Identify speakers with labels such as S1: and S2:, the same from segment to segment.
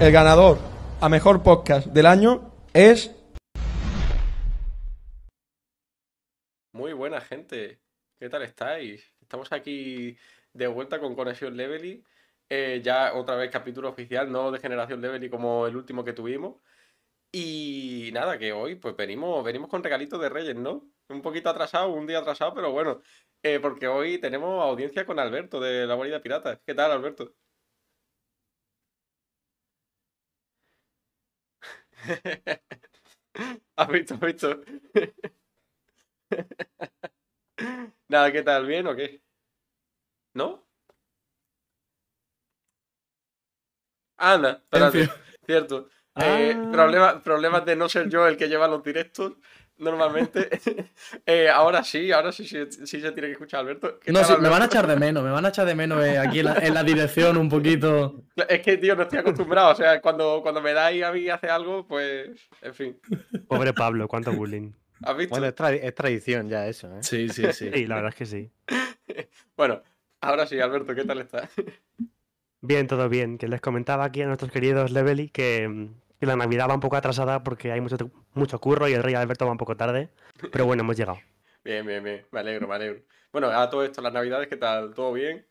S1: El ganador a mejor podcast del año es.
S2: Muy buena gente, ¿qué tal estáis? Estamos aquí de vuelta con Conexión Levely, eh, ya otra vez capítulo oficial, no de Generación Levely como el último que tuvimos. Y nada, que hoy pues venimos, venimos con regalitos de Reyes, ¿no? Un poquito atrasado, un día atrasado, pero bueno, eh, porque hoy tenemos audiencia con Alberto de La Guarida Pirata. ¿Qué tal, Alberto? ¿Has visto, has visto? Nada, ¿qué tal? ¿Bien o qué? ¿No? Anda, espérate, cierto. Eh,
S1: Ah.
S2: problema- problemas de no ser yo el que lleva los directos normalmente. Eh, ahora sí, ahora sí, sí, sí se tiene que escuchar Alberto. ¿Qué
S3: No,
S2: tal,
S3: sí, me
S2: Alberto?
S3: van a echar de menos, me van a echar de menos eh, aquí en la, en la dirección un poquito.
S2: Es que, tío, no estoy acostumbrado. O sea, cuando, cuando me dais a mí y hace algo, pues. En fin.
S4: Pobre Pablo, cuánto bullying.
S2: ¿Has visto?
S5: Bueno, es, tra- es tradición ya eso, ¿eh?
S3: Sí, sí, sí.
S4: Sí, la verdad es que sí.
S2: Bueno, ahora sí, Alberto, ¿qué tal está?
S4: Bien, todo bien. Que les comentaba aquí a nuestros queridos Levely que, mm, que la Navidad va un poco atrasada porque hay mucho, mucho curro y el rey Alberto va un poco tarde. Pero bueno, hemos llegado.
S2: Bien, bien, bien. Me alegro, me alegro. Bueno, a todo esto, las navidades, ¿qué tal? ¿Todo bien?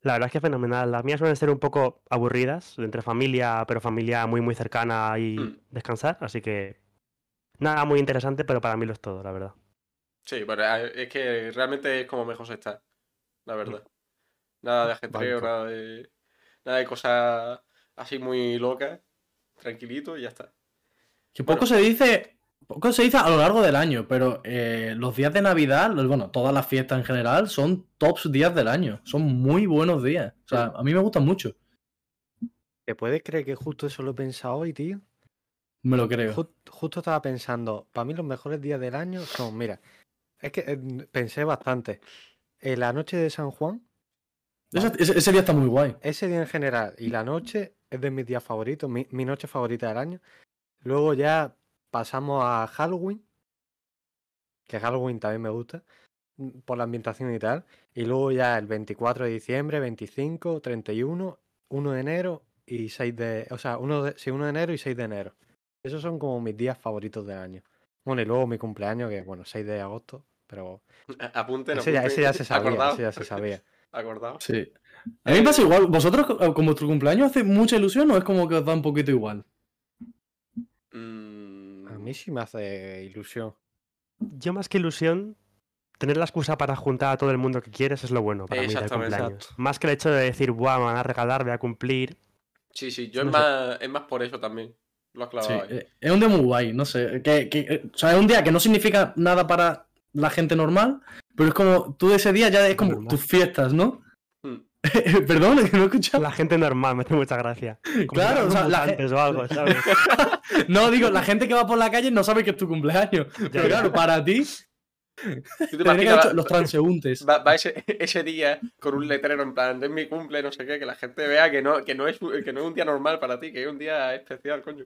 S4: La verdad es que es fenomenal. Las mías suelen ser un poco aburridas, entre familia, pero familia muy, muy cercana y
S2: Mm.
S4: descansar. Así que nada muy interesante, pero para mí lo es todo, la verdad.
S2: Sí, bueno, a- es que realmente es como mejor se está,
S5: Mm.
S2: la verdad. Nada de
S5: Ah,
S2: ajetreo,
S5: Banco.
S2: nada de, nada de cosas así muy locas. Tranquilito y ya está.
S3: Que poco se dice, poco se dice a lo largo del año, pero eh, los días de Navidad, los- bueno, todas las fiestas en general, son tops días del año. Son muy buenos días. O sea, a mí me gustan mucho.
S5: ¿Te puedes creer que justo eso lo he pensado hoy, tío?
S3: Me lo creo.
S5: Ju- justo estaba pensando, para mí los mejores días del año son, mira, es que eh, n- pensé bastante. En la noche de San Juan,
S3: Esa- ese, ese día está muy guay.
S5: ese día en general, y la noche es de mis días favoritos, mi, mi noche favorita del año. Luego ya pasamos a Halloween, que Halloween también me gusta, mm, por la ambientación y tal. Y luego ya el 24 de diciembre, 25, 31, 1 de enero y 6 de... O sea, 1 de, sí, 1 de enero y 6 de enero. Esos son como mis días favoritos del año. Bueno, y luego mi cumpleaños, que bueno, 6 de agosto, pero...
S2: A- Apunten,
S5: Ese ya,
S2: apunten.
S5: ese ya se sabía,
S2: Acordado,
S5: ese ya se sabía.
S2: acordado.
S3: Sí. A mí me pasa igual. ¿Vosotros co- con vuestro cumpleaños hace mucha ilusión o es como que os da un poquito igual?
S2: Mm,
S5: A mí sí me hace ilusión.
S4: Yo más que ilusión, tener la excusa para juntar a todo el mundo que quieres es lo bueno para mí del
S2: Exactamente.
S4: cumpleaños. Más que el hecho de decir, guau, me van a regalar, voy a cumplir.
S2: Sí, sí, yo es,
S4: No sé.
S2: más, es más por eso también. Lo has clavado
S3: Sí,
S2: ahí.
S3: eh, es un día muy guay, no sé. Que, que- eh, o sea, es un día que no significa nada para la gente normal, pero es como tú de ese día ya es como
S4: Normal.
S3: tus fiestas, ¿no?
S2: Mm.
S3: Perdón, es que no he escuchado.
S4: La gente normal, me hace mucha gracia. Como si
S3: Claro,
S4: fueran
S3: o sea, la
S4: mutantes o algo, ¿sabes?
S3: No, digo, la gente que va por la calle no sabe que es tu cumpleaños. Pero
S4: ya.
S3: claro, para ti,
S2: ¿Tú te
S3: tendría que haber
S2: imaginas
S3: dicho los transeúntes.
S2: Va, va ese, ese día con un letrero en plan, es mi cumple, no sé qué, que la gente vea que no, que no, es, que no es un día normal para ti, que es un día especial, coño.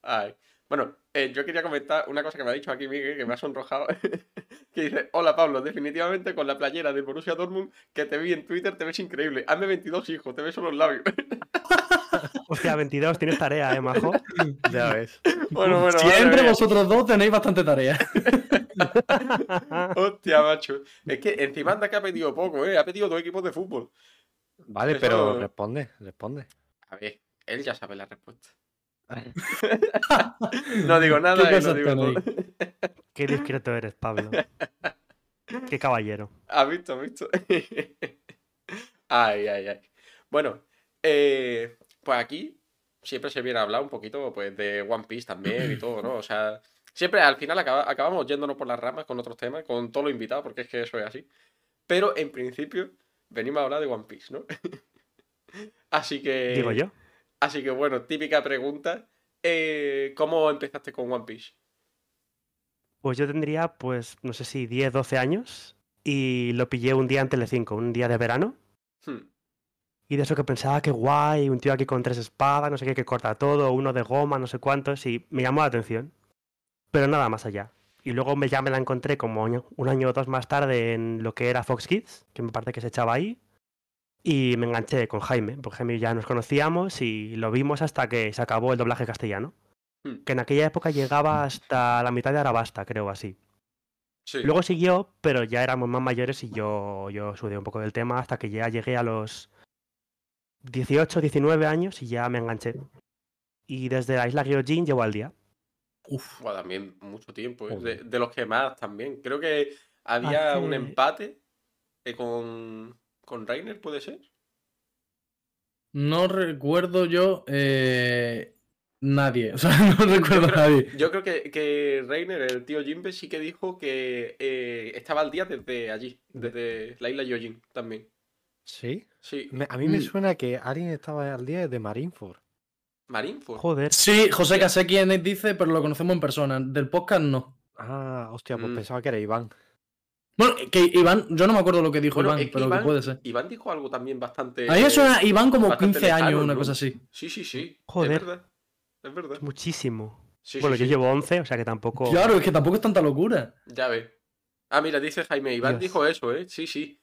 S2: Ay. Bueno, eh, yo quería comentar una cosa que me ha dicho aquí Miguel, que me ha sonrojado, que dice, hola Pablo, definitivamente con la playera de Borussia Dortmund que te vi en Twitter te ves increíble, hazme 22 hijos, te ves solo los labios.
S4: Hostia, 22, tienes tarea, ¿eh, majo?
S5: Ya ves.
S2: bueno, bueno, madre
S3: Siempre
S2: mía.
S3: vosotros dos tenéis bastante tarea.
S2: Hostia, macho. Es que encima anda que ha pedido poco, ¿eh? Ha pedido dos equipos de fútbol.
S5: Vale,
S2: Eso-
S5: pero responde, responde.
S2: A ver, él ya sabe la respuesta. No digo nada,
S3: ¿Qué
S2: y no
S3: cosas
S2: digo
S3: tenéis?
S2: todo.
S4: Qué discreto eres, Pablo. Qué caballero.
S2: ¿Has Ah, visto? ¿Has visto? ay, ay, ay. Bueno, eh, pues aquí siempre se viene a hablar un poquito pues, de One Piece también y todo, ¿no? O sea, siempre al final acaba- acabamos yéndonos por las ramas con otros temas, con todos los invitados, porque es que eso es así. Pero en principio venimos a hablar de One Piece, ¿no? así
S3: Eh,
S2: que...
S4: Digo yo.
S2: Así que bueno, típica pregunta. eh, ¿Cómo empezaste con One Piece?
S4: Pues yo tendría, pues, no sé si 10, 12 años. Y lo pillé un día en Telecinco, un día de verano.
S2: Hmm,
S4: Y de eso que pensaba, qué guay, un tío aquí con tres espadas, no sé qué, que corta todo, uno de goma, no sé cuántos, y me llamó la atención. Pero nada más allá. Y luego me, ya me la encontré como año- un año o dos más tarde en lo que era Fox Kids, que me parece que se echaba ahí. Y me enganché con Jaime, porque Jaime ya nos conocíamos y lo vimos hasta que se acabó el doblaje castellano.
S2: Hmm.
S4: Que en aquella época llegaba hasta la mitad de Arabasta, creo así.
S2: Sí.
S4: Luego siguió, pero ya éramos más mayores y yo, yo sudé un poco del tema hasta que ya llegué a los 18, 19 años y ya me enganché. Y desde la isla Gyojin llevo al día.
S3: Uf.
S2: Buah, también mucho tiempo, ¿eh? de,
S5: Joder.
S2: de los que más también. Creo que había un
S4: Hace-
S2: empate eh, con, con Rainer, ¿puede ser?
S3: No recuerdo yo eh, nadie. O sea, no recuerdo a
S2: creo-
S3: nadie.
S2: Yo creo que, que Rainer, el tío Jimbe, sí que dijo que eh, estaba al día desde allí, desde la isla Yojin también.
S5: Sí.
S2: Sí,
S5: Me- a mí me
S3: Mm.
S5: suena que alguien estaba al día de Marineford.
S2: Marinfo.
S4: Joder.
S3: Sí, José, que sé quién es, dice, pero lo conocemos en persona. Del podcast no.
S5: Ah, hostia, pues
S2: Mm.
S5: pensaba que era Iván.
S3: Bueno, que Iván, yo no me acuerdo lo que dijo
S2: Bueno, es
S3: Iván,
S2: que
S3: pero
S2: Iván-
S3: que puede ser.
S2: Iván dijo algo también bastante.
S3: A mí me suena Iván como
S2: bastante
S3: 15 años,
S2: lejano,
S3: una
S2: ¿no?
S3: cosa así.
S2: Sí, sí, sí.
S4: Joder.
S2: Es verdad. Es verdad.
S4: Es muchísimo.
S2: Sí, sí,
S4: bueno, yo
S2: sí.
S4: llevo 11, o sea que tampoco.
S3: Claro, es que tampoco es tanta locura.
S2: Ya ves. Ah, mira, dice Jaime, Iván
S4: Dios.
S2: dijo eso, ¿eh? Sí, sí.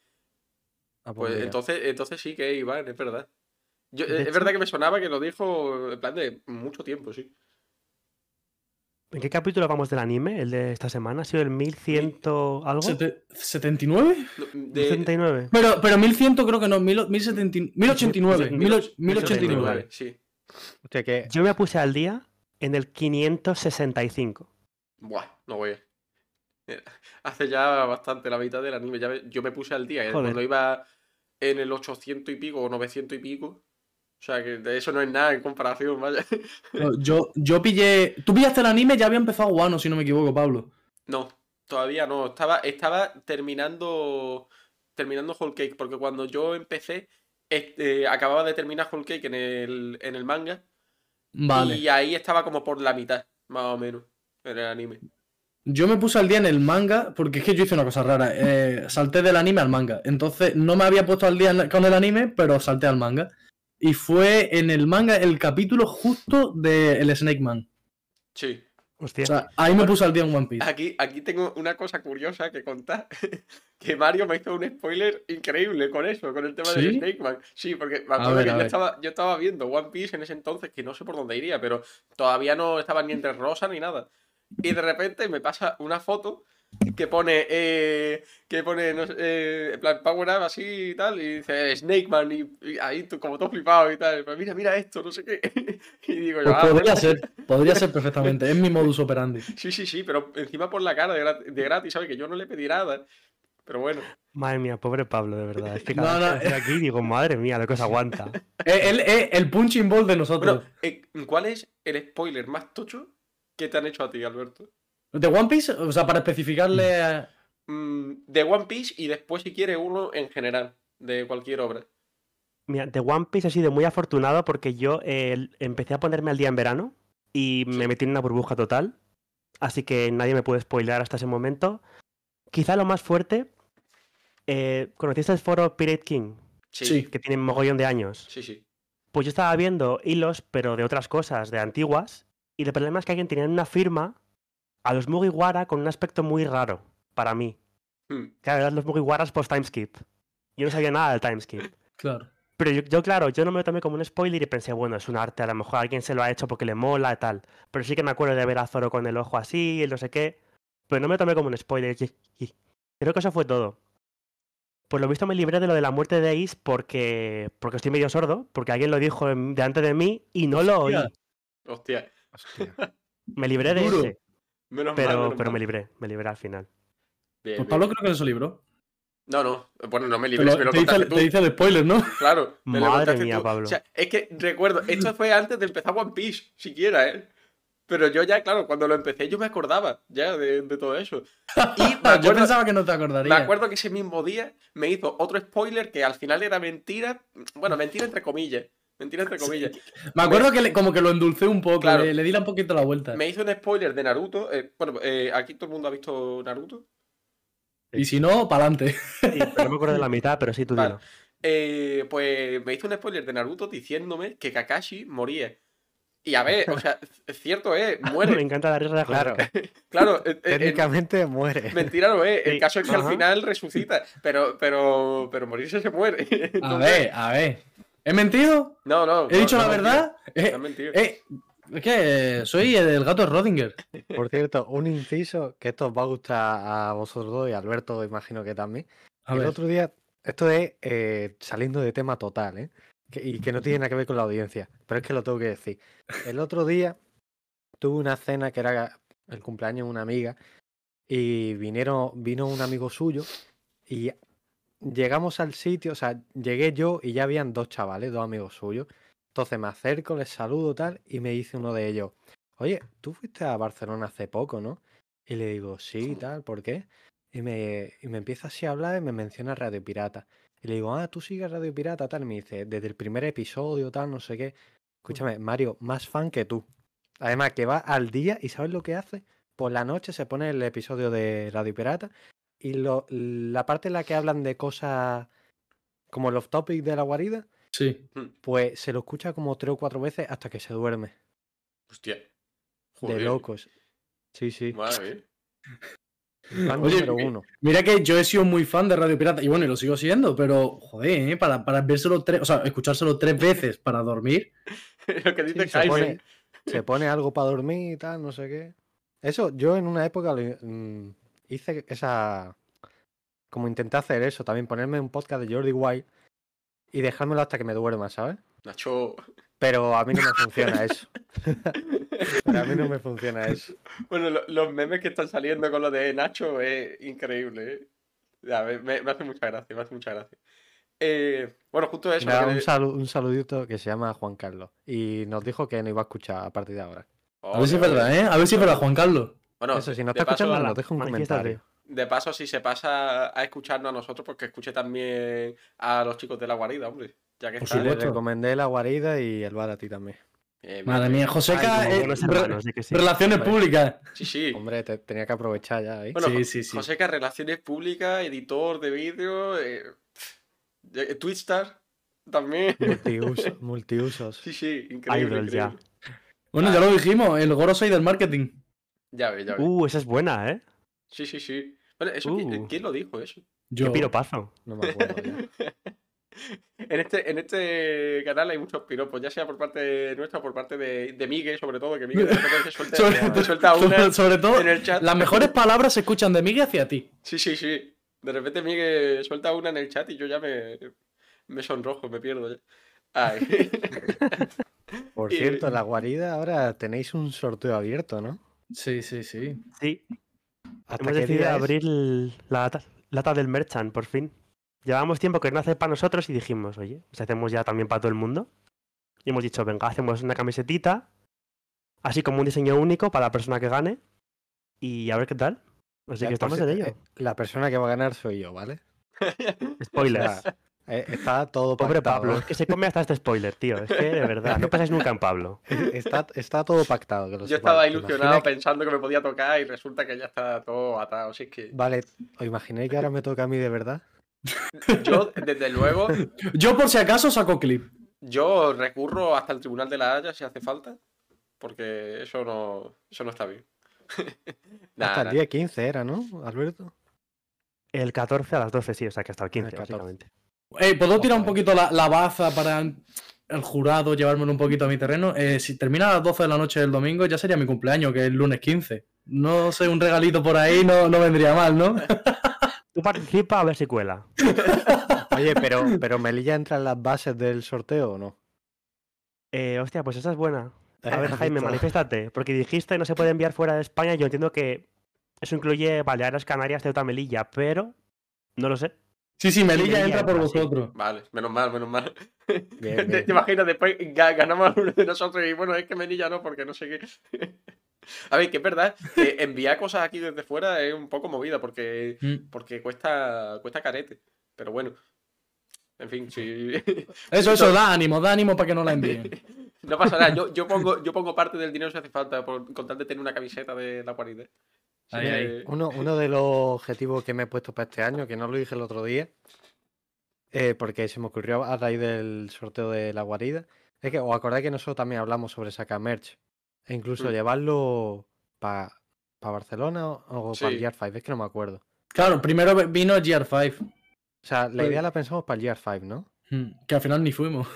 S5: Ah,
S2: Pues
S5: mira.
S2: entonces, entonces sí que es Iván, es verdad. Yo- eh,
S4: De
S2: es
S4: hecho-
S2: verdad que me sonaba que lo dijo en plan de mucho tiempo, sí.
S4: ¿En qué capítulo vamos del anime? ¿El de esta semana? ¿Ha sido el 1100 algo?
S3: Sete- ¿79?
S2: No, De,
S4: 79.
S3: Pero, pero 1100 creo que no, 1079. 1089. 1089.
S2: 1089, Sí.
S5: Hostia, que
S4: Yo me puse al día en el 565.
S2: Buah, no voy a... Mira, Hace ya bastante la mitad del anime. Ya ve- yo me puse al día. eh,
S4: Joder.
S2: Cuando iba en el 800 y pico o 900 y pico. O sea, que de eso no es nada en comparación, vaya.
S3: Yo, yo pillé. Tú pillaste el anime, ya había empezado Guano, si no me equivoco, Pablo.
S2: No, todavía no. Estaba, estaba terminando, terminando Whole Cake, porque cuando yo empecé, este, acababa de terminar Whole Cake en el, en el manga.
S3: Vale.
S2: Y ahí estaba como por la mitad, más o menos, en el anime.
S3: Yo me puse al día en el manga, porque es que yo hice una cosa rara. eh, salté del anime al manga. Entonces no me había puesto al día en- con el anime, pero salté al manga. Y fue en el manga el capítulo justo del Snake Man.
S2: Sí.
S4: Hostia.
S3: O sea, ahí me puse al día en One Piece.
S2: Aquí, aquí tengo una cosa curiosa que contar. Que Mario me hizo un spoiler increíble con eso, con el tema del
S3: ¿Sí?
S2: Snake Man. Sí, porque me acuerdo
S3: ver,
S2: que
S3: a
S2: yo
S3: ver.
S2: estaba, yo estaba viendo One Piece en ese entonces, que no sé por dónde iría, pero todavía no estaba ni entre rosa ni nada. Y de repente me pasa una foto que pone, eh, que pone, no sé, eh, en plan Power Up así y tal, y dice Snake Man, y, y ahí tú, como todo flipado y tal. Pero mira, mira esto, no sé qué. Y digo yo,
S3: Pues
S2: "Ah,
S3: podría
S2: bueno".
S3: ser, podría ser perfectamente. Es mi modus operandi.
S2: Sí, sí, sí, pero encima por la cara de gratis, de gratis, ¿sabes? Que yo no le pedí nada. Pero bueno,
S4: Madre mía, pobre Pablo, de verdad. Es que
S3: No,
S4: cada
S3: no,
S4: vez que estoy aquí digo, madre mía, lo que os aguanta.
S3: Es el, es el punching ball de nosotros.
S2: bueno eh, ¿cuál es el spoiler más tocho que te han hecho a ti, Alberto?
S3: ¿De One Piece? O sea, para especificarle. a-
S2: Mm, de One Piece y después, si quieres, uno en general, de cualquier obra.
S4: Mira, de One Piece he sido muy afortunado porque yo eh, l- empecé a ponerme al día en verano y me metí en una burbuja total. Así que nadie me puede spoilear hasta ese momento. Quizá lo más fuerte. Eh, ¿Conociste el foro Pirate King?
S3: Sí.
S4: Que tiene mogollón de años.
S2: sí, sí.
S4: Pues yo estaba viendo hilos, pero de otras cosas, de antiguas, y el problema es que alguien tenía en una firma a los Mugiwara con un aspecto muy raro, para mí.
S2: Mm,
S4: Claro, eran los Mugiwaras post-timeskip. Yo no sabía nada del timeskip.
S3: Claro.
S4: Pero yo, yo, claro, yo no me lo tomé como un spoiler y pensé, bueno, es un arte, a lo mejor alguien se lo ha hecho porque le mola y tal. Pero sí que me acuerdo de ver a Zoro con el ojo así y no sé qué. Pero no me lo tomé como un spoiler. y- y- Creo que eso fue todo. Por lo visto me libré de lo de la muerte de Ace porque, porque estoy medio sordo, porque alguien lo dijo en- delante de mí y no lo oí.
S3: Hostia.
S2: Hostia.
S5: Hostia.
S4: Me libré de
S3: Duro.
S4: ese,
S2: Menos mal,
S4: pero,
S2: menos
S4: pero
S2: mal.
S4: me libré, me libré al final.
S2: Bien,
S3: Pues
S2: bien.
S3: Pablo creo que no se libró.
S2: No, no. Bueno, no me
S3: Te,
S2: libré,
S3: lo-
S2: me lo
S3: te dice,
S2: contaste
S3: el-
S2: tú.
S3: te dice el spoiler, ¿no?
S2: Claro. me lo
S4: Madre
S2: contaste
S4: mía,
S2: tú.
S4: Pablo.
S2: O sea, es que recuerdo, esto fue antes de empezar One Piece, siquiera, ¿eh? Pero yo ya, claro, cuando lo empecé, yo me acordaba ya de, de todo eso. Y me
S3: Yo
S2: acuerdo-
S3: pensaba que no te acordarías.
S2: Me acuerdo que ese mismo día me hizo otro spoiler que al final era mentira. Bueno, mentira entre comillas. Mentira entre comillas.
S3: Me acuerdo que le- como que lo endulcé un poco,
S2: Claro.
S3: le, le di un poquito la vuelta.
S2: Me hizo un spoiler de Naruto. eh, bueno, eh, aquí todo el mundo ha visto Naruto.
S3: Y si no, pa'lante.
S4: Sí, pero no me acuerdo de la mitad, pero sí tú
S2: Vale.
S4: dilo.
S2: Eh, pues me hizo un spoiler de Naruto diciéndome que Kakashi moría. Y a ver, o sea, c- cierto es,
S4: Me
S2: muere.
S4: encanta la risa de José.
S5: Claro,
S2: Claro, eh, eh, en-
S5: técnicamente muere.
S2: mentira no es. El
S4: Sí.
S2: caso es que al
S4: Ajá.
S2: final resucita, pero, pero, pero morirse se muere.
S3: A
S2: Entonces-
S3: ver, a ver. ¿He mentido?
S2: No, no.
S3: ¿He
S2: no,
S3: dicho
S2: no,
S3: la
S2: mentira.
S3: verdad?
S2: No,
S3: Eh,
S2: mentira.
S3: eh, es que soy el gato Rodinger.
S5: Por cierto, un inciso que esto os va a gustar a vosotros dos y a Alberto imagino que también.
S3: A
S5: el
S3: ver.
S5: otro día, esto es eh, saliendo de tema total, ¿eh? Que- y que no tiene nada que ver con la audiencia, pero es que lo tengo que decir. El otro día tuve una cena que era el cumpleaños de una amiga y vinieron, vino un amigo suyo y llegamos al sitio, o sea, llegué yo y ya habían dos chavales, dos amigos suyos. Entonces me acerco, les saludo tal y me dice uno de ellos, oye, tú fuiste a Barcelona hace poco, ¿no? Y le digo, sí, tal, ¿por qué? Y me, y me empieza así a hablar y me menciona Radio Pirata. Y le digo, ah, tú sigues Radio Pirata, tal. Y me dice, desde el primer episodio, tal, no sé qué. Escúchame, Mario, más fan que tú. Además, que va al día y ¿sabes lo que hace? Por la noche se pone el episodio de Radio Pirata y lo, la parte en la que hablan de cosas como los topics de la guarida,
S3: Sí.
S5: pues se lo escucha como tres o cuatro veces hasta que se duerme.
S2: Hostia.
S5: De locos. Sí, sí.
S2: Madre mía.
S5: Fan
S3: Oye,
S5: número
S3: mi-
S5: uno.
S3: Mira que yo he sido muy fan de Radio Pirata y bueno, y lo sigo siendo, pero joder, ¿eh? para, para vérselo tres, o sea, escuchárselo tres veces para dormir.
S2: Lo que dice
S5: Sí, se,
S2: Jaime.
S5: pone, se pone algo para dormir y tal, no sé qué. Eso, yo en una época lo, mm, hice esa. Como intenté hacer eso, también ponerme un podcast de Jordi White y dejármelo hasta que me duerma, ¿sabes?
S2: Nacho.
S5: Pero a mí no me funciona eso. Pero a mí no me funciona eso.
S2: Bueno, lo- los memes que están saliendo con lo de Nacho es increíble. ¿eh? Ya, me, me- me hace mucha gracia, me hace mucha gracia. Eh, bueno, justo eso.
S5: Nada,
S2: lo que
S5: un,
S2: le-
S5: salu- un saludito que se llama Juan Carlos y nos dijo que no iba a escuchar a partir de ahora.
S3: A ver si es
S2: Ole, ole.
S3: verdad, ¿eh? A ver si es verdad, Juan Carlos.
S2: Bueno,
S5: eso, si no
S2: de
S5: está
S2: paso-
S5: escuchando,
S4: ala,
S5: nos deja un
S4: manifiéstate.
S5: comentario.
S2: De paso, si se pasa a escucharnos a nosotros, porque escuche también a los chicos de la guarida, hombre. Ya que
S3: Por
S2: está.
S5: Y le
S3: supuesto.
S5: recomendé la guarida y el bar a ti también.
S2: Eh,
S3: Madre mía, Joseca,
S4: Como
S3: eh,
S4: buenos
S3: re-
S4: hermanos, di que sí.
S3: relaciones
S5: Hombre.
S3: públicas.
S2: Sí, sí.
S5: Hombre, te- tenía que aprovechar ya ahí.
S2: Bueno,
S3: sí,
S2: Jo-
S3: sí, sí.
S2: Joseca, relaciones públicas, editor de vídeo, eh, eh, Twitstar también.
S5: Multiuso- multiusos.
S2: Sí, sí, increíble.
S4: Idol ya.
S2: increíble.
S3: Bueno, ya lo dijimos, el Gorosei del marketing.
S2: Ya ves, ya ves.
S4: Uh, esa es buena, ¿eh?
S2: Sí, sí, sí. Bueno, eso, ¿qui-
S4: Uh.
S2: ¿Quién lo dijo eso?
S4: Qué
S3: Yo.
S4: piropazo.
S5: No me acuerdo ya.
S2: En este, en este canal hay muchos piropos, ya sea por parte nuestra o por parte de, de Miguel, sobre todo, que Miguel de repente suelta,
S3: Sobre-
S2: te suelta una
S3: Sobre, sobre todo,
S2: en el chat.
S3: las mejores palabras se escuchan de Miguel hacia ti.
S2: Sí, sí, sí. De repente Miguel suelta una en el chat y yo ya me, me sonrojo, me pierdo. ya. Ay.
S5: Por
S2: Y-
S5: cierto, en la guarida ahora tenéis un sorteo abierto, ¿no?
S3: Sí, sí, sí.
S4: Sí,
S5: ¿Hasta
S4: hemos
S5: qué
S4: decidido
S5: día es?
S4: abrir el- la lata, lata del merchant, por fin. Llevábamos tiempo que no hace para nosotros y dijimos, oye, si hacemos ya también para todo el mundo. Y hemos dicho, venga, hacemos una camisetita, así como un diseño único para la persona que gane. Y a ver qué tal. Así
S5: Ya,
S4: que
S5: por
S4: estamos en
S5: cierto,
S4: ello.
S5: eh, La persona que va a ganar soy yo, ¿vale? O
S4: Spoilers.
S5: sea, eh, está todo
S4: Oh, Pobre
S5: pactado.
S4: Pablo, es que se come hasta este spoiler, tío. Es que de verdad, no pensáis nunca en Pablo.
S5: Eh, Está, está todo pactado. que lo
S2: Yo
S5: sepáis.
S2: estaba
S5: ¿Te
S2: ilusionado
S5: imaginas que-
S2: pensando que me podía tocar y resulta que ya está todo atado. Así es que
S5: Vale, ¿os imagináis que ahora me toca a mí de verdad?
S2: yo, desde luego,
S3: Yo, por si acaso, saco clip.
S2: yo recurro hasta el Tribunal de la Haya si hace falta, porque eso no, eso no está bien. Nah,
S5: Hasta el
S2: nah.
S5: día 15 era, ¿no, Alberto?
S4: El 14 a las 12, sí, o sea que hasta el 15,
S5: 14.
S4: básicamente.
S3: Eh, ¿Puedo tirar un
S5: Ojo, eh.
S3: poquito la, la baza para el jurado, llevármelo un poquito a mi terreno? Eh, si termina a las 12 de la noche del domingo, ya sería mi cumpleaños, que es el lunes 15. No sé, un regalito por ahí no, no vendría mal, ¿no?
S4: Tú participa a ver si cuela.
S5: Oye, pero, pero Melilla entra en las bases del sorteo o no?
S4: Eh, hostia, pues esa es buena. A ver,
S5: ¿Has
S4: Jaime,
S5: visto?
S4: manifiéstate. Porque dijiste no se puede enviar fuera de España. Yo entiendo que eso incluye Baleares, Canarias, Ceuta, Melilla, pero no lo sé.
S3: Sí, sí, Melilla
S4: Melilla
S3: entra por
S4: entra, sí.
S3: vosotros.
S2: Vale, menos mal, menos mal.
S5: Bien,
S2: Te,
S5: bien.
S2: te imaginas, después ga- ganamos a uno de nosotros y bueno, es que Melilla no, porque no sé qué. A ver, que es verdad, que enviar cosas aquí desde fuera es un poco movida, porque,
S3: Mm.
S2: porque cuesta, cuesta carete. Pero bueno, en fin, sí.
S3: Eso, eso, da ánimo, da ánimo para que no la envíen.
S2: No pasa nada, yo, yo, pongo, yo pongo parte del dinero si hace falta, por, con tal de tener una camiseta de la guarida. Sí,
S3: Ahí, ahí.
S2: eh,
S5: Uno, uno de los objetivos que me he puesto para este año, que no lo dije el otro día, eh, porque se me ocurrió a raíz del sorteo de la guarida, Es que os acordáis que nosotros también hablamos sobre sacar merch. E incluso
S2: Mm.
S5: llevarlo para Barcelona o, para el
S2: Sí.
S5: Year 5, es que no me acuerdo.
S3: Claro, primero ve- vino GR5,
S5: O sea, la
S3: Pues-
S5: idea la pensamos para el Year 5, ¿no?
S3: mm, que al final ni fuimos.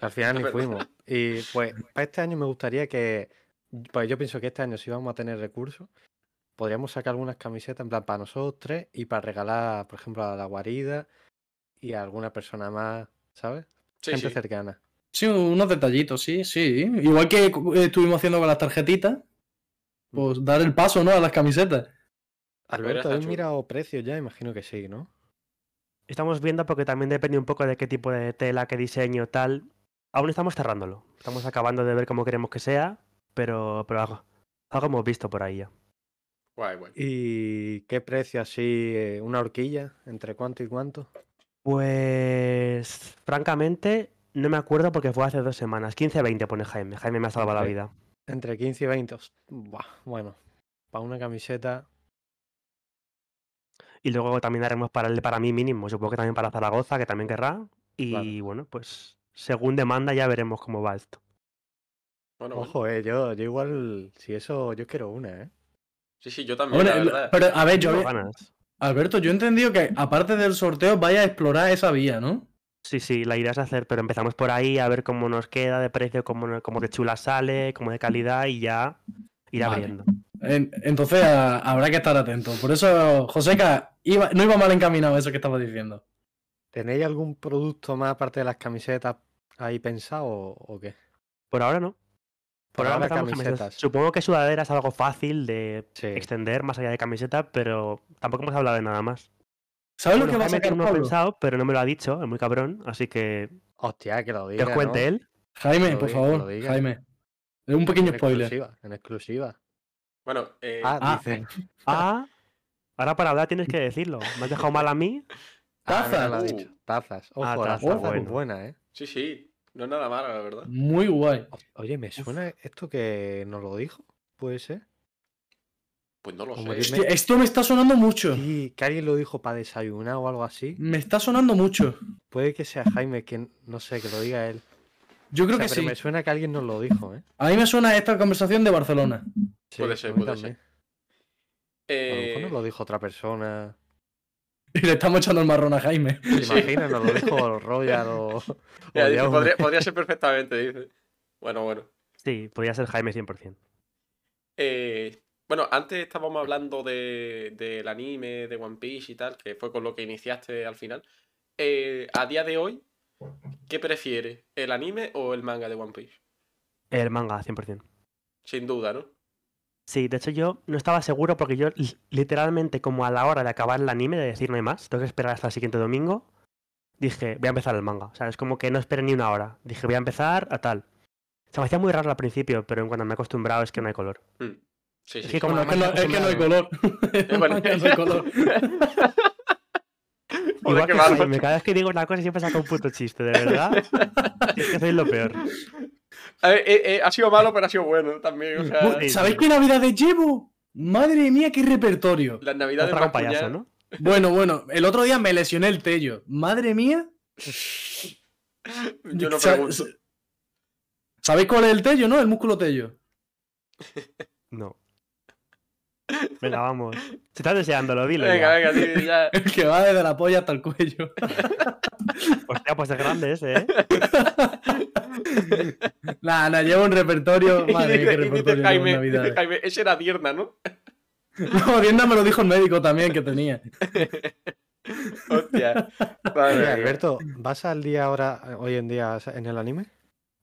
S5: Que al final ni
S2: verdad.
S5: fuimos. Y pues para este año me gustaría que. Pues yo pienso que este año, si vamos a tener recursos, podríamos sacar algunas camisetas en plan para nosotros tres y para regalar, por ejemplo, a la guarida y a alguna persona más, ¿sabes?
S2: Sí,
S5: Gente
S2: sí.
S5: cercana.
S3: Sí, unos detallitos, sí, sí. Igual que eh, estuvimos haciendo con las tarjetitas,
S5: Mm.
S3: pues dar el paso, ¿no? A las camisetas.
S2: Alberto
S5: Alberto,
S2: está
S5: ¿habéis
S2: chulo.
S5: mirado precios ya? Imagino que sí, ¿no?
S4: Estamos viendo porque también depende un poco de qué tipo de tela, qué diseño, tal. Aún estamos cerrándolo. Estamos acabando de ver cómo queremos que sea, pero, pero algo, algo hemos visto por ahí ya.
S2: Guay, guay.
S5: ¿Y qué precio así? eh, ¿Una horquilla? ¿Entre cuánto y cuánto?
S4: Pues, francamente, no me acuerdo porque fue hace dos semanas. 15-20 pone Jaime. Jaime me ha salvado
S5: Ok.
S4: la vida.
S5: Entre 15 y 20. Host- Buah, bueno, para una camiseta.
S4: Y luego también haremos para él, para mí mínimo. Supongo que también para Zaragoza, que también querrá. Y
S5: Claro.
S4: bueno, pues según demanda ya veremos cómo va esto.
S2: Bueno, bueno.
S5: Ojo, eh, yo, yo igual, si eso, yo quiero una, ¿eh?
S2: Sí, sí, yo también,
S3: Bueno,
S2: la
S3: el-
S2: verdad.
S3: pero a ver, yo
S4: Tengo
S3: había-
S4: ganas.
S3: Alberto, yo he entendido que aparte del sorteo vaya a explorar esa vía, ¿no?
S4: Sí, sí, la idea es hacer, pero empezamos por ahí a ver cómo nos queda de precio, cómo, no- cómo de chula sale, cómo de calidad y ya ir
S3: Vale.
S4: abriendo.
S3: En- entonces a- habrá que estar atento. Por eso, Joseca, iba, no iba mal encaminado eso que estaba diciendo.
S5: ¿Tenéis algún producto más aparte de las camisetas ahí pensado o, o qué?
S4: Por ahora no.
S5: Por ahora
S4: empezamos con
S5: camisetas.
S4: Supongo que sudadera es algo fácil de
S5: Sí.
S4: extender más allá de camiseta, pero tampoco hemos hablado de nada más.
S3: ¿Sabes
S4: Bueno,
S3: lo que va a
S4: Jaime tiene
S3: sacar
S4: uno
S3: Pablo?
S4: pensado, pero no me lo ha dicho, es muy cabrón, así que
S5: Hostia, que lo
S4: que
S5: diga.
S4: os cuente ¿eh?
S5: ¿no?
S4: él.
S3: Jaime,
S5: lo
S3: por
S5: diga, que lo
S3: favor,
S5: diga.
S3: Jaime. Es un pequeño
S5: en
S3: spoiler.
S5: exclusiva, en exclusiva.
S2: Bueno, eh,
S5: Ah,
S3: ah,
S5: dice.
S4: Ah, ahora para hablar tienes que decirlo. Me has dejado mal a mí.
S5: Ah, mira,
S3: tazas.
S5: lo ha
S2: Uh.
S5: dicho. Tazas. Ojo, las
S4: tazas,
S5: tazas muy
S4: bueno.
S5: buenas, ¿eh?
S2: sí, sí. No es nada malo, la verdad.
S3: Muy guay.
S5: Oye, me suena esto que nos lo dijo, puede ser.
S2: Pues no lo
S5: Como
S2: sé.
S5: dime-
S3: Hostia, esto me está sonando mucho.
S5: Y que alguien lo dijo para desayunar o algo así.
S3: Me está sonando mucho.
S5: Puede que sea Jaime, que no sé, que lo diga él.
S3: Yo
S5: O
S3: creo
S5: sea,
S3: que
S5: pero
S3: sí.
S5: me suena que alguien nos lo dijo, ¿eh?
S3: A mí me suena esta conversación de Barcelona.
S2: Puede ser,
S5: a mí
S2: puede ser.
S5: también. A lo
S2: Eh,
S5: mejor nos lo dijo otra persona.
S3: Y le estamos echando el marrón a Jaime.
S2: sí, sí.
S5: Imagina, nos lo dijo Royal o. o
S2: Mira, dice,
S5: Jaume.
S2: podría, podría ser perfectamente, dice. Bueno, bueno.
S4: Sí, podría ser Jaime 100%.
S2: Eh, bueno, antes estábamos hablando de, del anime, de One Piece y tal, que fue con lo que iniciaste al final. Eh, a día de hoy, ¿qué prefieres? ¿El anime o el manga de One Piece?
S4: El manga, 100%.
S2: Sin duda, ¿no?
S4: Sí, de hecho yo no estaba seguro porque yo li- literalmente como a la hora de acabar el anime, de decir no hay más, tengo que esperar hasta el siguiente domingo, dije voy a empezar el manga. O sea, es como que no esperé ni una hora. Dije voy a empezar a tal. Se me hacía muy raro al principio, pero en cuanto me he acostumbrado es que no hay color.
S2: Mm. Sí,
S4: Es
S2: sí.
S4: que como
S3: Bueno, es que no,
S4: además
S3: es que no hay color.
S2: Eh, bueno.
S3: Es que no hay color.
S2: Joder,
S4: Igual
S2: qué
S4: que
S2: malo.
S4: Jaime, cada vez que digo una cosa siempre saca un puto chiste, de verdad. es que sois lo peor.
S2: A ver, eh, eh, ha sido malo, pero ha sido bueno también. O sea,
S4: Sí,
S3: ¿Sabéis
S4: sí.
S3: qué navidades llevo? Madre mía, qué repertorio.
S2: las navidades
S4: Otra
S2: más
S4: con payaso,
S2: cuñadas-
S4: ¿no?
S3: Bueno, bueno, el otro día me lesioné el tello. Madre mía.
S2: Yo no
S3: Sa-
S2: pregunto.
S3: ¿Sabéis cuál es el tello, no? El músculo tello.
S4: No. Venga, vamos. Se está deseándolo, dilo.
S2: Venga,
S4: ya.
S2: venga, sí, ya.
S3: El que va desde la polla hasta el cuello.
S4: Hostia, pues es grande ese, ¿eh?
S3: Nah, nah, llevo un repertorio.
S2: Y
S3: Madre mía,
S2: dice,
S3: qué
S2: y dice
S3: repertorio. llevo en
S2: Jaime, dice
S3: Navidades.
S2: Jaime, ese era Dierna, ¿no?
S3: No, bien, no me lo dijo el médico también que tenía.
S2: Hostia.
S5: Oye,
S2: Madre mía.
S5: Alberto, ¿vas al día ahora, eh, hoy en día, en el anime?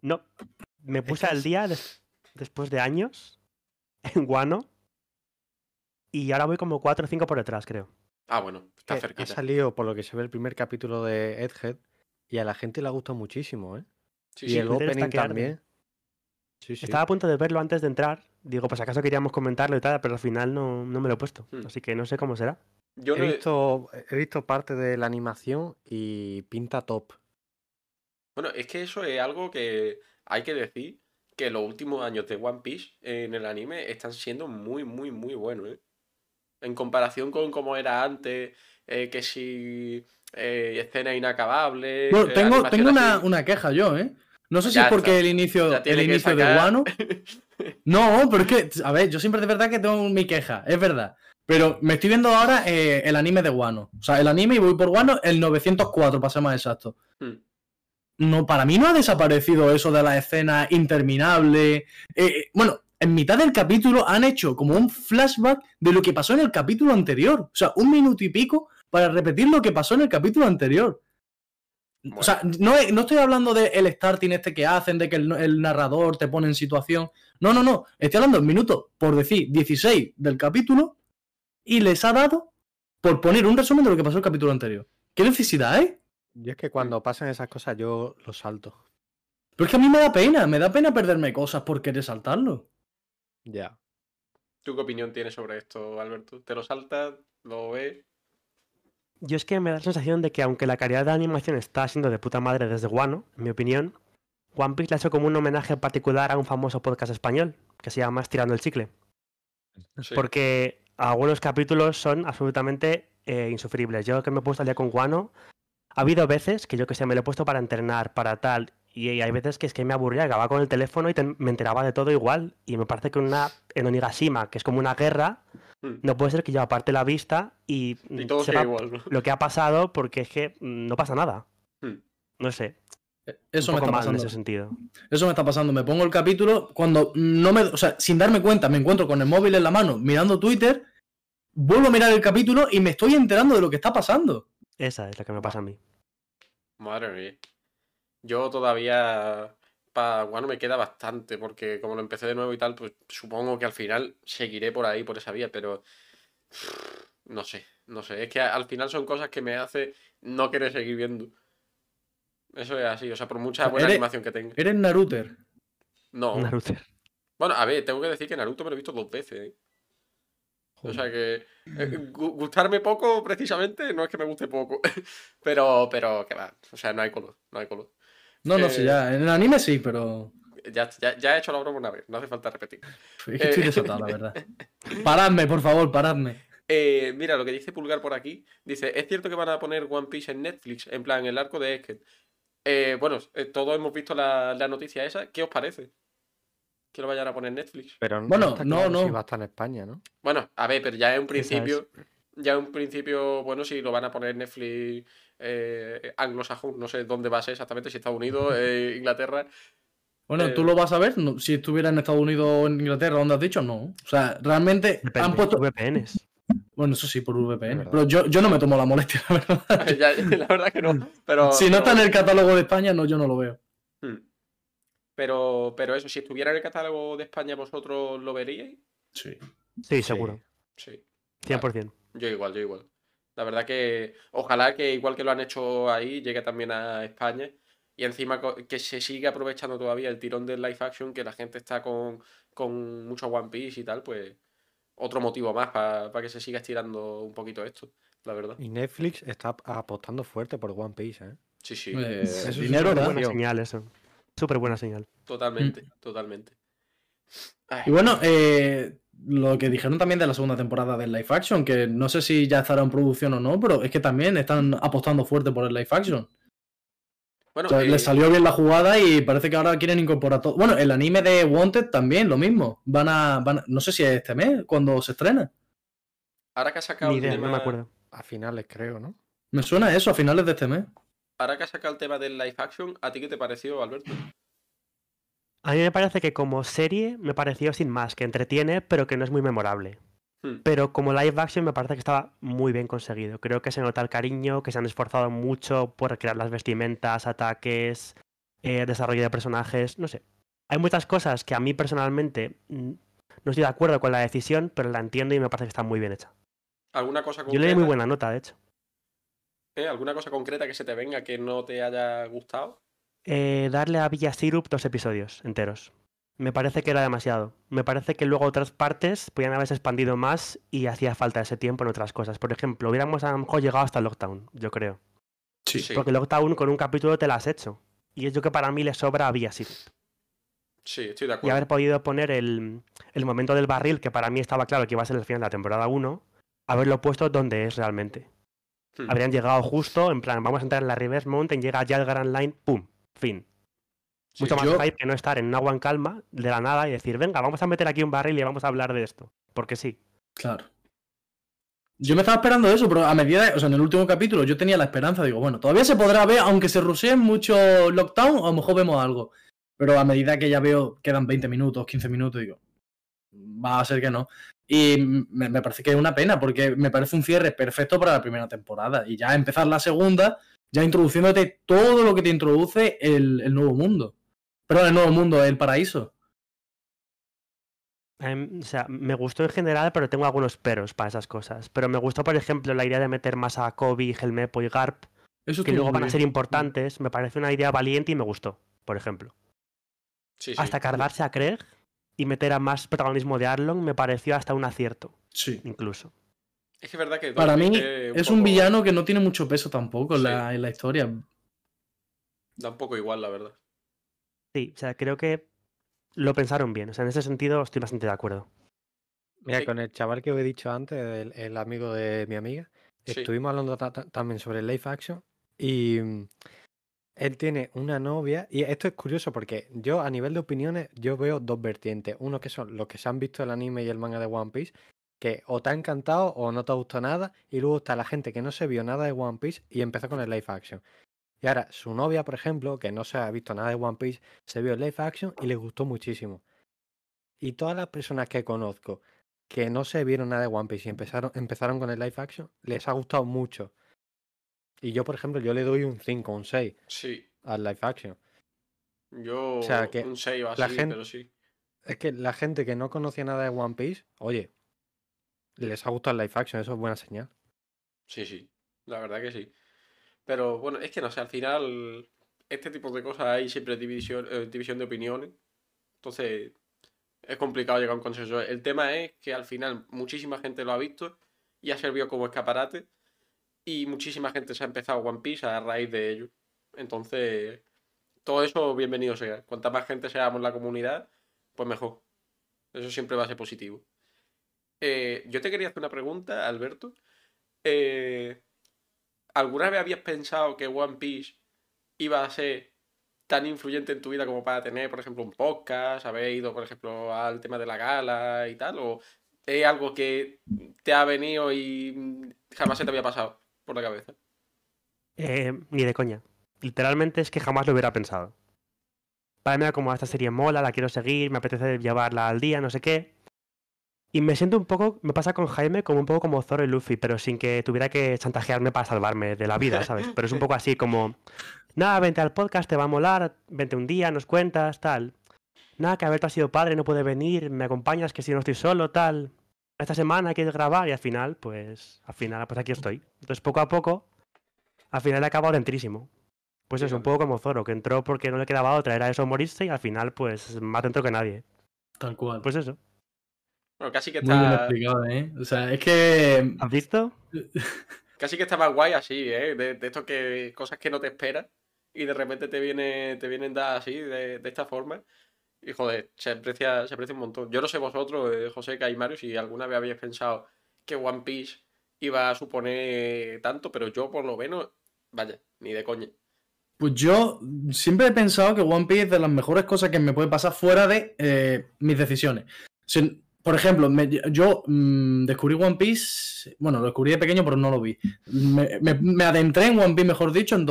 S4: No. Me puse
S5: que
S4: al
S5: es-
S4: día des- después de años en Guano. Y ahora voy como 4 o 5 por detrás, creo.
S2: Ah, bueno, está
S5: Que ha
S2: cerquita.
S5: salido, por lo que se ve, el primer capítulo de Edhead y a la gente le ha gustado muchísimo, ¿eh?
S2: Sí,
S5: y
S2: sí.
S5: el
S4: Twitter está
S5: opening
S4: que arde.
S5: también. Sí, sí.
S4: Estaba a punto de verlo antes de entrar. Digo, pues acaso queríamos comentarlo y tal, pero al final no, no me lo he puesto.
S2: Hmm.
S4: Así que no sé cómo será.
S2: Yo
S5: he,
S2: no he-
S5: visto, he visto parte de la animación y pinta top.
S2: Bueno, es que eso es algo que hay que decir, que los últimos años de One Piece en el anime están siendo muy, muy, muy buenos, ¿eh? En comparación con cómo era antes, eh, que si eh, escenas inacabables,
S3: Bueno,
S2: eh,
S3: tengo,
S2: animación
S3: tengo una,
S2: así.
S3: una queja yo, ¿eh? No sé si
S2: Ya
S3: es porque
S2: está.
S3: el inicio,
S2: Ya
S3: el
S2: tiene que
S3: inicio de
S2: sacar-
S3: Guano. No, pero es que, a ver, yo siempre de verdad que tengo mi queja, es verdad. Pero me estoy viendo ahora eh, el anime de Guano. O sea, el anime y voy por Guano, el 904, para ser más exacto.
S2: Hmm.
S3: No, para mí no ha desaparecido eso de la escena interminable. Eh, eh, bueno, en mitad del capítulo han hecho como un flashback de lo que pasó en el capítulo anterior. O sea, un minuto y pico para repetir lo que pasó en el capítulo anterior. O sea, no, es- no estoy hablando del el starting este que hacen, de que el, el narrador te pone en situación. No, no, no. Estoy hablando en minutos, por decir, 16 del capítulo y les ha dado por poner un resumen de lo que pasó en el capítulo anterior. ¿Qué necesidad hay?
S5: Yo es que cuando pasan esas cosas yo lo salto.
S3: Pero es que a mí me da pena, me da pena perderme cosas por querer saltarlo.
S5: Ya.
S2: ¿Tú qué opinión tienes sobre esto, Alberto? ¿Te lo saltas? ¿Lo ves?
S4: Yo es que me da la sensación de que aunque la calidad de animación está siendo de puta madre desde Guano, en mi opinión, One Piece le ha hecho como un homenaje particular a un famoso podcast español, que se llama Estirando el Chicle,
S2: Sí.
S4: porque algunos capítulos son absolutamente eh, insufribles. Yo que me he puesto al día con Guano, ha habido veces que yo que sé, me lo he puesto para entrenar, para tal, y, hay veces que es que me aburría, acababa con el teléfono y te- me enteraba de todo igual, y me parece que una, en Onigashima, que es como una guerra,
S2: Hmm.
S4: no puede ser que yo aparte la vista y,
S2: Y
S4: mm,
S2: todo sigue
S4: sepa
S2: igual, ¿no?
S4: lo que ha pasado porque es que mm, no pasa nada.
S2: Hmm.
S4: No sé,
S3: Eso
S4: un
S3: me está
S4: poco mal en
S3: pasando.
S4: ese sentido.
S3: Eso me está pasando. Me pongo el capítulo cuando no me. O sea, sin darme cuenta, me encuentro con el móvil en la mano mirando Twitter. Vuelvo a mirar el capítulo y me estoy enterando de lo que está pasando.
S4: Esa es la que me pasa a mí.
S2: Madre mía. Yo todavía para Guano me queda bastante, porque como lo empecé de nuevo y tal, pues supongo que al final seguiré por ahí, por esa vía, pero no sé, no sé. Es que a- al final son cosas que me hace no querer seguir viendo. Eso es así, o sea, por mucha buena
S3: Eres-
S2: animación que tenga.
S3: Eres Naruter.
S2: No.
S4: Naruto.
S2: Bueno, a ver, tengo que decir que Naruto me lo he visto dos veces. ¿eh? O sea que eh, gu- gustarme poco, precisamente, no es que me guste poco. pero, pero, que va. O sea, no hay color, no hay color.
S3: No, no
S2: Eh,
S3: sé, ya. En el anime sí, pero.
S2: Ya, ya, ya he hecho la broma una vez, no hace falta repetir.
S3: Es que estoy
S2: eh.
S3: desatado, la verdad. Paradme, por favor, paradme.
S2: Eh, mira, lo que dice Pulgar por aquí, dice, ¿es cierto que van a poner One Piece en Netflix? En plan, el arco de Esket. Eh, bueno, eh, todos hemos visto la, la noticia esa, ¿qué os parece? Que lo vayan a poner en Netflix.
S5: Pero no
S3: Bueno,
S5: está
S3: no,
S5: claro si
S3: no.
S5: va a estar en España, ¿no?
S2: Bueno, a ver, pero ya es un
S4: es.
S2: principio, ya es un principio, bueno, si lo van a poner en Netflix eh, anglosajón, no sé dónde va a ser exactamente, si Estados Unidos, eh, Inglaterra.
S3: Bueno,
S2: Eh.
S3: tú lo vas a ver No, si estuviera en Estados Unidos o en Inglaterra, donde has dicho, no. O sea, realmente
S4: Depende,
S3: han puesto.
S4: VPNs.
S3: Bueno, eso sí, por VPN.
S5: verdad.
S3: Pero yo, yo no me tomo la molestia, la verdad.
S2: Ya- la verdad que no, pero...
S3: Si no
S2: pero-
S3: está en el catálogo de España, no, yo no lo veo.
S2: Hmm. Pero, pero eso, si estuviera en el catálogo de España, ¿vosotros lo veríais?
S3: Sí.
S4: Sí, seguro.
S2: Sí, Vale.
S4: 100%.
S2: yo igual, yo igual. La verdad que ojalá que igual que lo han hecho ahí, llegue también a España. Y encima co- que se siga aprovechando todavía el tirón del live action, que la gente está con, con mucho One Piece y tal, pues otro motivo más para que se siga estirando un poquito esto, la verdad.
S5: Y Netflix está ap- apostando fuerte por One Piece, ¿eh?
S2: Sí, sí.
S3: Eh,
S4: Pues
S5: Eso es
S3: dinero,
S5: una
S3: ¿verdad?
S4: Buena
S5: Tío.
S4: señal eso. Súper buena señal.
S2: Totalmente, totalmente. Ay,
S3: Y bueno, eh, lo que dijeron también de la segunda temporada del live action, que no sé si ya estará en producción o no, pero es que también están apostando fuerte por el live action.
S2: bueno,
S3: O sea,
S2: eh,
S3: les salió bien la jugada y parece que ahora quieren incorporar todo. Bueno, el anime de Wanted también, lo mismo. Van a, van a- no sé si es este mes, cuando se estrena.
S2: ahora que ha sacado
S4: Ni
S2: el
S4: idea, no me
S2: tema-
S4: acuerdo.
S5: A finales, creo, ¿no?
S3: Me suena a eso, a finales de este mes.
S2: Ahora que has sacado el tema del live action, ¿a ti qué te pareció, Alberto?
S4: A mí me parece que como serie me pareció sin más, que entretiene, pero que no es muy memorable.
S2: Hmm.
S4: Pero como live action me parece que estaba muy bien conseguido. Creo que se nota el cariño, que se han esforzado mucho por crear las vestimentas, ataques, eh, desarrollo de personajes, no sé. Hay muchas cosas que a mí personalmente mm, no estoy de acuerdo con la decisión, pero la entiendo y me parece que está muy bien hecha.
S2: ¿Alguna cosa
S4: Yo le di muy
S2: concreta?
S4: buena nota, de hecho.
S2: ¿Eh? ¿Alguna cosa concreta que se te venga que no te haya gustado?
S4: eh, darle a Villa Syrup dos episodios enteros. Me parece que era demasiado. Me parece que luego otras partes podían haberse expandido más y hacía falta ese tiempo en otras cosas. Por ejemplo, hubiéramos a lo mejor llegado hasta Lockdown, yo creo.
S3: Sí.
S4: Porque Lockdown con un capítulo te la has hecho. Y es lo que para mí le sobra a Villa Syrup.
S2: sí, estoy de
S4: Y
S2: acuerdo.
S4: haber podido poner el, el momento del barril, que para mí estaba claro que iba a ser el final de la temporada 1, haberlo puesto donde es realmente.
S2: Hmm.
S4: Habrían llegado justo, en plan, vamos a entrar en la Reverse Mountain, llega ya el Grand Line, ¡pum! Fin.
S3: Sí,
S4: Mucho más
S3: yo-
S4: hype que no estar en una one calma de la nada y decir, venga, vamos a meter aquí un barril y vamos a hablar de esto. Porque sí.
S3: Claro. Yo me estaba esperando eso, pero a medida, de- o sea, en el último capítulo yo tenía la esperanza, digo, bueno, todavía se podrá ver, aunque se ruseen mucho lockdown, a lo mejor vemos algo. Pero a medida que ya veo, quedan 20 minutos, 15 minutos, digo, va a ser que no. Y me, me parece que es una pena, porque me parece un cierre perfecto para la primera temporada. Y ya empezar la segunda, ya introduciéndote todo lo que te introduce el, el nuevo mundo. Perdón, el nuevo mundo, el paraíso.
S4: A mí, em, o sea, me gustó en general, pero tengo algunos peros para esas cosas. Pero me gustó, por ejemplo, la idea de meter más a Kobe, Helmepo y Garp,
S3: Eso
S4: que
S3: estuvo
S4: luego
S3: muy
S4: van a
S3: bien.
S4: ser importantes. Me parece una idea valiente y me gustó, por ejemplo.
S2: Sí, sí.
S4: Hasta cargarse a Craig y meter a más protagonismo de Arlong me pareció hasta un acierto,
S3: Sí.
S4: incluso.
S2: Es que es verdad que.
S3: Para mí
S2: Dorothy, eh,
S3: es un
S2: poco-
S3: villano que no tiene mucho peso tampoco en
S2: Sí.
S3: la, en la historia.
S2: Da un poco igual, la verdad.
S4: Sí, o sea, creo que lo pensaron bien. O sea, en ese sentido estoy bastante de acuerdo.
S5: Mira,
S2: Sí.
S5: con el chaval que os he dicho antes, el, el amigo de mi amiga,
S2: Sí.
S5: estuvimos hablando ta- ta- también sobre el live action y mm, él tiene una novia y esto es curioso porque yo a nivel de opiniones yo veo dos vertientes. Uno que son los que se han visto el anime y el manga de One Piece, que o te ha encantado o no te ha gustado nada y luego está la gente que no se vio nada de One Piece y empezó con el live action. Y ahora su novia, por ejemplo, que no se ha visto nada de One Piece, se vio el live action y le gustó muchísimo. Y todas las personas que conozco que no se vieron nada de One Piece y empezaron, empezaron con el live action, les ha gustado mucho. Y yo, por ejemplo, yo le doy un 5, un 6
S2: Sí.
S5: al live action.
S2: Yo.
S5: sea, que
S2: un 6 o así,
S5: la gente-
S2: pero sí.
S5: Es que la gente que no conocía nada de One Piece, oye, les ha gustado el live action, eso es buena señal.
S2: Sí, sí, la verdad que sí. Pero bueno, es que no sé, al final este tipo de cosas hay siempre división, eh, división de opiniones. Entonces es complicado llegar a un consenso. El tema es que al final muchísima gente lo ha visto y ha servido como escaparate y muchísima gente se ha empezado One Piece a raíz de ello. Entonces, todo eso bienvenido sea. Cuanta más gente seamos la comunidad, pues mejor. Eso siempre va a ser positivo. Eh, yo te quería hacer una pregunta, Alberto. Eh, ¿Alguna vez habías pensado que One Piece iba a ser tan influyente en tu vida como para tener, por ejemplo, un podcast? ¿Habéis ido, por ejemplo, al tema de la gala y tal? ¿O es algo que te ha venido y mm, jamás se te había pasado por la cabeza?
S4: Eh, ni de coña. Literalmente es que jamás lo hubiera pensado. Para mí era como esta serie mola, la quiero seguir, me apetece llevarla al día, no sé qué. Y me siento un poco, me pasa con Jaime como un poco como Zoro y Luffy, pero sin que tuviera que chantajearme para salvarme de la vida, ¿sabes? Pero es un poco así como, nada, vente al podcast, te va a molar, vente un día, nos cuentas, tal. Nada, que Alberto ha sido padre, no puede venir, me acompañas, que si no estoy solo, tal. Esta semana quieres grabar y al final, pues, al final, pues aquí estoy. Entonces, poco a poco, al final he acabado dentrísimo. Pues es un
S2: Fíjate.
S4: poco como Zoro, que entró porque no le quedaba otra, era eso morirse y al final, pues, más dentro que nadie.
S3: Tal cual.
S4: Pues eso.
S2: Bueno, casi que
S3: Muy bien
S2: está,
S3: explicado, ¿eh? O sea, es que.
S4: ¿Has visto?
S2: casi que está más guay así, ¿eh? De, de esto que cosas que no te esperas y de repente te viene, te vienen dadas así, de, de esta forma. Y joder, se aprecia, se aprecia un montón. Yo no sé vosotros, eh, José, Kai, Mario, si alguna vez habéis pensado que One Piece iba a suponer tanto, pero yo por lo menos, vaya, ni de coña.
S3: Pues yo siempre he pensado que One Piece es de las mejores cosas que me puede pasar fuera de eh, mis decisiones. Si- por ejemplo, me- yo mm, descubrí One Piece, bueno, lo descubrí de pequeño, pero no lo vi. Me, me- me adentré en One Piece, mejor dicho, en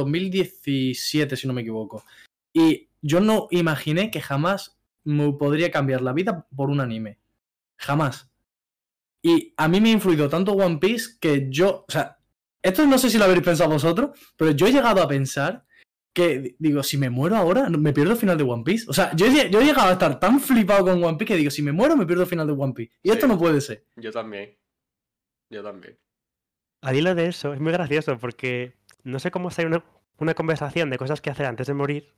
S3: 2017, si no me equivoco. Y yo no imaginé que jamás me podría cambiar la vida por un anime. Jamás. Y a mí me ha influido tanto One Piece que yo, o sea, esto no sé si lo habréis pensado vosotros, pero yo he llegado a pensar que di- digo, si me muero ahora, no- me pierdo el final de One Piece. O sea, yo he, lle- yo he llegado a estar tan flipado con One Piece que digo, si me muero, me pierdo el final de One Piece. Y
S2: Sí.
S3: esto no puede ser.
S2: Yo también. Yo también.
S4: Al hilo de eso, es muy gracioso porque no sé cómo sale una, una conversación de cosas que hacer antes de morir.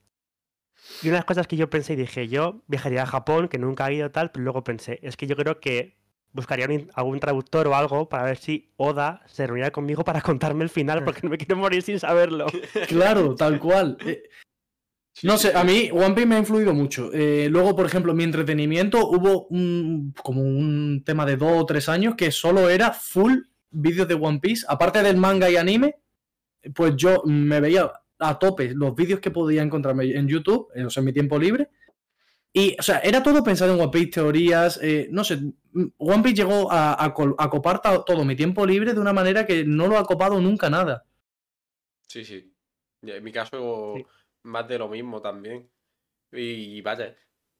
S4: Y una de las cosas que yo pensé y dije, yo viajaría a Japón, que nunca he ido tal, pero luego pensé, es que yo creo que buscaría un in- algún traductor o algo para ver si Oda se reunirá conmigo para contarme el final, porque no me quiero morir sin saberlo.
S3: Claro, tal cual. Eh,
S2: Sí,
S3: No
S2: sí,
S3: sé, a
S2: sí.
S3: mí One Piece me ha influido mucho. Eh, luego, por ejemplo, mi entretenimiento hubo un, como un tema de dos o tres años que solo era full vídeos de One Piece. Aparte del manga y anime, pues yo me veía a tope los vídeos que podía encontrarme en YouTube, en, o sea, en mi tiempo libre. Y, o sea, era todo pensado en One Piece, teorías, eh, no sé, mm, One Piece llegó a, a col- a copar ta- todo mi tiempo libre de una manera que no lo ha copado nunca nada.
S2: Sí, sí. Ya, En mi caso,
S4: Sí.
S2: más de lo mismo también. Y vaya,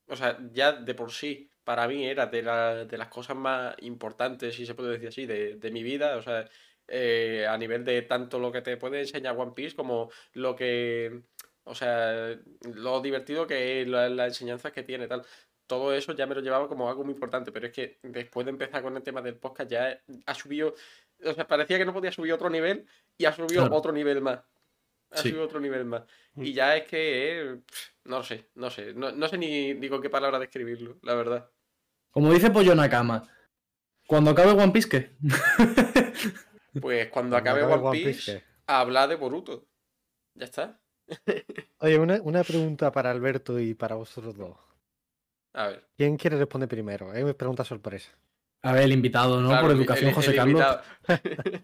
S2: o sea, ya de por sí, para mí era de, la- de las cosas más importantes, si se puede decir así, de, de mi vida. O sea, eh, a nivel de tanto lo que te puede enseñar One Piece como lo que, o sea, lo divertido que es, la- las enseñanzas que tiene, tal. Todo eso ya me lo llevaba como algo muy importante, pero es que después de empezar con el tema del podcast ya ha subido, o sea, parecía que no podía subir otro nivel y ha subido
S3: Claro.
S2: otro nivel más. Ha
S3: Sí.
S2: subido otro nivel más.
S4: Mm.
S2: Y ya es que, eh, pf, no sé, no sé, no, no sé ni, ni con qué palabra describirlo, la verdad.
S3: Como dice Pollo Nakama, cuando acabe One Piece, ¿qué?
S2: Pues cuando acabe
S5: acabe
S2: One Piece,
S5: ¿qué?
S2: habla de Boruto. Ya está.
S5: Oye, una, una pregunta para Alberto y para vosotros dos.
S2: A ver.
S5: ¿Quién quiere responder primero? Es una pregunta sorpresa.
S3: A ver, el invitado, ¿no?
S2: claro,
S3: Por
S2: el-
S3: educación,
S2: el-
S3: José
S2: el
S3: Carlos.
S2: invitado.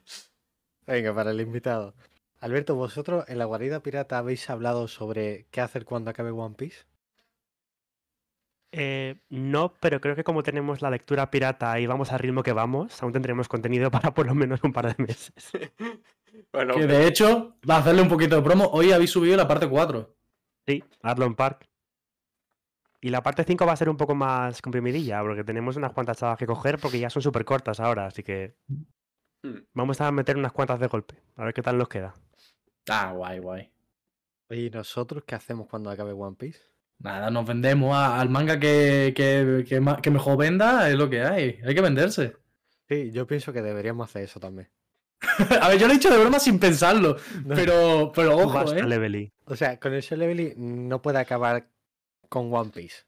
S5: Venga, para el invitado. Alberto, ¿vosotros en la guarida pirata habéis hablado sobre qué hacer cuando acabe One Piece?
S4: Eh, no, pero creo que como tenemos la lectura pirata y vamos al ritmo que vamos, aún tendremos contenido para por lo menos un par de meses.
S2: Bueno,
S3: Que de hecho, va a hacerle un poquito de promo. Hoy habéis subido la parte 4.
S4: Sí, Arlon Park. Y la parte 5 va a ser un poco más comprimidilla, porque tenemos unas cuantas chavas que coger porque ya son súper cortas ahora, así que
S2: mm,
S4: vamos a meter unas cuantas de golpe, a ver qué tal nos queda.
S3: Ah, guay, guay.
S5: Oye, ¿y nosotros qué hacemos cuando acabe One Piece?
S3: Nada, nos vendemos a- al manga que, que- que ma- que mejor venda, es lo que hay. Hay que venderse.
S5: Sí, yo pienso que deberíamos hacer eso también.
S3: A ver, yo lo he dicho de broma sin pensarlo,
S5: No,
S3: pero, pero ojo,
S4: Basta,
S3: ¿eh?
S4: Levely.
S5: O sea, con el Level no puede acabar con One Piece.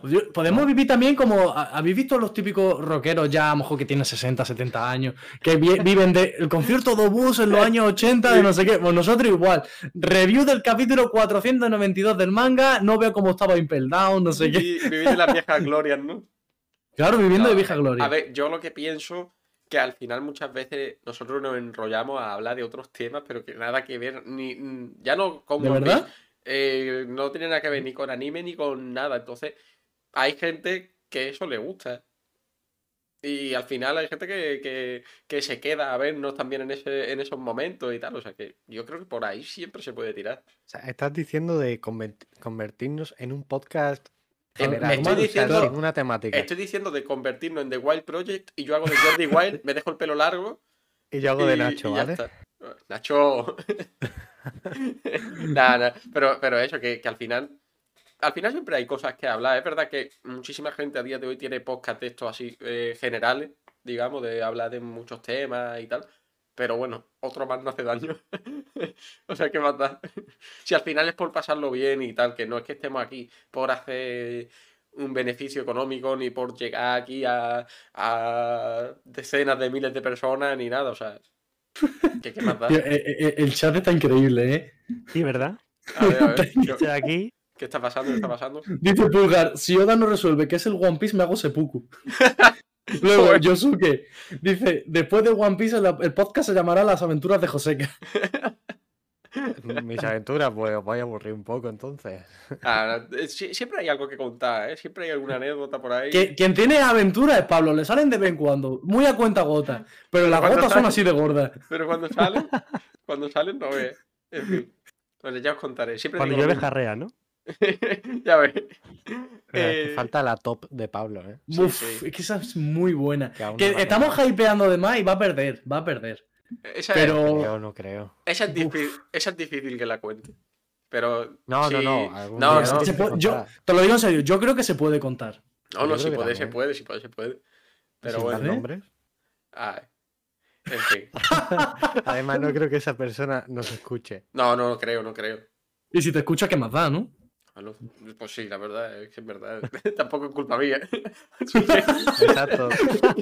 S3: Pues Yo- Podemos
S2: Ah.
S3: vivir también como. a- ¿Habéis visto los típicos rockeros ya, a lo mejor que tienen 60, 70 años, que vi- viven del concierto de bus en los años 80, de no sé qué? Pues nosotros igual. Review del capítulo 492 del manga, no veo cómo estaba Impel Down, no sé qué.
S2: viví- viví de las viejas glorias, ¿no?
S3: Claro, viviendo
S2: No,
S3: de vieja gloria.
S2: A ver, yo lo que pienso que al final muchas veces nosotros nos enrollamos a hablar de otros temas, pero que nada que ver, ni mm, ya no con
S3: ¿De
S2: One Piece,
S3: verdad?
S2: eh, no tiene nada que ver ni con anime ni con nada. Entonces, hay gente que eso le gusta. Y al final hay gente que, que- que se queda a vernos también en, ese, en esos momentos y tal. O sea que yo creo que por ahí siempre se puede tirar.
S5: O sea, estás diciendo de conven- convertirnos en un podcast
S2: Eh,
S5: general,
S2: estoy
S5: o sea,
S2: diciendo-
S5: sin una temática.
S2: Estoy diciendo de convertirnos en The Wild Project y yo hago de Jordi Wild, me dejo el pelo largo
S5: Y yo hago de
S2: Y-
S5: Nacho,
S2: y ya
S5: ¿vale?
S2: está. Nacho. Nah, nah, Pero, pero eso, que, que al final. Al final siempre hay cosas que hablar. Es verdad que muchísima gente a día de hoy tiene podcast de estos así eh, generales, digamos, de hablar de muchos temas y tal. Pero bueno, otro más no hace daño. o sea, ¿qué más da? si al final es por pasarlo bien y tal, que no es que estemos aquí por hacer un beneficio económico ni por llegar aquí a a decenas de miles de personas ni nada, o sea. ¿Qué, qué más da?
S3: Tío, eh, eh, eh, el chat está increíble, ¿eh?
S4: Sí, ¿verdad?
S2: A ver, a ver, ¿qué,
S4: Estoy aquí.
S2: qué está pasando? ¿Qué está pasando?
S3: Dice Pulgar, si Oda no resuelve que es el One Piece, me hago seppuku. Luego, Yosuke dice, después de One Piece, el, el podcast se llamará Las aventuras de Joseka.
S5: Mis aventuras, pues os voy a aburrir un poco entonces.
S2: Ah, eh, si- siempre hay algo que contar, ¿eh? Siempre hay alguna anécdota por ahí.
S3: Que- quien tiene aventuras es Pablo, le salen de vez en cuando, muy a cuenta gota, pero las
S2: Cuando
S3: gotas son
S2: sale-
S3: así de gordas.
S2: Pero cuando salen, cuando salen no ves. En fin. Bueno, ya os contaré. Siempre
S4: Cuando
S2: digo
S4: llueve
S2: lo
S4: jarrea, ¿no?
S2: mismo. ya ves.
S5: Mira, es que
S2: Eh,
S5: falta la top de Pablo, ¿eh?
S2: Sí,
S3: Uf,
S2: sí.
S3: es que esa es muy buena.
S5: Que aún no
S3: Que
S5: la
S3: estamos
S5: conozco.
S3: hypeando de más y va a perder, va a perder.
S2: esa, es-
S3: Pero...
S5: Yo no creo.
S2: esa es difícil, esa es difícil que la cuente. Pero.
S5: No, no,
S2: sí-
S5: no, algún
S2: No,
S5: día
S2: no,
S5: se
S3: se
S5: puede
S3: puede- yo,
S5: contar.
S3: te lo digo en serio, yo creo que se puede contar.
S2: no, no,
S5: Yo
S2: si
S5: creo que
S2: puede, se
S5: también. Pues
S2: puede, si puede, se puede. Pero
S5: Sin dar
S2: bueno.
S3: ¿eh?
S5: nombres.
S2: ah, en fin.
S5: Además, no creo que esa persona nos escuche.
S2: No, no, no creo, no creo.
S3: Y si te escuchas, ¿qué más da, no?
S2: Aló. Pues sí, la verdad, es que es verdad. Tampoco es culpa mía.
S5: Exacto.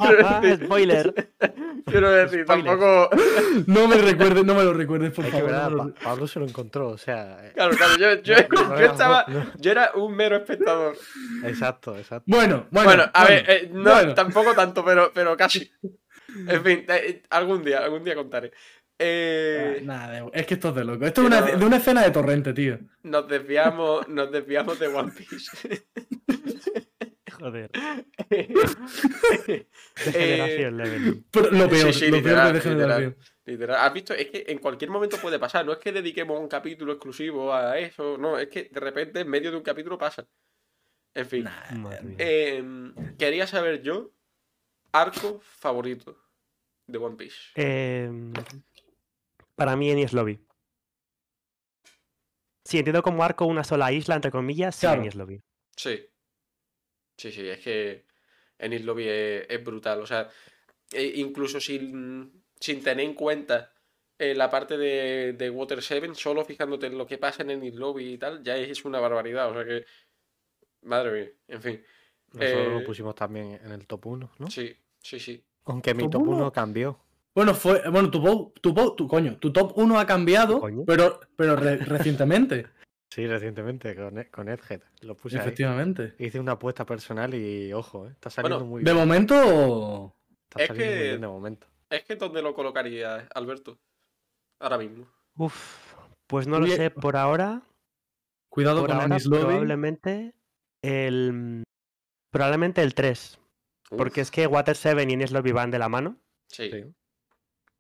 S4: Ah, Spoiler.
S5: ah.
S2: Quiero decir, tampoco.
S3: No me recuerdes, no me lo recuerdes, por
S5: Es que
S3: favor.
S5: verdad,
S3: no lo-
S5: Pa- Pablo se lo encontró, o sea. eh,
S2: Claro, claro, yo, yo,
S5: no- no
S2: yo
S5: era-
S2: estaba.
S5: no-
S2: Yo era un mero espectador.
S5: Exacto, exacto.
S3: Bueno, bueno.
S2: Bueno, a ver,
S3: bueno.
S2: eh, no,
S3: bueno.
S2: tampoco tanto, pero, pero casi. En fin, eh, eh, algún día, algún día contaré.
S5: Ah,
S2: Eh,
S3: Nada, de- es que esto es de loco. Esto es una- de una escena de torrente, tío.
S2: nos desviamos, nos desviamos de One Piece.
S4: Joder.
S2: Eh,
S4: Generación level.
S3: Pero lo
S2: Sí,
S3: peor,
S2: sí,
S3: lo
S2: literal,
S3: peor de generación.
S2: Literal, has visto, es que en cualquier momento puede pasar, no es que dediquemos un capítulo exclusivo a eso, no, es que de repente en medio de un capítulo pasa. En fin,
S4: Madre mía.
S2: em, quería saber yo, arco favorito de One Piece.
S4: Em, para mí, Enies Lobby. Sí, entiendo como arco una sola isla, entre comillas, sí,
S3: Claro.
S4: Enies Lobby.
S2: Sí, sí, sí, es que Ennis Lobby es, es brutal, o sea, e- incluso sin, sin tener en cuenta eh, la parte de, de Water 7, solo fijándote en lo que pasa en Ennis Lobby y tal, ya es una barbaridad, o sea que, madre mía, en fin.
S5: Nosotros
S2: Eh,
S5: lo pusimos también en el top 1, ¿no?
S2: Sí, sí, sí.
S5: Aunque mi
S3: ¿Top
S5: top
S3: uno?
S5: 1 cambió.
S3: Bueno, fue, bueno, tu pop, tu pop, tu coño, tu top 1 ha cambiado,
S4: Coño.
S3: pero, pero re- recientemente,
S5: Sí, recientemente con, Ed- con Edhead. Lo
S2: Pues
S5: puse ahí.
S3: efectivamente.
S5: Hice una apuesta personal y ojo, eh, está saliendo
S2: Bueno,
S5: muy
S3: De
S5: bien.
S3: momento,
S5: Está
S2: es
S5: saliendo muy
S2: que-
S5: bien de momento.
S2: Es que ¿dónde lo colocaría, Alberto? Ahora mismo.
S4: Uf, pues no lo
S3: Oye,
S4: sé por ahora.
S3: cuidado
S4: Por
S3: con
S4: ahora
S3: Anis Lobby.
S4: probablemente el probablemente el 3,
S2: Uf,
S4: porque es que Water 7 y Enies Lobby van de la mano.
S2: Sí.
S5: Sí.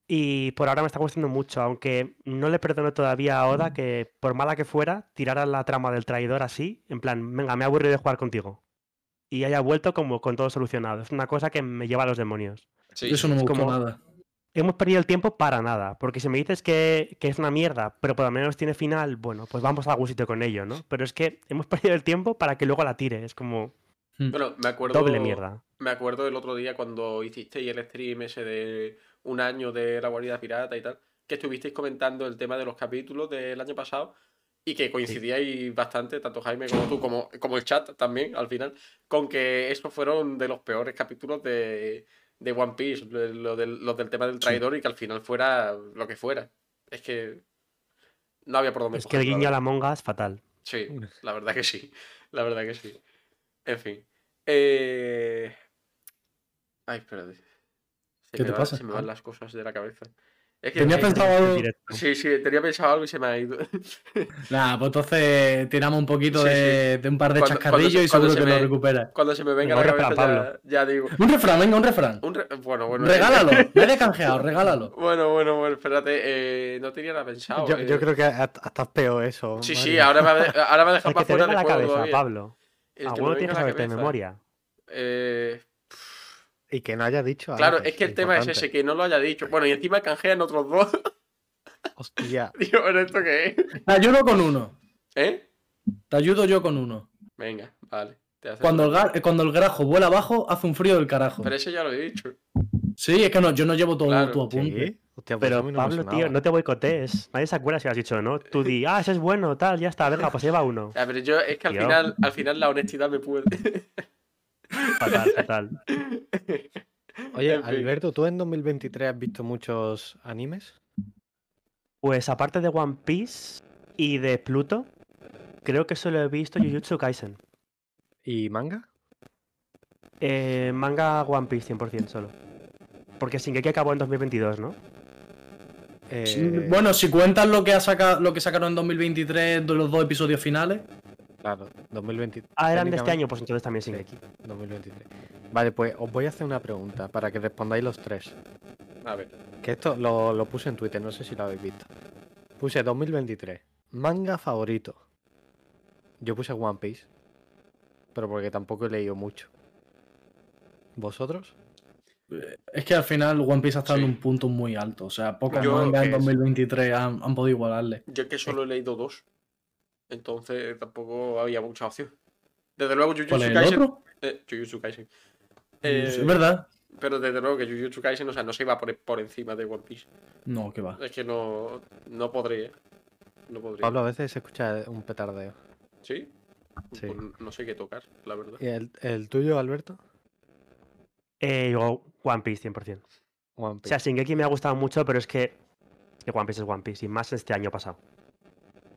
S4: Y por ahora me está gustando mucho, aunque no le perdono todavía a
S2: Mm.
S4: Oda que, por mala que fuera, tirara la trama del traidor así, en plan, venga, me he aburrido de jugar contigo. Y haya vuelto como con todo solucionado. Es una cosa que me lleva a los demonios.
S2: sí.
S3: Eso no me
S4: es
S3: gustó
S4: como-
S3: nada.
S4: Hemos perdido el tiempo para nada, porque si me dices que, que es una mierda, pero por lo menos tiene final, bueno, pues vamos a algún sitio con ello, ¿no? Pero es que hemos perdido el tiempo para que luego la tire, es como
S2: Bueno, me acuerdo.
S4: doble mierda.
S2: Me acuerdo el otro día cuando hicisteis el stream ese de un año de la guarida pirata y tal, que estuvisteis comentando el tema de los capítulos del año pasado y que coincidíais bastante, tanto Jaime como tú, como, como el chat también, al final, con que esos fueron de los peores capítulos de, de One Piece, lo, lo del, lo del tema del traidor y que al final fuera lo que fuera. Es que no había por dónde
S4: Es que el
S2: cogerlo,
S4: guiño a
S2: la
S4: la monga es fatal.
S2: Sí, la verdad que sí. La verdad que sí. En fin. Eh... Ay, espérate. Se
S3: ¿Qué
S2: me
S3: te
S2: va-
S3: pasa?
S2: Se me van las cosas de la cabeza. Es que
S3: Tenía
S2: eh,
S3: pensado
S4: En
S3: algo.
S4: directo.
S2: Sí, sí, tenía pensado algo y se me ha ido.
S3: Nah, pues entonces tiramos un poquito
S2: Sí,
S3: de, de un par de
S2: Cuando- cuando se-
S3: chascarrillos y
S2: cuando
S3: seguro
S2: se
S3: que
S2: me-
S3: lo recupera.
S2: Cuando se me venga
S4: Me
S2: la
S4: corre para
S2: cabeza ya, ya digo.
S3: Un refrán, venga, un refrán.
S2: Un re- Bueno, bueno. eh,
S3: regálalo, nadie ha canjeado, regálalo.
S2: Bueno, bueno, bueno, espérate. eh, no tenía nada pensado.
S5: Yo, yo
S2: eh.
S5: creo que hasta hasta es peor eso.
S2: Sí,
S5: Mario.
S2: sí, ah. ahora me ha, de- ahora me ha dejado
S4: El que
S2: más
S4: te
S2: fuera de
S4: venga a la
S2: juego
S4: cabeza,
S2: todavía.
S4: Pablo.
S2: El que me
S4: Alguno
S2: venga a
S4: tienes que
S2: la
S4: saberte de
S2: cabeza.
S4: memoria.
S2: Eh,
S5: Y que no haya dicho.
S2: claro,
S5: algo,
S2: es que el tema es ese,
S5: importante.
S2: que no lo haya dicho. Bueno, y encima canjean otros dos.
S5: Hostia.
S2: Digo, ¿pero esto qué es?
S3: Te ayudo con uno.
S2: ¿Eh?
S3: Te ayudo yo con uno.
S2: Venga, vale. Te haces
S3: Cuando el,
S2: una-
S3: gar- eh, cuando el grajo vuela abajo, hace un frío del carajo.
S2: Pero eso ya lo he dicho.
S3: Sí, es que no, yo no llevo todo
S2: Claro,
S3: tu apunte.
S5: Sí. Hostia, pues a
S4: Pero
S5: mí no me
S4: Pablo, tío,
S5: sonaba.
S4: no te boicotees. Nadie se acuerda si lo has dicho o no. Tú di, ah, ese es bueno, tal, ya está, venga, pues lleva uno.
S2: A ver, yo es que al
S4: Tío.
S2: final, al final la honestidad me puede.
S4: Fatal, fatal.
S5: Oye,
S2: en fin.
S5: Alberto, ¿tú en 2023 has visto muchos animes?
S4: Pues aparte de One Piece y de Pluto, creo que solo he visto Jujutsu Kaisen.
S5: ¿Y manga?
S4: Eh, manga One Piece 100% solo. Porque Shingeki acabó en 2022, ¿no?
S5: Eh,
S3: Bueno, si cuentas lo que, ha saca- lo que sacaron en 2023 de los dos episodios finales,
S5: Claro, 2023.
S4: Ah, eran de este
S5: técnicamente-
S4: año, pues entonces también Shingeki.
S5: 2023. Vale, pues os voy a hacer una pregunta para que respondáis los tres.
S2: A ver.
S5: Que esto lo, lo puse en Twitter, no sé si lo habéis visto. Puse 2023. Manga favorito. Yo puse One Piece. Pero porque tampoco he leído mucho. ¿Vosotros?
S3: es que al final One Piece ha estado en
S2: Sí.
S3: un punto muy alto. O sea, pocos
S2: Yo creo
S3: mangas en
S5: que es-
S3: 2023 han, han podido igualarle.
S2: Yo es que solo he leído dos. Entonces tampoco había mucha opción. Desde luego, Jujutsu
S3: ¿Cuál es el
S2: Kaisen.
S3: otro?
S2: eh, Jujutsu Kaisen. Eh,
S3: Es verdad.
S2: Pero desde luego que Jujutsu Kaisen, o sea, no se iba a poner por encima de One Piece.
S3: No, que va.
S2: Es que no, no podría. ¿eh? No podría.
S5: Pablo, a veces se escucha un petardeo.
S2: ¿Sí?
S5: Sí.
S2: Pues no sé qué tocar, la verdad.
S5: ¿Y el, el tuyo, Alberto?
S4: Eh, yo, One Piece 100%.
S5: One
S4: O
S5: Piece.
S4: sea, Shingeki me ha gustado mucho, pero es que, es que One Piece es One Piece, y más este año pasado.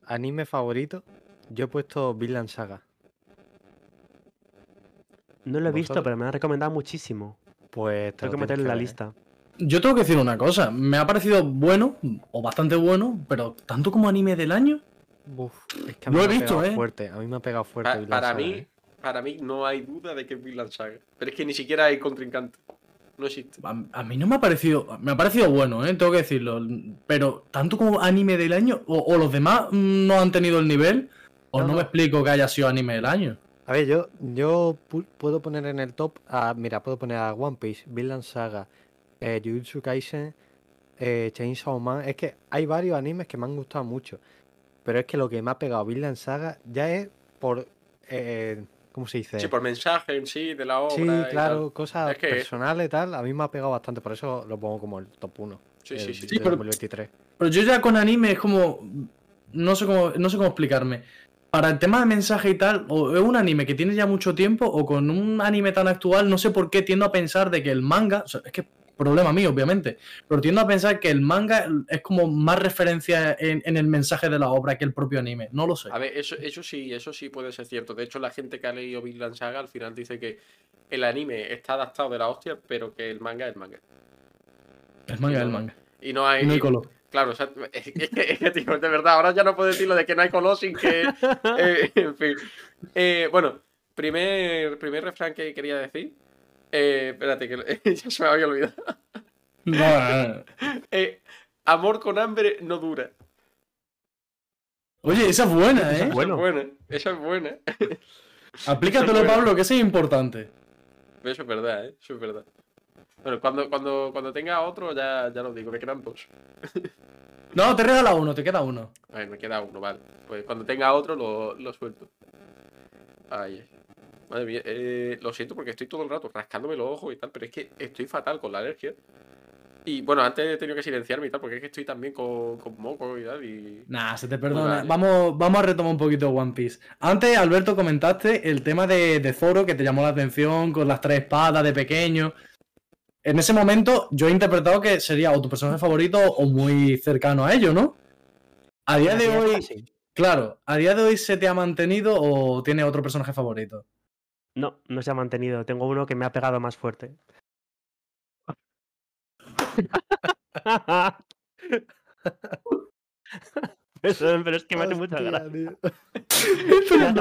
S5: Anime favorito. Yo he puesto Vinland Saga.
S4: No lo he visto,
S5: ¿Vosotros?
S4: pero me lo han recomendado muchísimo. Tengo
S5: Pues te lo
S4: que
S5: Pues tienes
S4: meterlo en la
S5: ver, ¿eh?
S4: lista.
S3: Yo tengo que decir una cosa. Me ha parecido bueno, o bastante bueno, pero tanto como anime del año.
S5: Uf, es que a
S3: Lo
S5: mí
S3: he
S5: me ha
S3: visto,
S5: pegado
S3: ¿eh?
S5: fuerte. A mí me ha pegado fuerte.
S2: Pa-
S5: Vinland
S2: para
S5: Saga,
S2: mí,
S5: ¿eh?
S2: para mí no hay duda de que es Vinland Saga. Pero es que ni siquiera hay contrincante. No existe.
S3: A, a mí no me ha parecido. Me ha parecido bueno, ¿eh? tengo que decirlo. Pero tanto como anime del año, o, o los demás mm, no han tenido el nivel, o
S5: No,
S3: no,
S5: no.
S3: me explico que haya sido anime del año.
S5: A ver, yo, yo pu- puedo poner en el top a. Mira, puedo poner a One Piece, Vinland Saga, eh, Jujutsu Kaisen, eh, Chainsaw Man. Es que hay varios animes que me han gustado mucho. Pero es que lo que me ha pegado Vinland Saga ya es por. eh, ¿Cómo se dice?
S2: Sí, por mensaje en sí, de la obra.
S5: Sí,
S2: y tal.
S5: claro, cosas
S2: Es que-
S5: personales y tal. A mí me ha pegado bastante, por eso lo pongo como el top 1.
S2: Sí, sí, sí.
S1: Sí, pero-
S5: 2023.
S3: Pero yo ya con anime es como. No sé cómo, no sé cómo explicarme. Para el tema de mensaje y tal, o es un anime que tiene ya mucho tiempo, o con un anime tan actual, no sé por qué tiendo a pensar de que el manga. o sea, es que es problema mío, obviamente. Pero tiendo a pensar que el manga es como más referencia en, en el mensaje de la obra que el propio anime. No lo sé.
S4: Ah,
S2: A ver, eso, eso sí, eso sí puede ser cierto. De hecho, la gente que ha leído Vinland Saga al final dice que el anime está adaptado de la hostia, pero que el manga es el manga.
S3: El manga es el manga.
S2: Y no hay.
S3: No hay
S2: y-
S3: color.
S2: Claro, o sea, es que, es que, tío, de verdad, ahora ya no puedo decir lo de que no hay color sin que. eh, en fin. Eh, bueno, primer, primer refrán que quería decir. Eh, espérate, que ya se me había olvidado.
S3: No, no, no.
S2: Eh, amor con hambre no dura.
S3: Oye, esa es buena,
S4: Esa
S3: ¿eh?
S4: es buena. Bueno.
S2: Esa es buena. Esa es buena.
S3: Aplícatelo,
S2: buena.
S3: Pablo, que eso es importante.
S2: Eso es verdad, ¿eh? Eso es verdad. Bueno, cuando, cuando, cuando tenga otro ya, ya lo digo, me quedan dos.
S3: No, te regala uno, te queda uno.
S2: A ver, me queda uno, vale. Pues cuando tenga otro lo, lo suelto. Ay, ay. Madre mía, eh, lo siento porque estoy todo el rato rascándome los ojos y tal, pero es que estoy fatal con la alergia. Y bueno, antes he tenido que silenciarme y tal, porque es que estoy también con, con moco y tal. Y...
S3: Nah, se te perdona.
S2: Vale.
S3: Vamos, vamos a retomar un poquito One Piece. Antes, Alberto, comentaste el tema de, de Zoro que te llamó la atención con las tres espadas de pequeño. En ese momento, yo he interpretado que sería o tu personaje favorito o muy cercano a ello, ¿no? A día de
S5: Así es,
S3: hoy,
S5: así.
S3: claro, ¿a día de hoy se te ha mantenido o tiene otro personaje favorito?
S4: No, no se ha mantenido. Tengo uno que me ha pegado más fuerte. Perdón, pero es que me hace mucha
S5: Hostia,
S4: gracia.
S5: tío.
S4: Ha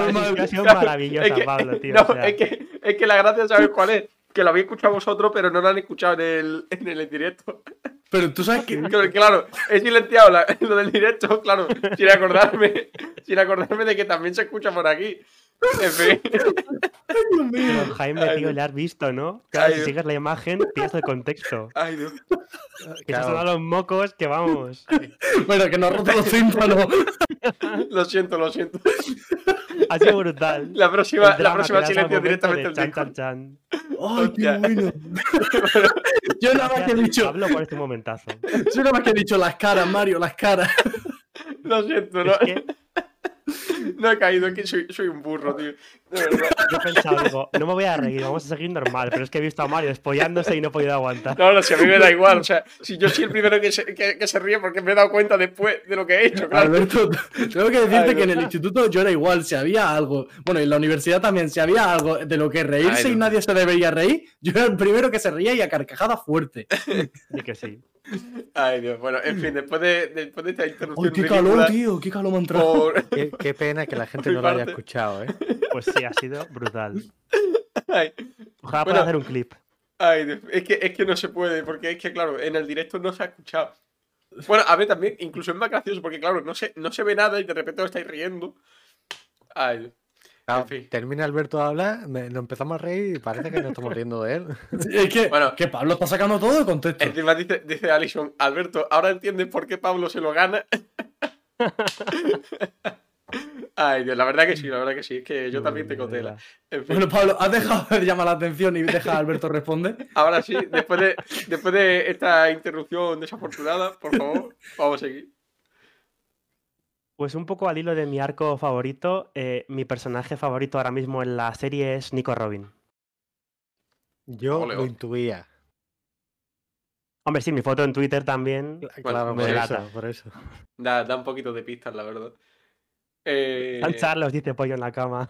S4: sido- Ha sido maravillosa,
S2: Es que-
S4: Pablo, tío.
S2: no,
S4: o sea,
S2: es, que, es que la gracia, ¿sabes cuál es? Que lo habéis escuchado vosotros, pero no lo han escuchado en el, en el directo.
S3: Pero tú sabes que.
S2: Claro, claro, he silenciado la- lo del directo, claro, sin acordarme, sin acordarme de que también se escucha por aquí. En fin.
S4: pero Jaime, tío, le has visto, ¿no? Claro, si sigues la imagen, pillas el contexto.
S2: Ay, Dios.
S4: Que se han dado los mocos, que vamos.
S3: Bueno, que no ha roto los tímpanos.
S2: Lo siento, lo siento.
S4: Ha sido brutal.
S2: La próxima,
S4: El
S2: la
S4: drama,
S2: próxima
S4: te das al
S2: silencio
S4: momento
S2: directamente
S4: este de
S2: el
S4: chan,
S2: disco.
S4: chan, chan.
S3: ¡Ay, qué
S2: Hostia.
S3: bueno! Yo
S2: Ah,
S3: nada más que he
S4: Gracias,
S3: dicho.
S4: Pablo, por este momentazo.
S3: Yo nada más que he dicho las caras, Mario, las caras.
S2: Lo siento, no,
S4: Es que
S2: no he caído, es que soy, soy un burro, tío. De verdad.
S4: yo he pensado, digo, no me voy a reír, vamos a seguir normal. Pero es que he visto a Mario despollándose y no he podido aguantar.
S2: No, no, si a mí me da igual, o sea, si yo soy el primero que se, que- que se ríe porque me he dado cuenta después de lo que he hecho, claro.
S3: Alberto, tengo que decirte que en el
S2: Alberto.
S3: instituto yo era igual, si había algo, bueno, y en la universidad también, si había algo de lo que reírse
S2: Ay,
S3: y
S2: no.
S3: nadie se debería reír, yo era el primero que se reía y a carcajada fuerte.
S4: Y que sí.
S2: Ay, Dios, bueno, en fin, después de, después de esta interrupción
S3: ¡Ay, qué
S2: ridícula
S3: calor, tío! ¡Qué calor me ha entrado!
S2: por-
S4: Eh,
S5: Qué, qué pena que la gente
S2: Mi
S5: no lo haya
S2: parte.
S5: escuchado, ¿eh?
S4: Pues sí, ha sido brutal.
S2: Ay, Bueno.
S4: Ojalá pueda hacer un clip.
S2: Ay, Dios, es que, es que no se puede, porque es que, claro, en el directo no se ha escuchado. Bueno, a ver, también, incluso es más gracioso, porque, claro, no se, no se ve nada y de repente os estáis riendo. Ay, Dios.
S5: Claro,
S2: En fin.
S5: Ah, Termina Alberto de hablar, me- nos empezamos a reír y parece que nos estamos riendo de él.
S3: Es que,
S2: Bueno. Eh,
S3: que Pablo está sacando todo de contexto.
S2: Encima dice, dice Alison, Alberto, ¿ahora entiendes por qué Pablo se lo gana? Ay, Dios, la verdad que sí, la verdad que sí, es que yo también tengo
S4: Mm, de
S2: tela.
S4: verdad.
S2: En fin,
S3: Bueno, Pablo, has dejado de llamar la atención y deja a Alberto responder.
S2: ahora sí, después de, después de esta interrupción desafortunada, por favor, vamos a seguir.
S4: Pues un poco al hilo de mi arco favorito, eh, mi personaje favorito ahora mismo en la serie es Nico Robin.
S5: Yo
S2: Ole,
S5: lo
S2: ole.
S5: intuía.
S4: Hombre, sí, mi foto en Twitter también.
S5: Claro,
S4: me
S5: por
S4: delata.
S5: eso, por eso.
S2: Da, da un poquito de pistas, la verdad. Eh,
S4: San Charlos dice pollo en la cama.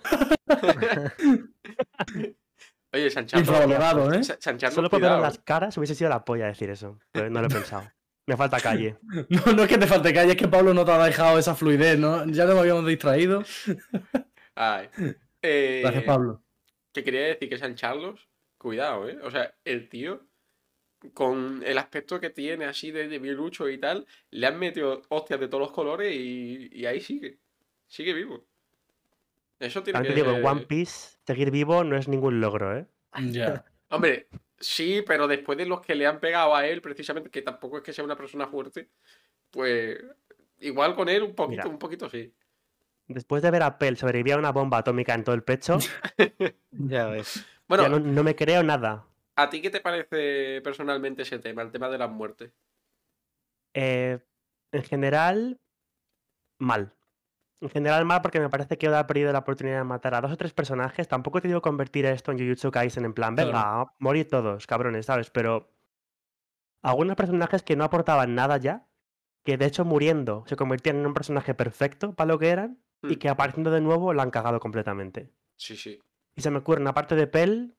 S2: Oye, Sanchan.
S3: Infravalorado, ¿eh?
S4: Solo por ver
S2: eh.
S4: las caras hubiese sido la polla decir eso. Pero no lo he pensado. Me falta calle.
S3: No, no es que te falte calle, es que Pablo no te ha dejado esa fluidez, ¿no? Ya nos habíamos distraído. Gracias,
S2: Eh,
S3: Pablo.
S2: Que quería decir que San Carlos, cuidado, ¿eh? O sea, el tío, con el aspecto que tiene así de, de lucho y tal, le han metido hostias de todos los colores y, y ahí sigue. Sigue vivo. Eso tiene
S4: También
S2: que eh.
S4: te digo, en One Piece, seguir vivo no es ningún logro, ¿eh?
S3: Ya.
S2: Hombre, sí, pero después de los que le han pegado a él, precisamente, que tampoco es que sea una persona fuerte, pues igual con él un poquito,
S4: Mira.
S2: un poquito sí.
S4: Después de ver a Pell sobrevivir a una bomba atómica en todo el pecho,
S5: Ya ves.
S2: Bueno,
S4: ya no, no me creo nada.
S2: ¿a ti qué te parece personalmente ese tema, el tema de las muertes?
S4: Eh, en general, mal. En general, mal porque me parece que Oda ha perdido la oportunidad de matar a dos o tres personajes. Tampoco he tenido que convertir esto en Jujutsu Kaisen en plan,
S3: Claro.
S4: venga, morir todos, cabrones, ¿sabes? Pero algunos personajes que no aportaban nada ya, que de hecho muriendo se convertían en un personaje perfecto para lo que eran y
S2: Hmm.
S4: que apareciendo de nuevo la han cagado completamente.
S2: Sí, sí.
S4: Y se me ocurren, aparte de Pell,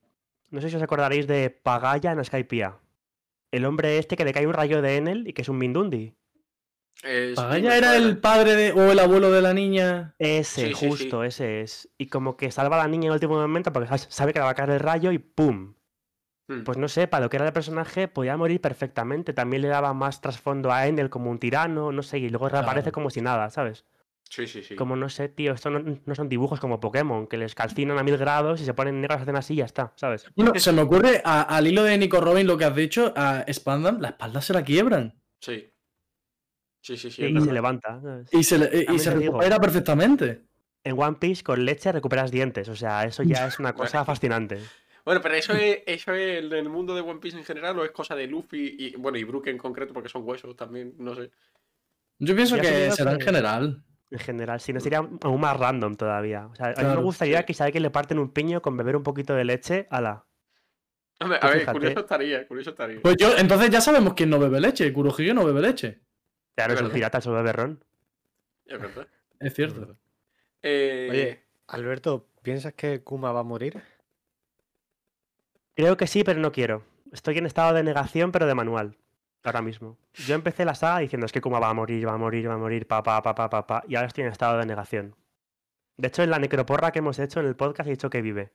S4: no sé si os acordaréis de Pagaya en Skypiea. El hombre este que le cae un rayo de Enel y que es un Mindundi.
S2: Eh, sí,
S3: Pagaya
S2: me
S3: era
S2: suena.
S3: el padre de, o el abuelo de la niña.
S2: Sí,
S4: Ese,
S2: sí, sí.
S4: justo, ese es. Y como que salva a la niña en el último momento porque sa- sabe que le va a caer el rayo y ¡pum!
S2: Hmm.
S4: Pues no sé, para lo que era el personaje podía morir perfectamente. También le daba más trasfondo a Enel como un tirano, no sé, y luego reaparece
S3: Claro.
S4: como si nada, ¿sabes?
S2: Sí, sí, sí.
S4: Como no sé, tío, esto no, no son dibujos como Pokémon, que les calcinan a mil grados y se ponen negros, hacen así y ya está, ¿sabes?
S3: Bueno, se me ocurre a- al hilo de Nico Robin lo que has dicho, a Spandam, la espalda se la quiebran.
S2: Sí. Sí, sí, sí.
S4: Y,
S2: es
S4: y se
S2: verdad.
S4: levanta. ¿sabes?
S3: Y se, le- eh, y- y,
S4: También
S3: se
S4: te digo.
S3: recupera perfectamente.
S4: En One Piece con leche recuperas dientes, o sea, eso ya es una cosa fascinante.
S2: Bueno, pero eso es, eso es en el mundo de One Piece en general o es cosa de Luffy y, bueno, y Brook en concreto porque son huesos también, no sé.
S3: Yo pienso
S4: Ya
S3: que
S4: subido
S3: será en
S4: que-
S3: general.
S4: En general, si no sería aún más random todavía. O sea, a mí me
S3: Claro,
S4: gustaría
S2: sí.
S4: que si a alguien le parten un piño con beber un poquito de leche, ala.
S2: Hombre, a
S4: Pues
S2: ver,
S4: fíjate.
S2: curioso estaría, curioso estaría.
S3: Pues yo, entonces ya sabemos quién no bebe leche. Kurohige no bebe leche.
S4: Ya no es un
S2: verdad.
S4: pirata, es un beberrón.
S2: Es verdad.
S3: Es cierto.
S2: Eh,
S5: Oye, Alberto, ¿piensas que Kuma va a morir?
S4: Creo que sí, pero no quiero. Estoy en estado de negación, pero de manual. Ahora mismo. Yo empecé la saga diciendo es que Kuma va a morir, va a morir, va a morir, pa, pa, pa, pa, pa, pa", Y ahora estoy en estado de negación. De hecho, en la necroporra que hemos hecho en el podcast he dicho que vive.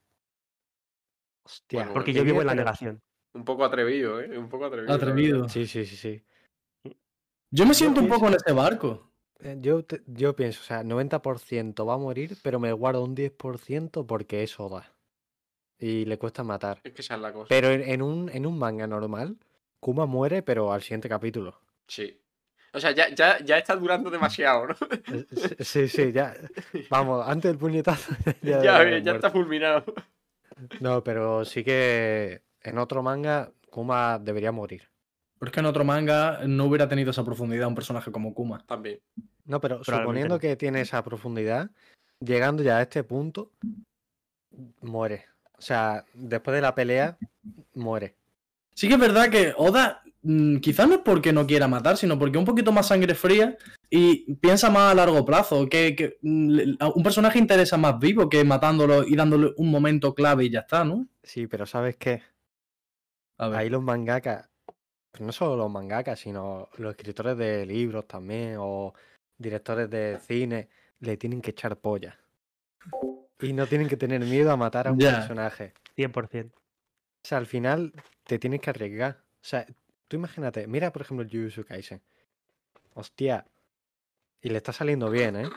S5: Hostia.
S2: Bueno,
S4: Porque
S2: que
S4: yo vivo en la
S5: pero-
S4: negación.
S2: Un poco atrevido, ¿eh? Un poco atrevido. la verdad.
S3: Atrevido.
S5: Sí, sí, sí, sí.
S3: Yo me siento un
S5: pienso-
S3: poco en este barco.
S5: Eh, Yo, te- yo pienso, o sea, 90% va a morir, pero me guardo un 10% porque es Oda. Y le cuesta matar.
S2: Es que esa es la cosa.
S5: Pero en, en un, en un manga normal, Kuma muere, pero al siguiente capítulo.
S2: Sí. O sea, ya, ya, ya está durando demasiado, ¿no?
S5: Eh, s- Sí, sí, ya. Vamos, antes del puñetazo.
S2: Ya,
S5: debe
S2: eh,
S5: haber
S2: ya está
S5: muerto.
S2: fulminado.
S5: No, pero sí que en otro manga, Kuma debería morir.
S3: Pero es que en otro manga no hubiera tenido esa profundidad un personaje como Kuma.
S2: También.
S5: No, pero
S4: Probablemente
S5: suponiendo
S4: no.
S5: que tiene esa profundidad, llegando ya a este punto, muere. O sea, después de la pelea, muere.
S3: Sí que es verdad que Oda mm, quizás no es porque no quiera matar, sino porque es un poquito más sangre fría y piensa más a largo plazo, que, que, mm, le- a un personaje interesa más vivo que matándolo y dándole un momento clave y ya está, ¿no?
S5: Sí, pero ¿sabes qué?
S3: A ver.
S5: Ahí los mangakas, pues no solo los mangakas, sino los escritores de libros también o directores de cine, le tienen que echar polla. Y no tienen que tener miedo a matar a un
S3: Ya.
S5: personaje.
S4: 100%.
S5: O sea, al final te tienes que arriesgar. O sea, tú imagínate, mira por ejemplo Jujutsu Kaisen. Hostia. Y le está saliendo bien, ¿eh?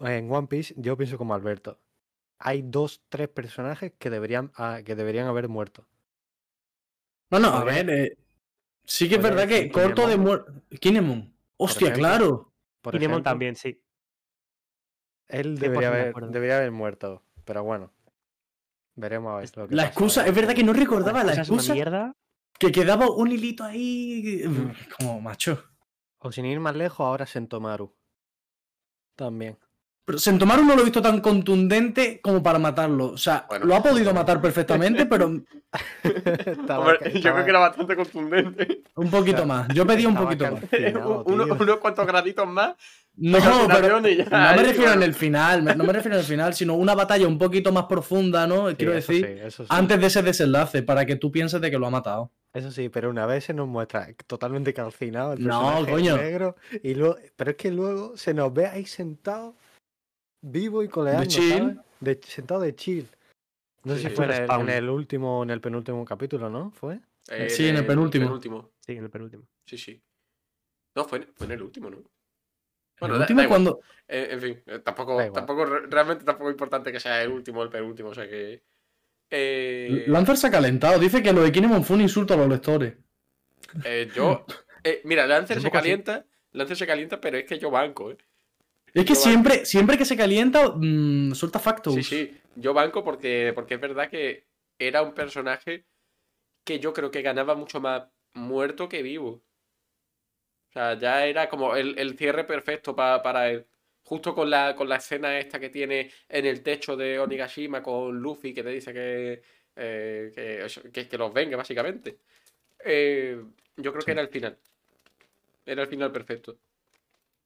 S5: En One Piece yo pienso como Alberto. Hay dos, tres personajes que deberían, ah, que deberían haber muerto.
S3: No, no, a
S5: Podría-
S3: ver. eh, sí que es
S4: podría
S3: verdad que
S4: decir
S3: corto de muerte. Kinemon. Hostia,
S5: ejemplo.
S3: claro.
S5: Por
S4: Y Nemon
S5: ejemplo,
S4: también, sí.
S5: Él
S4: 100% de
S5: debería haber,
S4: acuerdo.
S5: debería haber muerto, pero bueno. Veremos a ver lo que
S3: La
S5: pasa
S3: excusa,
S5: ahora.
S3: es verdad que no recordaba la
S4: Esa es una
S3: excusa
S4: mierda.
S3: que quedaba un hilito ahí.
S5: Mm.
S3: Como macho.
S5: O sin ir más lejos, ahora Sentomaru. También.
S3: Pero Sentomaru no lo he visto tan contundente como para matarlo. O sea,
S2: Bueno.
S3: lo ha podido matar perfectamente, pero un
S5: Estaba
S2: Hombre,
S5: ca-
S2: yo
S5: estaba-
S2: creo que era bastante contundente.
S3: poquito más. Yo pedí un
S5: estaba
S3: poquito más.
S5: calcinado,
S2: Uno-
S5: tío.
S2: unos cuantos graditos más.
S3: No,
S2: Sacaste un
S3: pero
S2: avión y ya,
S3: no
S2: ahí,
S3: me refiero en
S2: bueno.
S3: el final, me- no me refiero en el final, sino una batalla un poquito más profunda, ¿no?
S5: Sí,
S3: Quiero
S5: eso
S3: decir,
S5: sí, eso sí.
S3: antes de ese desenlace, para que tú pienses de que lo ha matado.
S5: Eso sí, pero una vez se nos muestra totalmente calcinado el
S3: No,
S5: personaje
S3: coño.
S5: negro. Y luego, pero es que luego se nos ve ahí sentado, vivo y coleando.
S3: chill.
S5: ¿sabes? De- sentado de chill. No sé
S2: Sí,
S5: si fue en
S4: un
S5: el,
S4: respawn.
S5: en el último, en el penúltimo capítulo, ¿no? ¿Fue?
S2: Eh,
S3: Sí, en el penúltimo.
S4: Sí, en el penúltimo.
S2: Sí, sí. No, fue en, fue en el último, ¿no?
S3: el
S2: da-
S3: último
S2: da igual.
S3: cuando.
S2: Eh, en fin, eh, tampoco,
S5: Da igual.
S2: tampoco, re- realmente tampoco es importante que sea el último o el penúltimo, o sea que. Eh,
S3: Lancer se ha calentado. Dice que lo de Kinemon fue un insulto a los lectores.
S2: eh, yo. eh, mira, Lancer
S5: Es un
S2: se
S5: poco así.
S2: calienta, Lancer se calienta, pero es que yo banco, ¿eh?
S3: Es que
S2: Yo
S3: siempre, siempre que se calienta, mm, suelta factos.
S2: Sí, sí, yo banco porque, porque es verdad que era un personaje que yo creo que ganaba mucho más muerto que vivo. O sea, ya era como el, el cierre perfecto pa- para él. Justo con la, con la escena esta que tiene en el techo de Onigashima con Luffy que le dice que, eh, que, eso, que- que los venga, básicamente. Eh, yo creo que era el final. Era el final perfecto.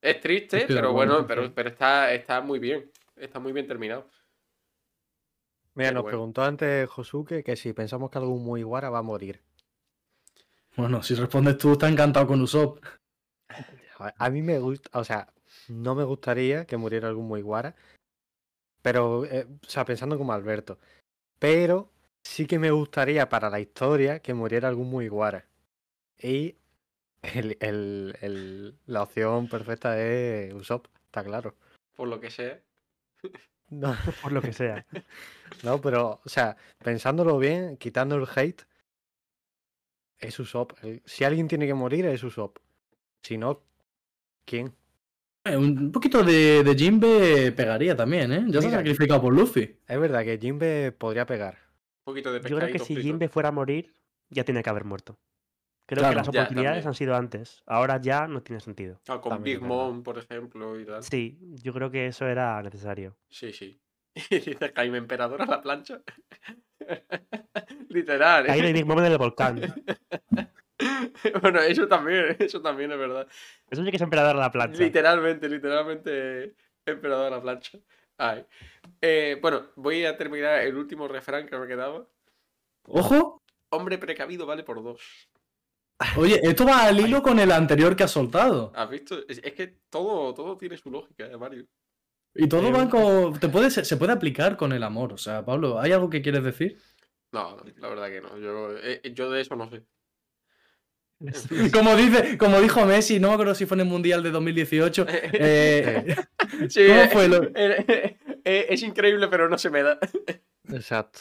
S2: Es triste,
S3: Estoy de
S2: pero
S3: acuerdo,
S2: bueno,
S3: sí, sí.
S2: pero, pero está, está muy bien. Está muy bien terminado.
S5: Mira,
S2: Pero
S5: nos
S2: bueno.
S5: preguntó antes Josuke que si pensamos que algún muy guara va a morir.
S3: Bueno, si respondes tú, está encantado con Usopp.
S5: A- A mí me gusta, o sea, no me gustaría que muriera algún muy guara, pero, eh, o sea, pensando como Alberto, pero sí que me gustaría para la historia que muriera algún muy guara. Y el, el- el- la opción perfecta es Usopp, está claro.
S2: por lo que sea.
S5: No,
S4: Por lo que sea.
S5: no, pero, o sea, pensándolo bien, quitando el hate, es Usopp. El- Si alguien tiene que morir, es Usopp. Si no, ¿quién?
S3: Eh, Un poquito de, de Jinbe pegaría también, ¿eh? Ya se ha
S5: Mira.
S3: sacrificado por Luffy.
S5: Es verdad que Jinbe podría pegar.
S2: Un poquito de
S4: Yo creo que
S2: pescadito
S4: si
S2: frito.
S4: Jinbe fuera a morir, ya tiene que haber muerto. Creo
S3: Claro.
S4: que las
S2: Ya,
S4: oportunidades
S2: también.
S4: han sido antes. Ahora ya no tiene sentido.
S2: Ah, con
S5: También
S2: Big
S5: es verdad.
S2: Mom, por ejemplo, y tal. Sí,
S4: Sí, yo creo que eso era necesario.
S2: sí. Y dice Jaime Emperador a la plancha. Literal, ¿eh?
S4: Ahí no hay Big Mom en el volcán.
S2: bueno, eso también, eso también es verdad.
S4: Eso sí que es emperador de la plancha.
S2: Literalmente, literalmente emperador a la plancha. Ay. Eh, bueno, voy a terminar el último refrán que me quedaba.
S3: Ojo,
S2: Hombre precavido vale por dos.
S3: oye, esto va al hilo con el anterior que has soltado.
S2: ¿Has visto? Es, es que todo, todo tiene su lógica, eh, Mario.
S3: Y todo
S4: Eh,
S3: va con. Te puede, se se puede aplicar con el amor. O sea, Pablo, ¿hay algo que quieres decir?
S2: No, no, la verdad que no. Yo, eh, yo de eso no sé.
S3: Como, dice, como dijo Messi, no me acuerdo si fue en el Mundial de 2018. eh,
S2: Sí,
S3: ¿Cómo
S2: eh,
S3: fue lo-
S2: eh, eh, eh, es increíble, pero no se me da.
S5: Exacto.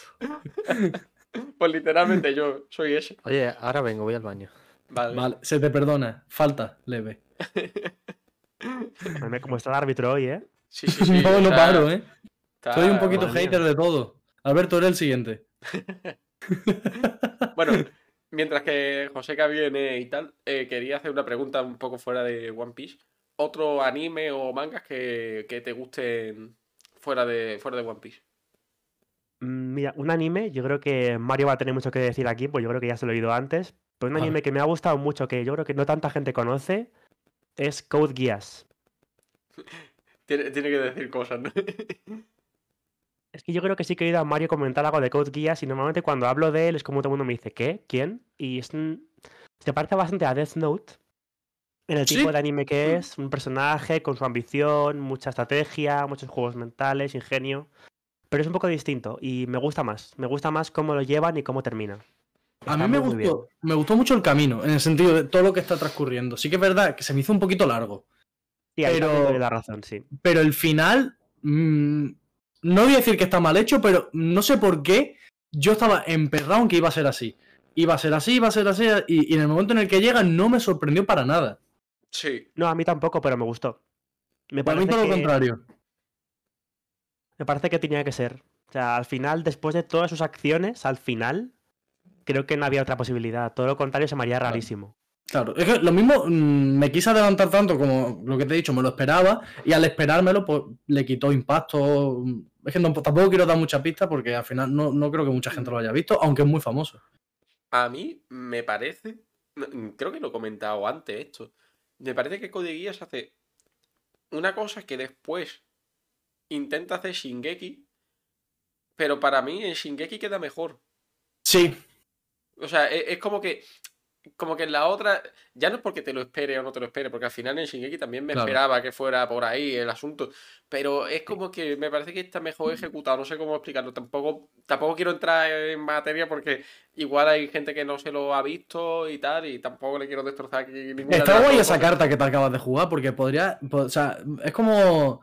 S2: Pues literalmente yo soy ese.
S5: Oye, ahora vengo, voy al baño.
S2: Vale.
S3: Vale, se te perdona. Falta, leve.
S4: Madre mía, Como está el árbitro hoy, ¿eh?
S2: Sí, sí, sí,
S3: no, no
S2: está-
S3: paro, ¿eh?
S2: está-
S3: Soy un poquito
S4: madre mía.
S3: hater de todo. Alberto, eres el siguiente.
S2: Bueno, mientras que Joseca viene y tal, eh, quería hacer una pregunta un poco fuera de One Piece. ¿Otro anime o mangas que, que te gusten fuera de, fuera de One Piece?
S4: Mm, Mira, un anime, yo creo que Mario va a tener mucho que decir aquí, pues yo creo que ya se lo he oído antes. Pero un
S3: A ver.
S4: anime que me ha gustado mucho, que yo creo que no tanta gente conoce, es Code Geass.
S2: Tiene, tiene que decir cosas, ¿no?
S4: Es que yo creo que sí que he oído a Mario comentar algo de Code Geass y normalmente cuando hablo de él es como todo el mundo me dice, ¿qué? ¿Quién? Y es un- se parece bastante a Death Note en el
S3: Sí. Mm.
S4: tipo de anime que es, un personaje con su ambición, mucha estrategia, muchos juegos mentales, ingenio, pero es un poco distinto y me gusta más, me gusta más cómo lo llevan y cómo termina.
S3: A
S4: Está
S3: mí me
S4: muy, muy bien.
S3: gustó, me gustó mucho el camino, en el sentido de todo lo que está transcurriendo. Sí que es verdad que se me hizo un poquito largo,
S4: Sí, ahí también
S3: pero-
S4: te doy la razón, sí.
S3: pero el final, mm, no voy a decir que está mal hecho, pero no sé por qué yo estaba emperrado en que iba a ser así. Iba a ser así, iba a ser así, y, y en el momento en el que llega no me sorprendió para nada.
S2: Sí.
S4: No, a mí tampoco, pero me gustó. Me
S3: Para
S4: parece,
S3: mí todo lo
S4: que,
S3: contrario.
S4: me parece que tenía que ser. O sea, al final, después de todas sus acciones, al final, creo que no había otra posibilidad. Todo lo contrario se me haría
S3: Claro.
S4: rarísimo.
S3: Claro, es que lo mismo mm, me quise adelantar tanto como lo que te he dicho, me lo esperaba y al esperármelo pues, le quitó impacto. mm, Es que no- tampoco quiero dar mucha pista porque al final no, no creo que mucha gente lo haya visto, aunque es muy famoso.
S2: A mí me parece, no, mm, creo que lo he comentado antes esto, me parece que Code Geass hace una cosa que después intenta hacer Shingeki, pero para mí en Shingeki queda mejor.
S3: Sí,
S2: O sea, e- es, como que como que en la otra, ya no es porque te lo espere o no te lo espere, porque al final en Shingeki también me
S3: Claro.
S2: esperaba que fuera por ahí el asunto, pero es como que me parece que está mejor
S3: Mm.
S2: ejecutado, no sé cómo explicarlo, tampoco tampoco quiero entrar en materia porque igual hay gente que no se lo ha visto y tal y tampoco le quiero destrozar aquí ninguna de
S3: Está
S2: las
S3: guay
S2: dos
S3: esa
S2: cosas.
S3: carta que te acabas de jugar porque podría. po- O sea, es como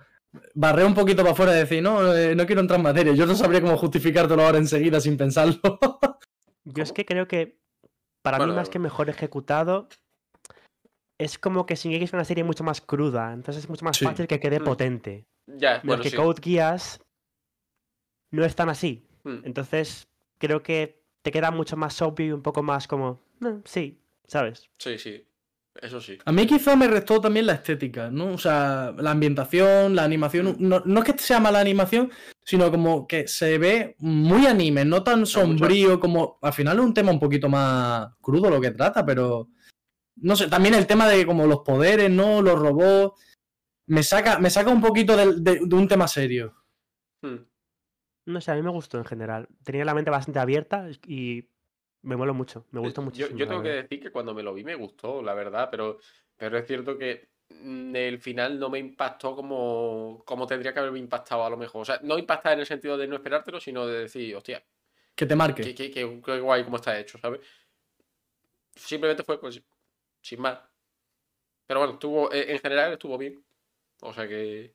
S3: barrer un poquito para afuera y decir, no, eh, no quiero entrar en materia. Yo no sabría cómo justificártelo ahora enseguida sin pensarlo.
S4: Yo es que creo que, para
S2: Bueno,
S4: mí, más que
S2: bueno.
S4: mejor ejecutado, es como que Shingeki es una serie mucho más cruda, entonces es mucho más
S3: Sí.
S4: fácil que quede
S2: Mm.
S4: potente.
S2: Ya, bueno,
S4: Porque
S2: sí.
S4: Code Geass no es tan así.
S2: Mm.
S4: Entonces, creo que te queda mucho más obvio y un poco más como, "Mm, sí, ¿sabes?
S2: Sí, sí. Eso sí.
S3: A mí quizá me restó también la estética, ¿no? O sea, la ambientación, la animación. No, no es que sea mala animación, sino como que se ve muy anime, no tan sombrío como. Al final es un tema un poquito más crudo lo que trata, pero. No sé, también el tema de como los poderes, ¿no? Los robots. Me saca, me saca un poquito del- de, de un tema serio.
S2: Mm.
S4: No sé, a mí me gustó en general. Tenía la mente bastante abierta y me moló mucho, me
S2: Eh,
S4: gustó
S2: yo-
S4: muchísimo.
S2: Yo,
S4: la
S2: tengo que
S4: verdad.
S2: decir que cuando me lo vi me gustó, la verdad, pero, pero es cierto que mm, el final no me impactó como, como tendría que haberme impactado a lo mejor. O sea, no impactar en el sentido de no esperártelo, sino de decir, hostia,
S3: Que te marque.
S2: qué, qué- qué- qué guay cómo está hecho, ¿sabes? Simplemente fue, pues, sin más. Pero bueno, estuvo, eh, en general estuvo bien. O sea que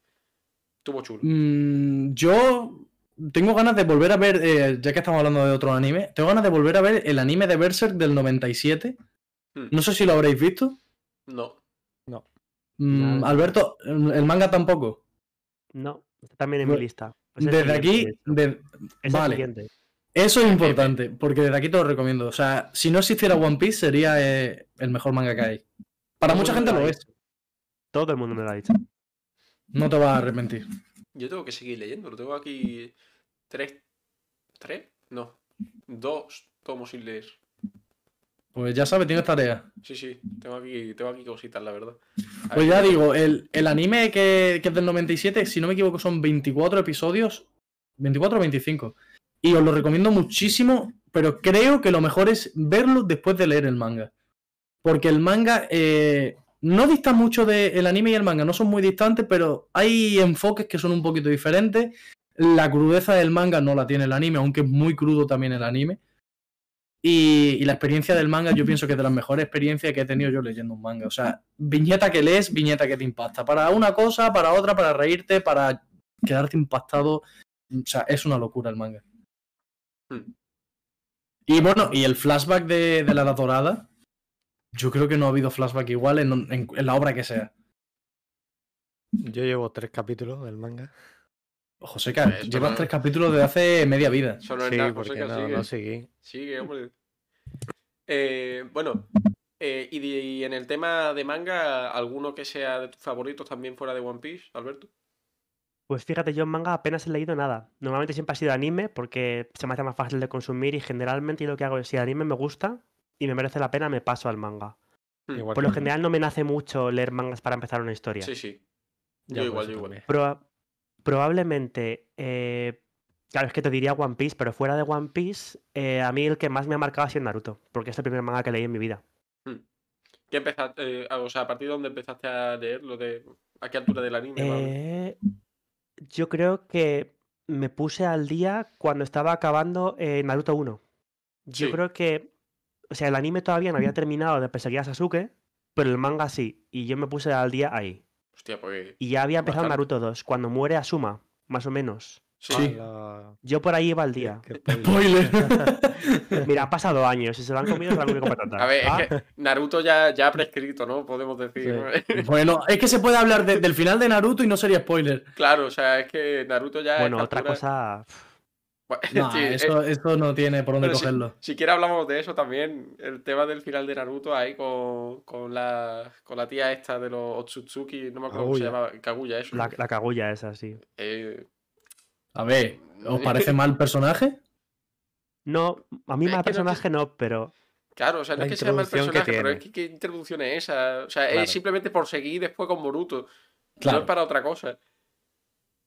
S2: estuvo chulo.
S3: Mm, yo tengo ganas de volver a ver, eh, ya que estamos hablando de otro anime, tengo ganas de volver a ver el anime de Berserk del 97.
S2: Hmm.
S3: No sé si lo habréis visto.
S2: No.
S3: Mm,
S4: No.
S3: Alberto, el manga tampoco.
S4: No, está también en mi
S3: Bueno,
S4: lista. Es el
S3: Desde
S4: siguiente,
S3: aquí,
S4: de hecho.
S3: de-
S4: Es el
S3: vale.
S4: siguiente.
S3: eso es importante, porque desde aquí te lo recomiendo. O sea, si no existiera
S4: Hmm.
S3: One Piece sería eh, el mejor manga que hay. Para
S4: Todo
S3: mucha
S4: el
S3: gente
S4: mundo
S3: lo
S4: Pues lo ha
S3: es,
S4: Todo el mundo me lo ha dicho.
S3: no te vas a arrepentir.
S2: Yo tengo que seguir leyendo, lo tengo aquí tres, tres, no, dos tomos sin leer.
S3: Pues ya sabes, tienes tarea.
S2: Sí, sí, tengo aquí, tengo aquí cositas, la verdad. A ver,
S3: Pues ya
S2: ¿qué-
S3: digo, el, el anime que, que es del 97, si no me equivoco, son 24 episodios. 24 o 25. Y os lo recomiendo muchísimo, pero creo que lo mejor es verlo después de leer el manga. Porque el manga eh, no dista mucho del anime y el manga, no son muy distantes, pero hay enfoques que son un poquito diferentes. La crudeza del manga no la tiene el anime, aunque es muy crudo también el anime. Y, y la experiencia del manga, yo pienso que es de las mejores experiencias que he tenido yo leyendo un manga. O sea, viñeta que lees, viñeta que te impacta. Para una cosa, para otra, para reírte, para quedarte impactado. O sea, es una locura el manga.
S2: Hmm.
S3: Y bueno, y el flashback de, de la Edad dorada. Yo creo que no ha habido flashback igual en, en- en la obra que sea.
S5: Yo llevo tres capítulos del manga.
S3: José, que
S2: Esto
S3: llevas
S2: no-
S3: tres capítulos desde hace media vida.
S2: Eso no es
S5: sí,
S2: nada, José,
S5: porque
S2: que
S5: no,
S2: sigue.
S5: no seguí.
S2: Sigue, hombre. Eh, bueno, eh, y, de- y en el tema de manga, ¿alguno que sea de tus favoritos también fuera de One Piece, Alberto?
S4: Pues fíjate, yo en manga apenas he leído nada. Normalmente siempre ha sido anime porque se me hace más fácil de consumir y generalmente yo lo que hago es si el anime me gusta y me merece la pena, me paso al manga.
S2: Hmm.
S5: Igual
S4: Por
S5: que
S4: lo
S5: tú.
S4: general no me nace mucho leer mangas para empezar una historia.
S2: Sí, sí. Yo
S5: Ya, por
S2: igual,
S5: eso
S2: yo igual.
S5: también.
S4: Proba- probablemente. eh, claro, es que te diría One Piece, pero fuera de One Piece, eh, a mí el que más me ha marcado ha sido Naruto, porque es el primer manga que leí en mi vida.
S2: ¿Qué empezaste, eh, a- o sea, a partir de dónde empezaste a leer lo de a qué altura del anime? más o menos?
S4: Eh, yo creo que me puse al día cuando estaba acabando eh, Naruto 1. Yo
S2: Sí.
S4: creo que. O sea, el anime todavía no había terminado de perseguir a Sasuke, pero el manga sí, y yo me puse al día ahí.
S2: Hostia, pues.
S4: Y ya había empezado
S2: Bastante.
S4: Naruto 2, cuando muere Asuma, más o menos.
S2: Sí.
S5: Ala,
S4: Yo por ahí iba al
S5: qué-
S4: día.
S5: qué
S3: Spoiler.
S4: Mira, han pasado años, si se lo han comido, se lo han comido con patatas.
S2: A ver,
S4: Ah,
S2: es que Naruto ya, ya ha prescrito, ¿no? Podemos decir.
S5: Sí.
S2: ¿no?
S3: Bueno, es que se puede hablar de- del final de Naruto y no sería spoiler.
S2: claro, o sea, es que Naruto ya. a
S4: Bueno,
S2: esta
S4: otra
S2: altura-
S4: cosa.
S2: Bueno,
S3: Nah,
S2: sí, eh,
S3: eso, eso no tiene por dónde
S2: pero sí.
S3: cogerlo.
S2: Siquiera hablamos de eso también, el tema del final de Naruto ahí con, con, la, con la tía esta de los Otsutsuki, no me acuerdo cómo se
S5: Kaguya.
S2: llama, Kaguya, eso.
S4: La, la cagulla esa, sí.
S2: Eh,
S3: A ver, ¿os parece mal personaje?
S4: No, a mí
S2: Es que no
S4: más
S2: te-
S4: personaje no, pero
S2: claro, o sea, no
S6: La
S2: es que sea mal
S6: introducción que
S2: personaje, pero es
S6: tiene.
S2: que qué introducción es esa. O sea,
S6: Claro.
S2: es simplemente por seguir después con Boruto. No
S3: Claro.
S2: es para otra cosa.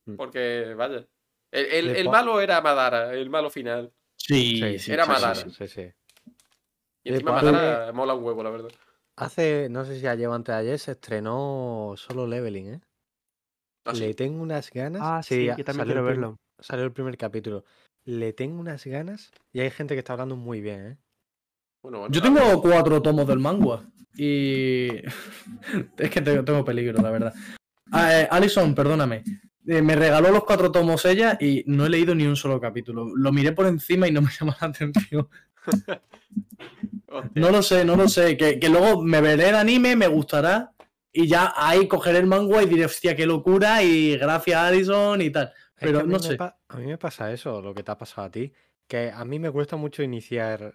S6: Mm.
S2: Porque, vaya. El, el-
S5: Le
S2: el
S5: po-
S2: malo era Madara, el malo final.
S3: Sí,
S5: Sí,
S3: sí,
S2: era
S3: sí,
S2: Madara.
S3: sí, sí.
S5: Sí, sí.
S2: Y
S5: Le
S2: encima
S5: pone-
S2: Madara mola un huevo, la verdad.
S5: Hace, no sé si ayer o antes de ayer, se estrenó Solo Leveling, ¿eh?
S2: Ah, sí.
S5: Le tengo unas ganas.
S4: ah, sí,
S5: a-
S4: yo también
S5: salió
S4: quiero
S5: el prim-
S4: verlo.
S5: Salió el primer capítulo. Le tengo unas ganas y hay gente que está hablando muy bien, ¿eh?
S2: Bueno, bueno,
S3: Yo tengo cuatro tomos del manga y es que tengo, tengo peligro, la verdad. Ah, eh, Alison, perdóname. Eh, me regaló los cuatro tomos ella y no he leído ni un solo capítulo. Lo miré por encima y no me llamó la atención.
S2: hostia.
S3: No lo sé, no lo sé. Que, que luego me veré el anime, me gustará. Y ya ahí cogeré el manga y diré, hostia, qué locura. Y gracias, Alison y tal.
S5: Es que
S3: Pero
S5: a mí
S3: no
S5: me
S3: sé.
S5: pa- A mí me pasa eso, lo que te ha pasado a ti, que a mí me cuesta mucho iniciar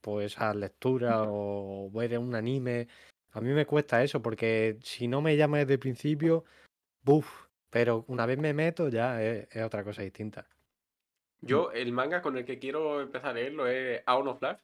S5: pues a lectura o ver un anime. A mí me cuesta eso porque si no me llama desde el principio, buf, pero una vez me meto ya e, es, es otra cosa distinta.
S2: Yo, el manga con el que quiero empezar a leerlo es Aon of Life,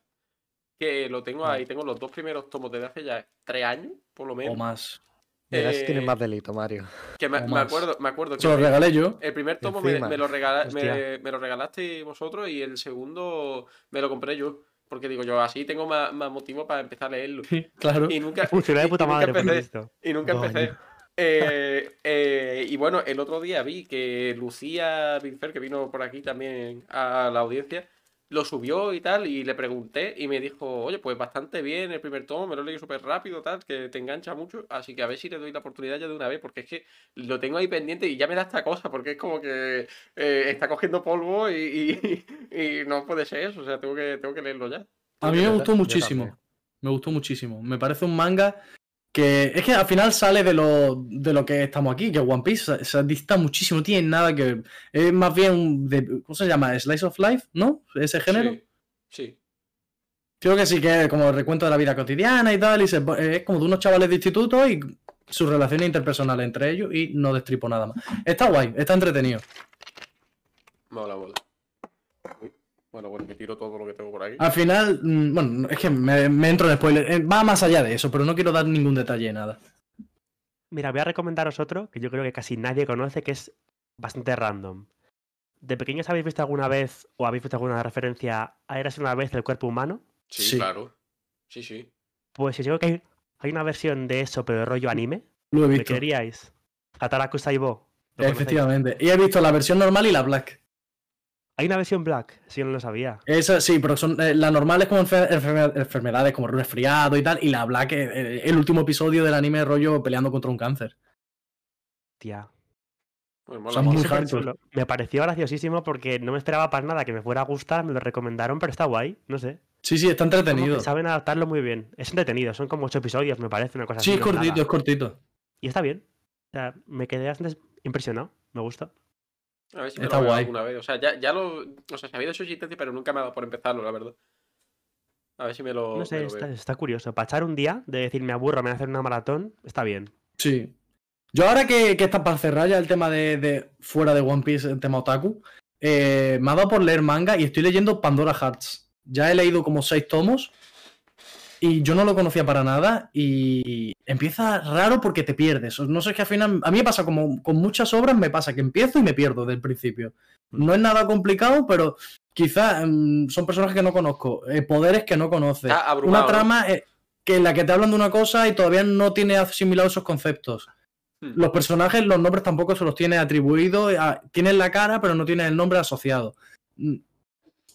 S2: que lo tengo ahí, tengo los dos primeros tomos desde hace ya tres años, por lo
S3: O
S2: menos.
S3: más.
S5: Verás si tienes
S2: Eh,
S5: más delito, Mario.
S2: Que me,
S3: o
S2: me
S3: más.
S2: acuerdo, me acuerdo que
S3: Se lo
S2: el-
S3: regalé yo.
S2: el primer tomo me,
S5: Encima.
S2: me lo regala- me,
S4: Hostia.
S2: me lo regalaste vosotros y el segundo me lo compré yo. Porque digo yo, así tengo más, más motivo para empezar a leerlo.
S3: Claro.
S2: Y nunca,
S4: Funciona
S2: y-
S4: de
S2: y
S4: puta
S2: nunca
S4: madre, por lo
S2: empecé.
S4: visto.
S2: Y nunca
S5: Dos
S2: empecé.
S5: años.
S2: Eh, eh, y bueno, el otro día vi que Lucía Vinfer, que vino por aquí también a la audiencia, lo subió y tal, y le pregunté y me dijo, oye, pues bastante bien el primer tomo, me lo leí súper rápido, tal, que te engancha mucho, así que a ver si le doy la oportunidad ya de una vez, porque es que lo tengo ahí pendiente y ya me da esta cosa, porque es como que eh, está cogiendo polvo y, y- y no puede ser eso, o sea, tengo que, tengo que leerlo ya.
S3: A mí
S5: Yo
S3: me
S5: ta-
S3: gustó
S5: yo
S3: muchísimo.
S5: también.
S3: Me gustó muchísimo. Me parece un manga que es que al final sale de lo, de lo que estamos aquí, que One Piece se, se dista muchísimo, no tiene nada que ver. Es más bien un de- ¿cómo se llama? Slice of Life, ¿no? Ese género.
S2: Sí, sí.
S3: Creo que sí que es como el recuento de la vida cotidiana y tal, y se po- eh, es como de unos chavales de instituto y sus relaciones interpersonales entre ellos y no destripo nada más. Está guay, está entretenido.
S2: Mola, mola. Uy, Bueno, bueno, me tiro todo lo que tengo por
S4: Ah,
S2: aquí.
S3: Al final, mm, bueno, es que me, me entro en spoiler, eh, va más allá de eso, pero no quiero dar ningún detalle de nada.
S4: Mira, voy a recomendaros otro que yo creo que casi nadie conoce, que es bastante random. ¿De pequeños habéis visto alguna vez o habéis visto alguna referencia a Eras una vez el cuerpo humano?
S2: Sí,
S3: Sí.
S2: claro. Sí, sí.
S4: Pues yo creo que hay, hay una versión de eso, pero de rollo anime.
S3: Lo he
S4: ¿Me
S3: visto.
S4: queríais? Ataraku Saibo. ¿Lo conocéis?
S3: Efectivamente. Y he visto la versión normal y la black.
S4: Hay una versión black, si yo no lo sabía.
S3: Esa sí, pero son, eh, la normal es como enfer- enferme- enfermedades, como resfriado y tal. Y la black, eh, eh, el último episodio del anime rollo peleando contra un cáncer.
S4: Tía.
S2: Bueno, Pues mola,
S3: Son muy
S2: mola.
S4: Súper
S3: hardcore.
S4: chulo. Me pareció graciosísimo porque no me esperaba para nada que me fuera a gustar, me lo recomendaron, pero está guay, no sé.
S3: Sí, sí, está
S4: Como que
S3: entretenido.
S4: Saben adaptarlo muy bien. Es entretenido, son como ocho episodios, me parece, una cosa
S3: Sí,
S4: así.
S3: es
S4: no nada.
S3: cortito, es cortito.
S4: Y está bien. O sea, me quedé bastante impresionado, me gusta.
S2: A ver si me
S3: Está
S2: lo veo
S3: guay.
S2: alguna vez. O sea, ya, ya lo. O sea, sabía de su existencia, pero nunca me ha dado por empezarlo, la verdad. A ver si me lo.
S4: No
S2: me
S4: sé,
S2: lo
S4: está,
S2: veo.
S4: está curioso. Para echar un día, de decir me aburro, me voy a hacer una maratón, está bien.
S3: Sí. Yo ahora que, que está para cerrar ya el tema de, de fuera de One Piece, el tema otaku, eh, me ha dado por leer manga y estoy leyendo Pandora Hearts. Ya he leído como seis tomos y yo no lo conocía para nada y empieza raro porque te pierdes. No sé, es que al final, a mí me pasa como con muchas obras, me pasa que empiezo y me pierdo del principio. No es nada complicado, pero quizás son personajes que no conozco, eh, poderes que no conoces.
S2: Está abrumado.
S3: Una
S2: ¿no?
S3: trama eh, que en la que te hablan de una cosa y todavía no tiene asimilado esos conceptos.
S2: Hmm.
S3: Los personajes, los nombres tampoco se los tiene atribuidos. a- Tienen la cara, pero no tienen el nombre asociado. Mm,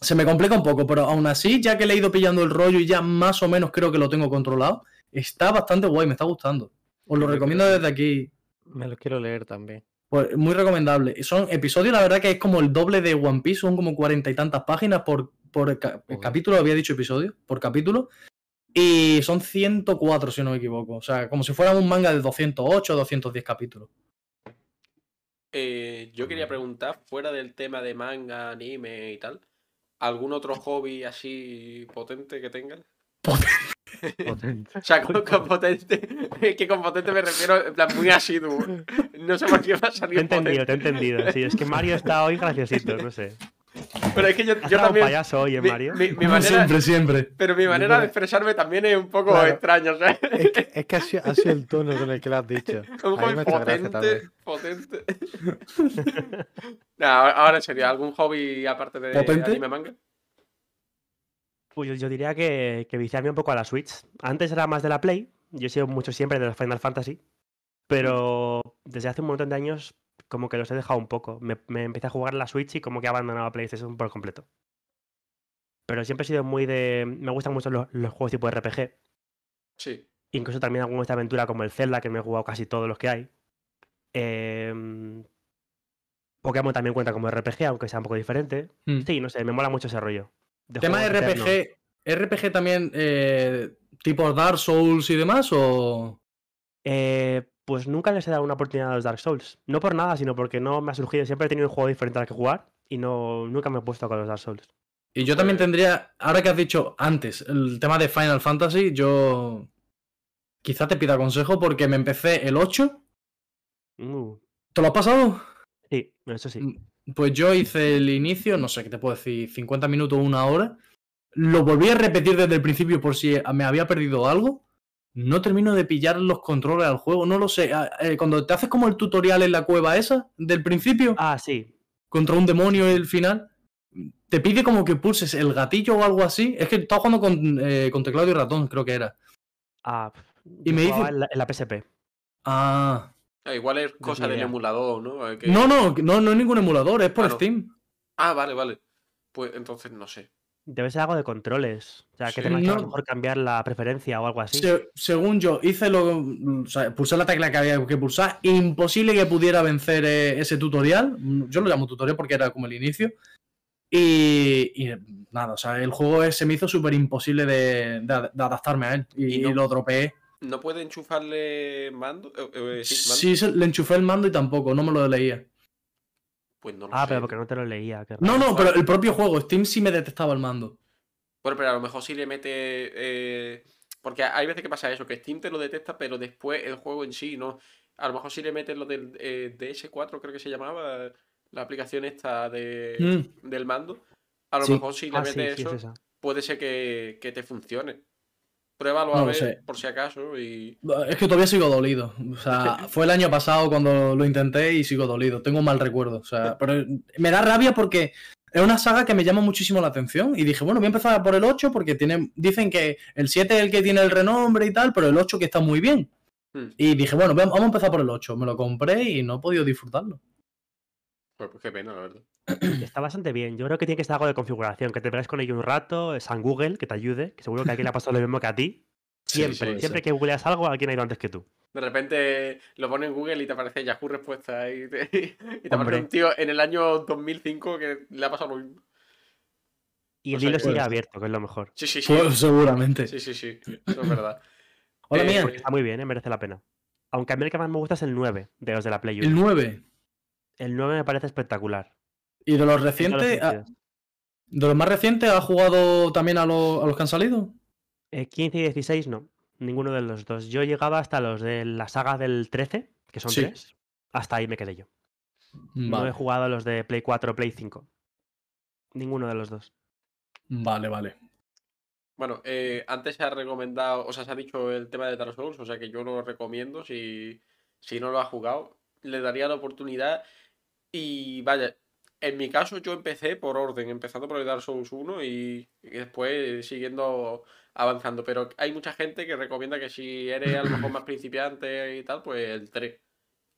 S3: Se me complica un poco, pero aún así, ya que le he ido pillando el rollo y ya más o menos creo que lo tengo controlado, está bastante guay, me está gustando. Os lo
S5: Yo
S3: recomiendo
S5: creo que-
S3: desde aquí.
S5: Me lo quiero leer también.
S3: Pues muy recomendable. Y Son episodios, la verdad que es como el doble de One Piece, son como cuarenta y tantas páginas por, por ca-
S5: Joder.
S3: capítulo, había dicho episodio, por capítulo. Y son 104, si no me equivoco. O sea, como si fuera un manga de 208 o 210 capítulos.
S2: eh, yo quería preguntar, fuera del tema de manga, anime y tal, ¿algún otro hobby así potente que tengas? O sea, con, con potente, es que con potente me refiero en plan muy asiduo. No sé por qué me ha
S4: Te he
S2: salido
S4: entendido,
S2: potente.
S4: te he entendido. Sí, es que Mario está hoy graciosito, no sé.
S2: Pero es que yo,
S4: Has
S2: yo
S4: estado un
S2: también.
S4: payaso hoy, eh,
S2: mi-
S4: Mario.
S2: mi- mi
S3: Como
S2: manera-
S3: Siempre, siempre.
S2: pero mi manera de expresarme también es un poco
S5: Claro.
S2: extraña, o sea,
S5: Es que, es que ha, sido, ha sido el tono con el que lo has dicho.
S2: Un
S5: A mí me
S2: hobby
S5: ha hecho gracia
S2: potente,
S5: también.
S2: potente. Nah, ahora- ahora sería algún hobby aparte de
S3: ¿Potente?
S2: anime manga.
S4: Pues yo, yo diría que, que viciarme un poco a la Switch. Antes era más de la Play, yo he sido mucho siempre de los Final Fantasy, pero desde hace un montón de años como que los he dejado un poco. Me, me empecé a jugar la Switch y como que he abandonado a PlayStation por completo. Pero siempre he sido muy de... Me gustan mucho los, los juegos tipo RPG.
S2: Sí.
S4: Incluso también algunos de aventura como el Zelda, que me he jugado casi todos los que hay. Em, Pokémon también cuenta como RPG, aunque sea un poco diferente.
S3: Mm.
S4: Sí, no sé, me mola mucho ese rollo. de
S3: ¿Tema
S4: juegos eternos.
S3: RPG? ¿RPG también eh, tipo Dark Souls y demás? ¿O.?
S4: Eh, pues nunca les he dado una oportunidad a los Dark Souls. No por nada, sino porque no me ha surgido. Siempre he tenido un juego diferente al que jugar y no, nunca me he puesto con los Dark Souls.
S3: Y yo también
S2: Pues-
S3: tendría, ahora que has dicho antes, el tema de Final Fantasy, yo quizá te pida consejo porque me empecé el 8.
S4: Uh,
S3: ¿Te lo has pasado?
S4: sí, eso sí.
S3: Pues yo hice el inicio, no sé qué te puedo decir, 50 minutos, una hora. Lo volví a repetir desde el principio por si me había perdido algo. No termino de pillar los controles al juego, no lo sé. Ah, eh, Cuando te haces como el tutorial en la cueva esa, del principio,
S4: Ah, sí.
S3: contra un demonio el final, te pide como que pulses el gatillo o algo así. Es que estaba jugando con, eh, con teclado y ratón, creo que era.
S4: Ah,
S3: Y
S4: yo
S3: me
S4: jugaba
S3: dice-
S4: En la, en la PSP.
S3: Ah.
S2: Ah, igual es cosa
S4: ni
S2: del
S4: idea.
S2: emulador, ¿no? Eh, que-
S3: No, no, no, no es ningún emulador, es por
S2: Ah, no.
S3: Steam.
S2: Ah, vale, vale. Pues entonces no sé.
S4: Debe ser algo de controles. O sea,
S2: Sí.
S4: que tengas que a lo
S3: No.
S4: mejor cambiar la preferencia o algo así.
S3: Se- según yo, hice lo. o sea, pulsé la tecla que había que pulsar. Imposible que pudiera vencer eh, ese tutorial. Mm, Yo lo llamo tutorial porque era como el inicio. Y, y nada, o sea, el juego es- se me hizo súper imposible de, de- de adaptarme a él. Y,
S2: Y no-
S3: y lo dropeé.
S2: ¿No puede enchufarle mando? Eh, eh, sí, mando.
S3: Sí, se- le enchufé el mando y tampoco, no me lo leía.
S2: Pues no lo
S4: Ah,
S2: sé.
S4: pero porque no te lo leía. qué
S3: No,
S4: raro.
S3: no, pero el propio juego, Steam sí me detectaba el mando.
S2: Bueno, pero a lo mejor sí le mete. eh, Porque hay veces que pasa eso, que Steam te lo detecta, pero después el juego en sí, ¿no? A lo mejor sí le metes lo del eh, DS4, creo que se llamaba, la aplicación esta de,
S3: Mm.
S2: del mando. A lo
S3: Sí.
S2: mejor si le
S4: Ah,
S2: metes
S4: sí, sí,
S2: eso,
S4: es esa.
S2: puede ser que, que te funcione. Pruébalo
S3: No
S2: a
S3: lo
S2: ver,
S3: sé.
S2: por si acaso, y.
S3: Es que todavía sigo dolido. O sea, fue el año pasado cuando lo intenté y sigo dolido. Tengo un mal recuerdo. O sea, pero me da rabia porque es una saga que me llama muchísimo la atención. Y dije, bueno, voy a empezar por el 8 porque tiene, dicen que el 7 es el que tiene el renombre y tal, pero el 8 que está muy bien.
S2: Hmm.
S3: Y dije, bueno, vamos a empezar por el 8. Me lo compré y no he podido disfrutarlo.
S2: Pues, pues qué pena, la verdad.
S4: Está bastante bien. Yo creo que tiene que estar algo de configuración. Que te pegas con ello un rato, eh, San Google, que te ayude. Que seguro que a alguien le ha pasado lo mismo que a ti. Siempre,
S2: sí,
S4: siempre que googleas algo, alguien ha ido antes que tú.
S2: De repente lo pones en Google y te aparece Yahoo Respuesta y te, y te
S4: Hombre.
S2: aparece un tío en el año 2005 que le ha pasado lo mismo.
S4: Y
S2: O
S4: el
S2: sea
S4: hilo
S2: que-
S4: sigue abierto, que es lo mejor.
S2: Sí, sí, sí.
S3: Pues, seguramente.
S2: Sí, sí, sí. Eso es verdad.
S3: Hola,
S2: Eh,
S3: mía.
S2: porque-
S4: Está muy bien, eh, merece la pena. Aunque a mí el que más me gusta es el 9 de los de la Play
S3: El
S4: 1.
S3: 9.
S4: El 9 me parece espectacular.
S3: Y de los
S4: en todos los
S3: recientes, ah,
S4: sentidos.
S3: de los más recientes, ¿ha jugado también a, los- a los que han salido?
S4: Eh, 15 y 16 no, ninguno de los dos. Yo llegaba hasta los de la saga del 13, que son
S3: Sí.
S4: tres. Hasta ahí me quedé yo. No he
S3: Vale,
S4: jugado a los de Play 4 o Play 5. Ninguno de los dos.
S3: vale, vale.
S2: Bueno, eh, antes se ha recomendado, o sea, se ha dicho el tema de Dark Souls, o sea que yo lo recomiendo si, si no lo ha jugado, le daría la oportunidad. Y vaya, en mi caso yo empecé por orden, empezando por el Dark Souls 1 y, y después siguiendo avanzando. Pero hay mucha gente que recomienda que si eres a lo mejor más principiante y tal, pues el 3.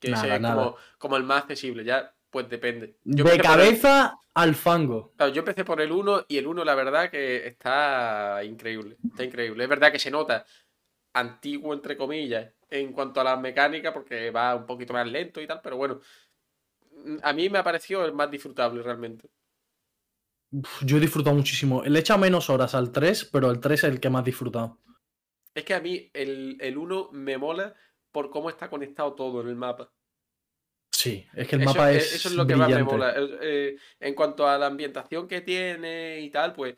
S2: Que ese
S3: Nada,
S2: es
S3: nada.
S2: como, como el más accesible, ya, pues depende. Yo
S3: de
S2: empecé por el-
S3: cabeza al fango.
S2: Claro, yo empecé por el 1 y el 1 la verdad que está increíble, está increíble. Es verdad que se nota antiguo, entre comillas, en cuanto a la mecánica, porque va un poquito más lento y tal, pero bueno, a mí me ha parecido el más disfrutable realmente.
S3: Uf, Yo he disfrutado muchísimo. Le he echado menos horas al 3, pero el 3 es el que más he disfrutado.
S2: Es que a mí el, el 1 me mola por cómo está conectado todo en el mapa.
S3: Sí, es que el
S2: Eso-
S3: mapa
S2: e-
S3: es.
S2: eso es lo que más me
S3: brillante.
S2: mola. Eh, eh, en cuanto a la ambientación que tiene y tal, pues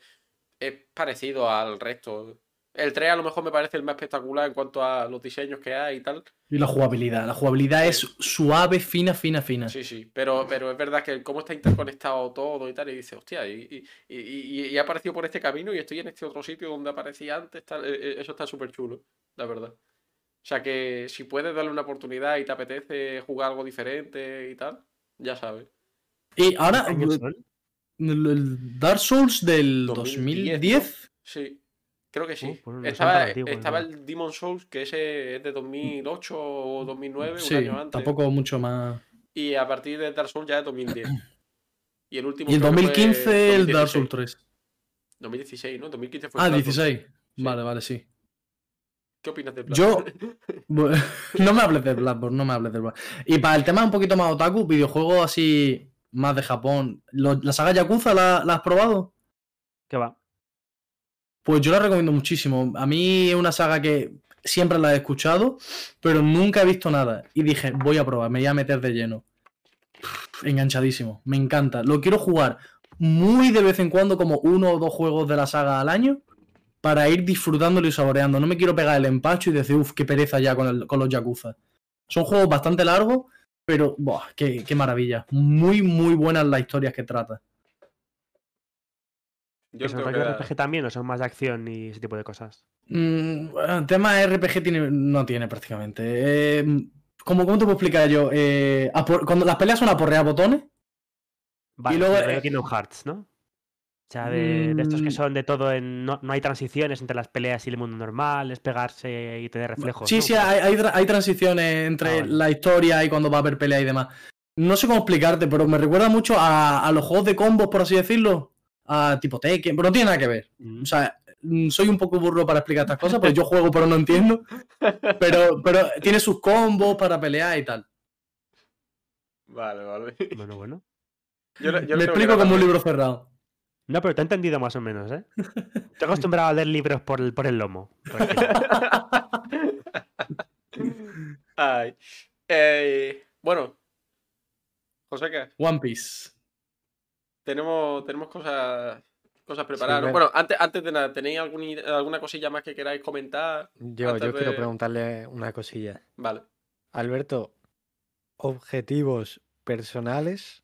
S2: es parecido al resto. El 3 a lo mejor me parece el más espectacular en cuanto a los diseños que hay y tal.
S3: Y la jugabilidad. La jugabilidad es suave, fina, fina, fina.
S2: Sí, sí, pero, pero es verdad que cómo está interconectado todo y tal, y dices, hostia, y, y, y, y- y he aparecido por este camino y estoy en este otro sitio donde aparecí antes, tal, eh, eh, eso está súper chulo, la verdad. O sea que si puedes darle una oportunidad y te apetece jugar algo diferente y tal, ya sabes.
S3: Y ahora,
S4: ¿Qué años son?
S3: el- el Dark Souls del
S2: 2010,
S3: 2010.
S2: Sí, creo que sí.
S4: Uh, pues no son
S2: estaba
S4: tan
S3: ¿eh?
S4: antiguos,
S2: estaba
S4: ¿no?
S2: el Demon Souls, que ese es de 2008 o 2009,
S3: sí,
S2: un año antes.
S3: tampoco mucho más.
S2: Y a partir de Dark Souls ya es 2010. Y el último.
S3: Y el
S2: creo que fue
S3: 2015, el Dark
S2: 2016.
S3: Souls 3.
S2: 2016, ¿no? 2015 fue.
S3: Ah,
S2: el Dark Souls.
S3: 16. Vale, vale, sí.
S2: ¿Qué opinas de
S3: Yo. Bueno, no me hables de Bloodborne, no me hables de Bloodborne. Y para el tema un poquito más otaku, videojuegos así más de Japón. Lo- ¿La saga Yakuza la, la has probado?
S4: ¿Qué va?
S3: Pues yo la recomiendo muchísimo. A mí es una saga que siempre la he escuchado, pero nunca he visto nada. Y dije, voy a probar, me voy a meter de lleno. Enganchadísimo, me encanta. Lo quiero jugar muy de vez en cuando, como uno o dos juegos de la saga al año, para ir disfrutándolo y saboreando. No me quiero pegar el empacho y decir, uff, qué pereza ya con, el- con los Yakuza. Son juegos bastante largos, pero buah, qué, qué maravilla. Muy, muy buenas las historias que trata.
S2: Yo
S4: ¿Que ¿Son
S2: creo que
S4: rollo
S2: era-
S4: RPG también o son más de acción y ese tipo de cosas?
S3: Mm, bueno, el tema RPG tiene- no tiene prácticamente. Eh, como, ¿Cómo te puedo explicar yo? Eh, a por- cuando las peleas son a porrea botones,
S4: Vale,
S3: luego,
S4: de rollo
S3: eh,
S4: Kingdom Hearts, ¿no? O sea, de, de estos
S3: mm.
S4: que son de todo, en, no, no hay transiciones entre las peleas y el mundo normal, es pegarse y tener reflejos.
S3: Sí,
S4: ¿no?
S3: sí, hay, hay tra- hay transiciones entre
S4: Ah, vale.
S3: la historia y cuando va a haber pelea y demás. No sé cómo explicarte, pero me recuerda mucho a, a los juegos de combos, por así decirlo. A tipo Tekken, pero no tiene nada que ver.
S4: Mm.
S3: O sea, mm, soy un poco burro para explicar estas cosas, porque yo juego pero no entiendo. Pero, pero tiene sus combos para pelear y tal.
S2: Vale, vale.
S4: Bueno, bueno.
S2: Yo, le- yo
S3: me
S2: creo que era
S3: explico como un
S2: también-
S3: libro cerrado.
S4: No, pero te he entendido más o menos, ¿eh? Te he acostumbrado a leer libros por el, por el lomo. tranquilo.
S2: Ay. Eh, bueno. Joseca,
S3: One Piece.
S2: tenemos, tenemos cosas, cosas preparadas. ¿no?
S5: ver.
S2: Bueno, antes, antes de nada, ¿tenéis algún i- alguna cosilla más que queráis comentar?
S5: Yo,
S2: Antes
S5: yo quiero
S2: de-
S5: preguntarle una cosilla.
S2: Vale.
S5: Alberto, objetivos personales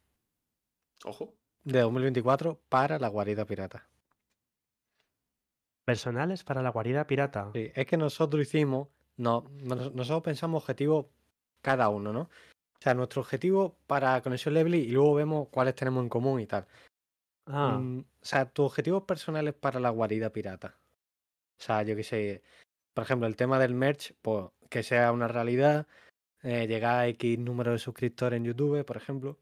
S2: Ojo.
S5: de 2024 para la guarida pirata.
S4: Personales para la guarida pirata.
S5: Sí, es que nosotros hicimos, no, nos- nosotros pensamos objetivos cada uno, ¿no? O sea, nuestro objetivo para Conexión Level y luego vemos cuáles tenemos en común y tal.
S4: Ah,
S5: Mm, o sea, tus objetivos personales para la guarida pirata. O sea, yo qué sé, por ejemplo, el tema del merch, pues que sea una realidad, eh, llegar a X número de suscriptores en YouTube, por ejemplo.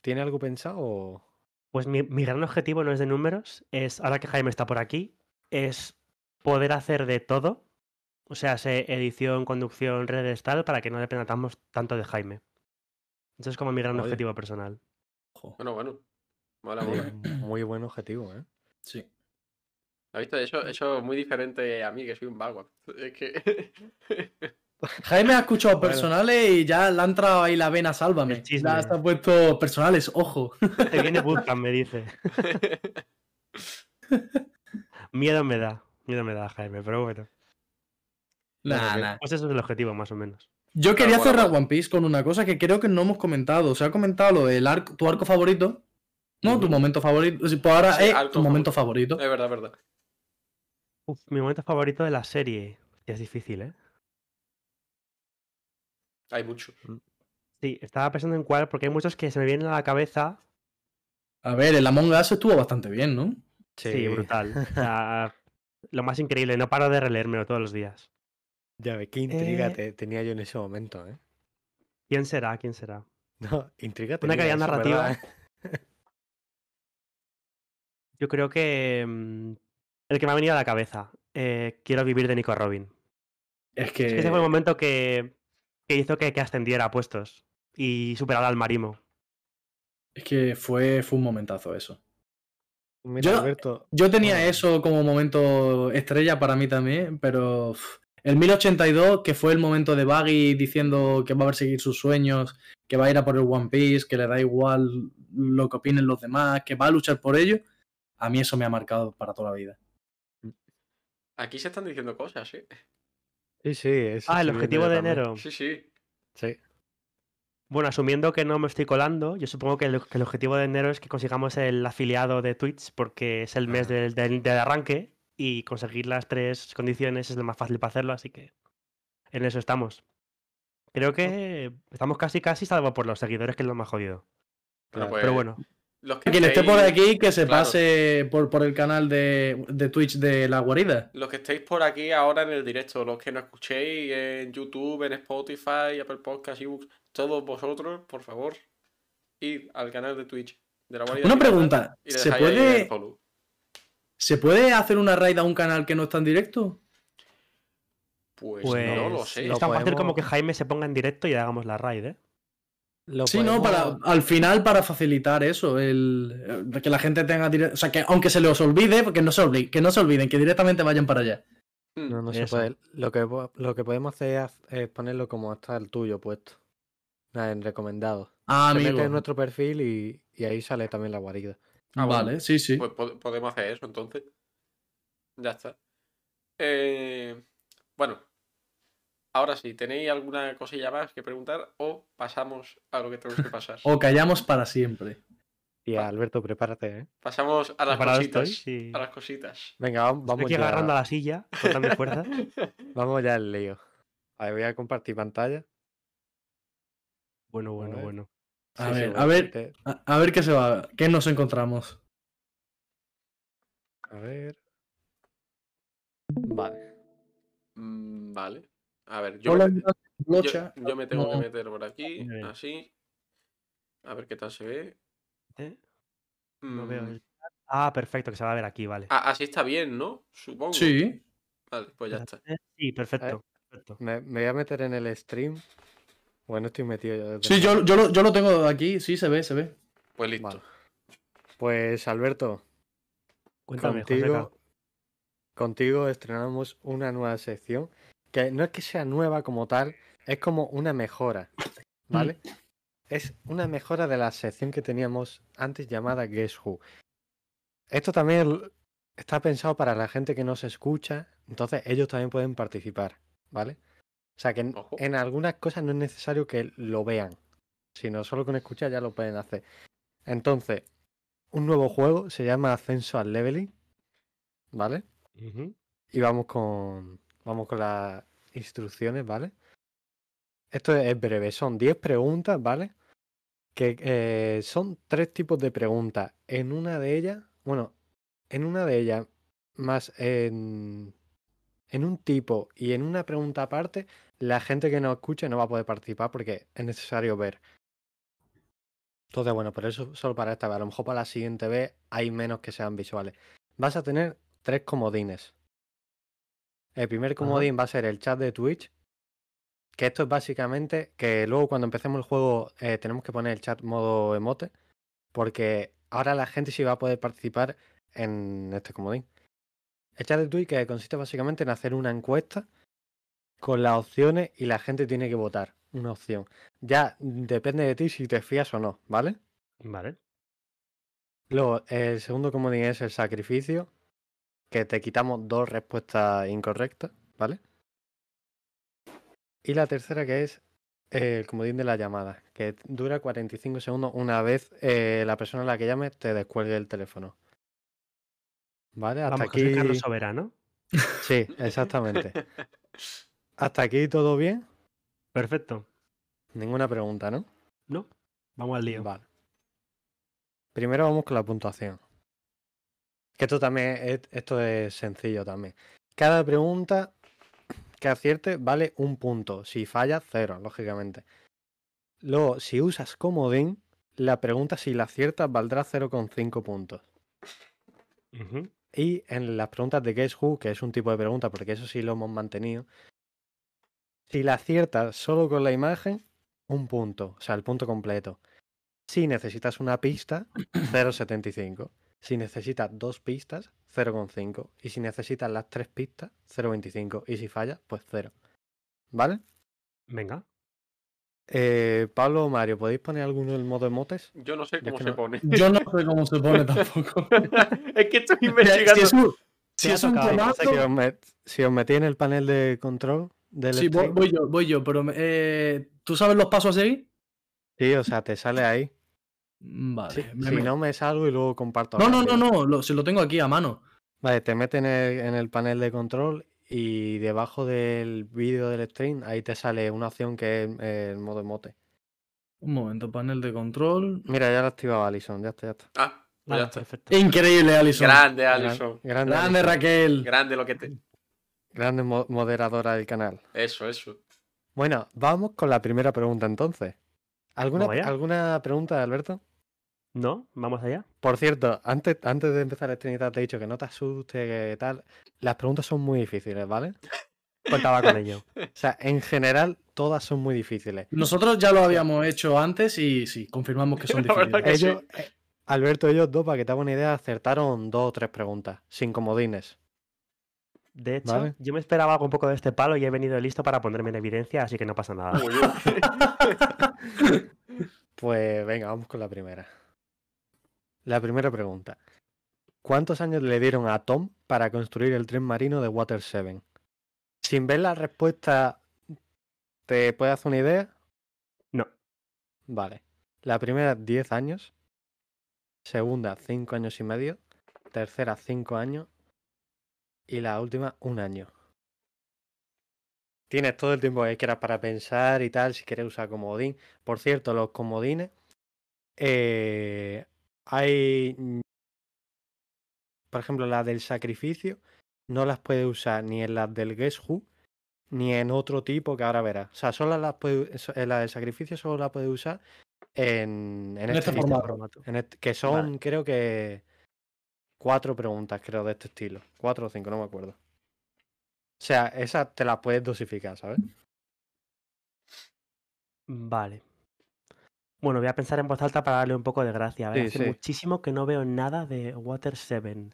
S5: ¿Tiene algo pensado? o-
S4: pues mi, mi gran objetivo no es de números, es, ahora que Jaime está por aquí, es poder hacer de todo. O sea, sé edición, conducción, redes, tal, para que no dependamos tanto de Jaime. Eso es como mi gran
S5: Oye.
S4: objetivo personal.
S3: Ojo.
S2: Bueno, bueno. Mola,
S5: Oye,
S2: mola.
S5: Muy buen objetivo, ¿eh?
S3: Sí.
S2: ¿Has visto? Eso, eso es muy diferente a mí, que soy un vago. Es que.
S3: Jaime ha escuchado
S5: Bueno.
S3: personales y ya le ha entrado ahí la vena, sálvame.
S4: El chisme.
S3: Ya se ha puesto personales, ojo.
S4: Te viene Bootcamp, me dice. Miedo me da, miedo me da, Jaime, pero bueno.
S3: Nah,
S5: que-
S3: nah.
S4: Pues eso es el objetivo, más o menos.
S3: Yo quería
S2: bueno,
S3: cerrar
S2: bueno.
S3: One Piece con una cosa que creo que no hemos comentado. Se ha comentado lo del arco, tu arco favorito. No, tu
S4: Ujú.
S3: momento favorito. Sí, Pues ahora
S2: Sí,
S3: es
S2: arco
S3: tu momento favorito.
S2: es verdad, es verdad.
S4: Uf, mi momento favorito de la serie. Es difícil, ¿eh?
S2: Hay mucho.
S4: Sí, estaba pensando en cuál, porque hay muchos que se me vienen a la cabeza.
S3: A ver, el Among Us estuvo bastante bien, ¿no?
S4: Sí, brutal. O sea, lo más increíble, no paro de releérmelo todos los días.
S5: Ya ve, qué intriga
S4: Eh,
S5: te- tenía yo en ese momento, ¿eh?
S4: ¿Quién será? ¿Quién será?
S5: No, intriga
S4: Una
S5: tenía.
S4: calidad
S5: eso,
S4: narrativa.
S5: ¿verdad?
S4: Yo creo que. mm, el que me ha venido a la cabeza. eh, quiero vivir de Nico Robin.
S3: Es
S4: Es
S3: que.
S4: que Ese fue
S5: Eh.
S4: el momento que, que hizo que, que ascendiera a puestos y superara al Marimo.
S3: Es que fue, fue un momentazo eso.
S5: Mira,
S3: Yo-
S5: Alberto,
S3: Yo tenía
S5: Ah.
S3: eso como momento estrella para mí también, pero uf, El 1082, que fue el momento de Baggy diciendo que va a perseguir sus sueños, que va a ir a por el One Piece, que le da igual lo que opinen los demás, que va a luchar por ello, a mí eso me ha marcado para toda la vida.
S2: Aquí se están diciendo cosas, ¿eh?
S5: Sí, sí. eso
S4: Ah, el
S5: estoy
S4: objetivo
S5: viendo
S4: de
S5: yo también.
S4: enero.
S2: Sí, sí.
S5: Sí.
S4: Bueno, asumiendo que no me estoy colando, yo supongo que el, que el objetivo de enero es que consigamos el afiliado de Twitch porque es el mes del, del- del arranque y conseguir las tres condiciones es lo más fácil para hacerlo, así que en eso estamos. Creo que estamos casi, casi, salvo por los seguidores, que es lo más jodido.
S2: Bueno,
S5: Claro,
S2: pues,
S4: Pero bueno,
S2: los que
S3: Quien esté
S2: estéis-
S3: por aquí, que se
S2: claro.
S3: pase por, por el canal de, de Twitch de La Guarida.
S2: Los que estéis por aquí ahora en el directo, los que nos escuchéis en YouTube, en Spotify, Apple Podcasts, ebooks, todos vosotros, por favor, id al canal de Twitch de la Guardia
S3: Una
S2: Pirata
S3: pregunta,
S2: y le
S3: ¿se
S2: dejáis ahí
S3: puede-
S2: el follow.
S3: ¿Se puede hacer una raid a un canal que no está en directo?
S2: Pues,
S4: pues
S2: no lo sé.
S5: lo
S4: estamos a hacer como
S5: podemos-
S4: que Jaime se ponga en directo y hagamos la raid, ¿eh?
S5: Lo
S3: Sí, no,
S5: podemos-
S3: para, al final para facilitar eso, el, el- que la gente tenga directo, o sea, que aunque se les olvide, porque no se olviden, que no se olviden, que directamente vayan para allá.
S2: Mm.
S5: No, no se
S4: Eso.
S5: puede. Lo que, po- lo que podemos hacer es haz- es ponerlo como está el tuyo puesto. Nada, en recomendado.
S3: Ah,
S5: Se mete
S3: amigo.
S5: en nuestro perfil y, y ahí sale también la guarida.
S2: Ah, bueno.
S3: Vale, sí, sí.
S2: Pues pod- podemos hacer eso entonces. Ya está. Eh, bueno, ahora sí, ¿tenéis alguna cosilla más que preguntar o pasamos a lo que tenemos que pasar?
S3: O callamos para siempre.
S5: Y
S3: Ah.
S2: Vale.
S5: Alberto, prepárate, ¿eh?
S2: Pasamos a las
S4: Preparado
S2: cositas.
S4: estoy, sí.
S2: A las cositas.
S5: Venga, vam- vamos
S4: Estoy
S5: ya,
S4: aquí agarrando a la silla, cortando fuerzas.
S5: vamos ya al lío. A ver, voy a compartir pantalla.
S4: Bueno, bueno,
S5: ver.
S4: bueno.
S3: A
S5: Sí, sí,
S3: ver,
S5: voy
S3: a ver.
S5: meter-
S3: A, a ver qué se va, qué nos encontramos.
S5: A ver. Vale.
S2: Mm, Vale. A ver, yo,
S3: Hola,
S2: me, yo-
S3: Locha.
S2: yo me tengo que
S3: no.
S2: meter por aquí,
S4: Bien.
S2: así. A ver qué tal se ve.
S4: ¿Eh? No
S2: Mm,
S4: veo el- Ah, perfecto, que se va a ver aquí, vale.
S2: ah, así está bien, ¿no? Supongo.
S3: Sí.
S2: Vale, pues ya está.
S4: Eh, Sí, perfecto. perfecto.
S5: Me, me voy a meter en el stream. Bueno, estoy metido yo. desde
S3: Sí,
S5: el-
S3: yo, yo, lo, yo lo tengo aquí, sí, se ve, se ve.
S2: Pues listo.
S5: Vale. Pues Alberto,
S4: Cuéntame, Joseca.
S5: contigo, contigo estrenamos una nueva sección. Que no es que sea nueva como tal, es como una mejora. ¿Vale? Es una mejora de la sección que teníamos antes llamada Guess Who. Esto también l- está pensado para la gente que nos escucha, entonces ellos también pueden participar, ¿vale? O sea que en,
S2: Ojo.
S5: en algunas cosas no es necesario que lo vean, sino solo con escuchar ya lo pueden hacer. Entonces, un nuevo juego se llama Ascenso al Leveling, ¿vale?
S4: Ujú.
S5: Y vamos con, vamos con las instrucciones, ¿vale? Esto es breve, son 10 preguntas, ¿vale? Que eh, son tres tipos de preguntas. En una de ellas, bueno, en una de ellas, más en, en un tipo y en una pregunta aparte, la gente que no escuche no va a poder participar porque es necesario ver. Entonces, bueno, por eso solo para esta vez. A lo mejor para la siguiente vez hay menos que sean visuales. Vas a tener tres comodines. El primer comodín va a ser el chat de Twitch. Que esto es básicamente que luego cuando empecemos el juego eh, tenemos que poner el chat modo emote. Porque ahora la gente sí va a poder participar en este comodín. El chat de Twitch que consiste básicamente en hacer una encuesta con las opciones y la gente tiene que votar una opción. Ya depende de ti si te fías o no, ¿vale?
S4: Vale.
S5: Luego, el segundo comodín es el sacrificio, que te quitamos dos respuestas incorrectas, ¿vale? Y la tercera que es eh, el comodín de la llamada, que dura 45 segundos una vez eh, la persona a la que llames te descuelgue el teléfono. ¿Vale? Hasta
S4: Vamos, que soy
S5: aquí.
S4: Carlos Soberano.
S5: Sí, exactamente. Hasta aquí todo bien.
S4: Perfecto.
S5: Ninguna pregunta, ¿no?
S4: ¿No? Vamos al lío.
S5: Vale. Primero vamos con la puntuación. Que esto también es, esto es sencillo también. Cada pregunta que acierte vale un punto. Si falla, cero, lógicamente. Luego, si usas comodín, la pregunta si la aciertas valdrá 0,5 puntos.
S4: Ujú.
S5: Y en las preguntas de Guess Who, que es un tipo de pregunta, porque eso sí lo hemos mantenido. Si la aciertas solo con la imagen, un punto, o sea, el punto completo. Si necesitas una pista, 0,75. Si necesitas dos pistas, 0,5. Y si necesitas las tres pistas, 0,25. Y si fallas, pues 0. ¿Vale?
S4: Venga.
S5: Eh, Pablo o Mario, ¿podéis poner alguno del modo emotes?
S2: Yo no sé
S5: Yo es
S2: cómo
S5: que
S2: se
S5: no-
S2: pone.
S3: Yo no sé cómo se pone tampoco.
S2: es que estoy
S3: Si
S2: investigando.
S3: es un,
S5: Te
S3: si
S5: ha
S3: es un
S5: tocado, ¿eh?
S3: comando-
S5: pasa que os met- si os metí en el panel de control del
S3: Sí, voy,
S5: stream,
S3: voy yo, voy yo, pero eh, ¿tú sabes los pasos a seguir?
S5: sí, o sea, te sale ahí.
S3: Vale.
S5: Si,
S3: me-
S5: si
S3: me-
S5: no, me salgo y luego comparto.
S3: no, no,
S5: rápido.
S3: no, no, lo- si lo tengo aquí a mano.
S5: Vale, te metes en el, en el panel de control y debajo del vídeo del stream, ahí te sale una opción que es eh, el modo emote.
S3: Un momento, panel de control.
S5: Mira, ya lo ha activado Alison, ya está, ya está.
S2: Ah, pues
S4: Vale,
S2: ya está.
S4: perfecto.
S3: Increíble, Alison.
S2: Grande,
S5: Gran-
S2: Alison.
S5: grande,
S3: Grande,
S5: Alison,
S3: Raquel.
S2: Grande lo que te.
S5: grande mo- moderadora del canal.
S2: Eso, eso.
S5: Bueno, vamos con la primera pregunta entonces. ¿Alguna,
S4: Vaya.
S5: ¿alguna pregunta, Alberto?
S4: ¿No? ¿Vamos allá?
S5: Por cierto, antes, antes de empezar el stream, te he dicho que no te asustes, que tal. Las preguntas son muy difíciles, ¿vale?
S4: Contaba con ello.
S5: O sea, en general, todas son muy difíciles.
S3: Nosotros ya lo habíamos hecho antes y sí, confirmamos que son
S2: La verdad
S3: difíciles.
S2: que sí.
S5: Ellos, eh, Alberto y ellos dos, para que te haga una idea, acertaron dos o tres preguntas, sin comodines.
S4: De hecho,
S5: Vale.
S4: yo me esperaba algo un poco de este palo y he venido listo para ponerme en evidencia, así que no pasa nada.
S2: Muy bien.
S5: Pues venga, vamos con la primera. La primera pregunta. ¿Cuántos años le dieron a Tom para construir el tren marino de Water 7? Sin ver la respuesta, ¿te puedes hacer una idea?
S4: No.
S5: Vale. La primera, 10 años. Segunda, 5 años y medio. Tercera, 5 años. Y la última, un año. Tienes todo el tiempo que quieras para pensar y tal, si quieres usar comodín. Por cierto, los comodines. eh, hay. mm, Por ejemplo, la del sacrificio. No las puedes usar ni en las del Guess Who, ni en otro tipo que ahora verás. O sea, solo las puede- so- en la del sacrificio solo la puedes usar en, en
S3: En este
S5: tipo.
S3: formato.
S5: En este- que son, creo que. Cuatro preguntas, creo, de este estilo. Cuatro o cinco, no me acuerdo. O sea, esas te las puedes dosificar, ¿sabes?
S4: Vale. Bueno, voy a pensar en voz alta para darle un poco de gracia. a ver,
S5: Sí,
S4: hace
S5: sí.
S4: muchísimo que no veo nada de Water 7.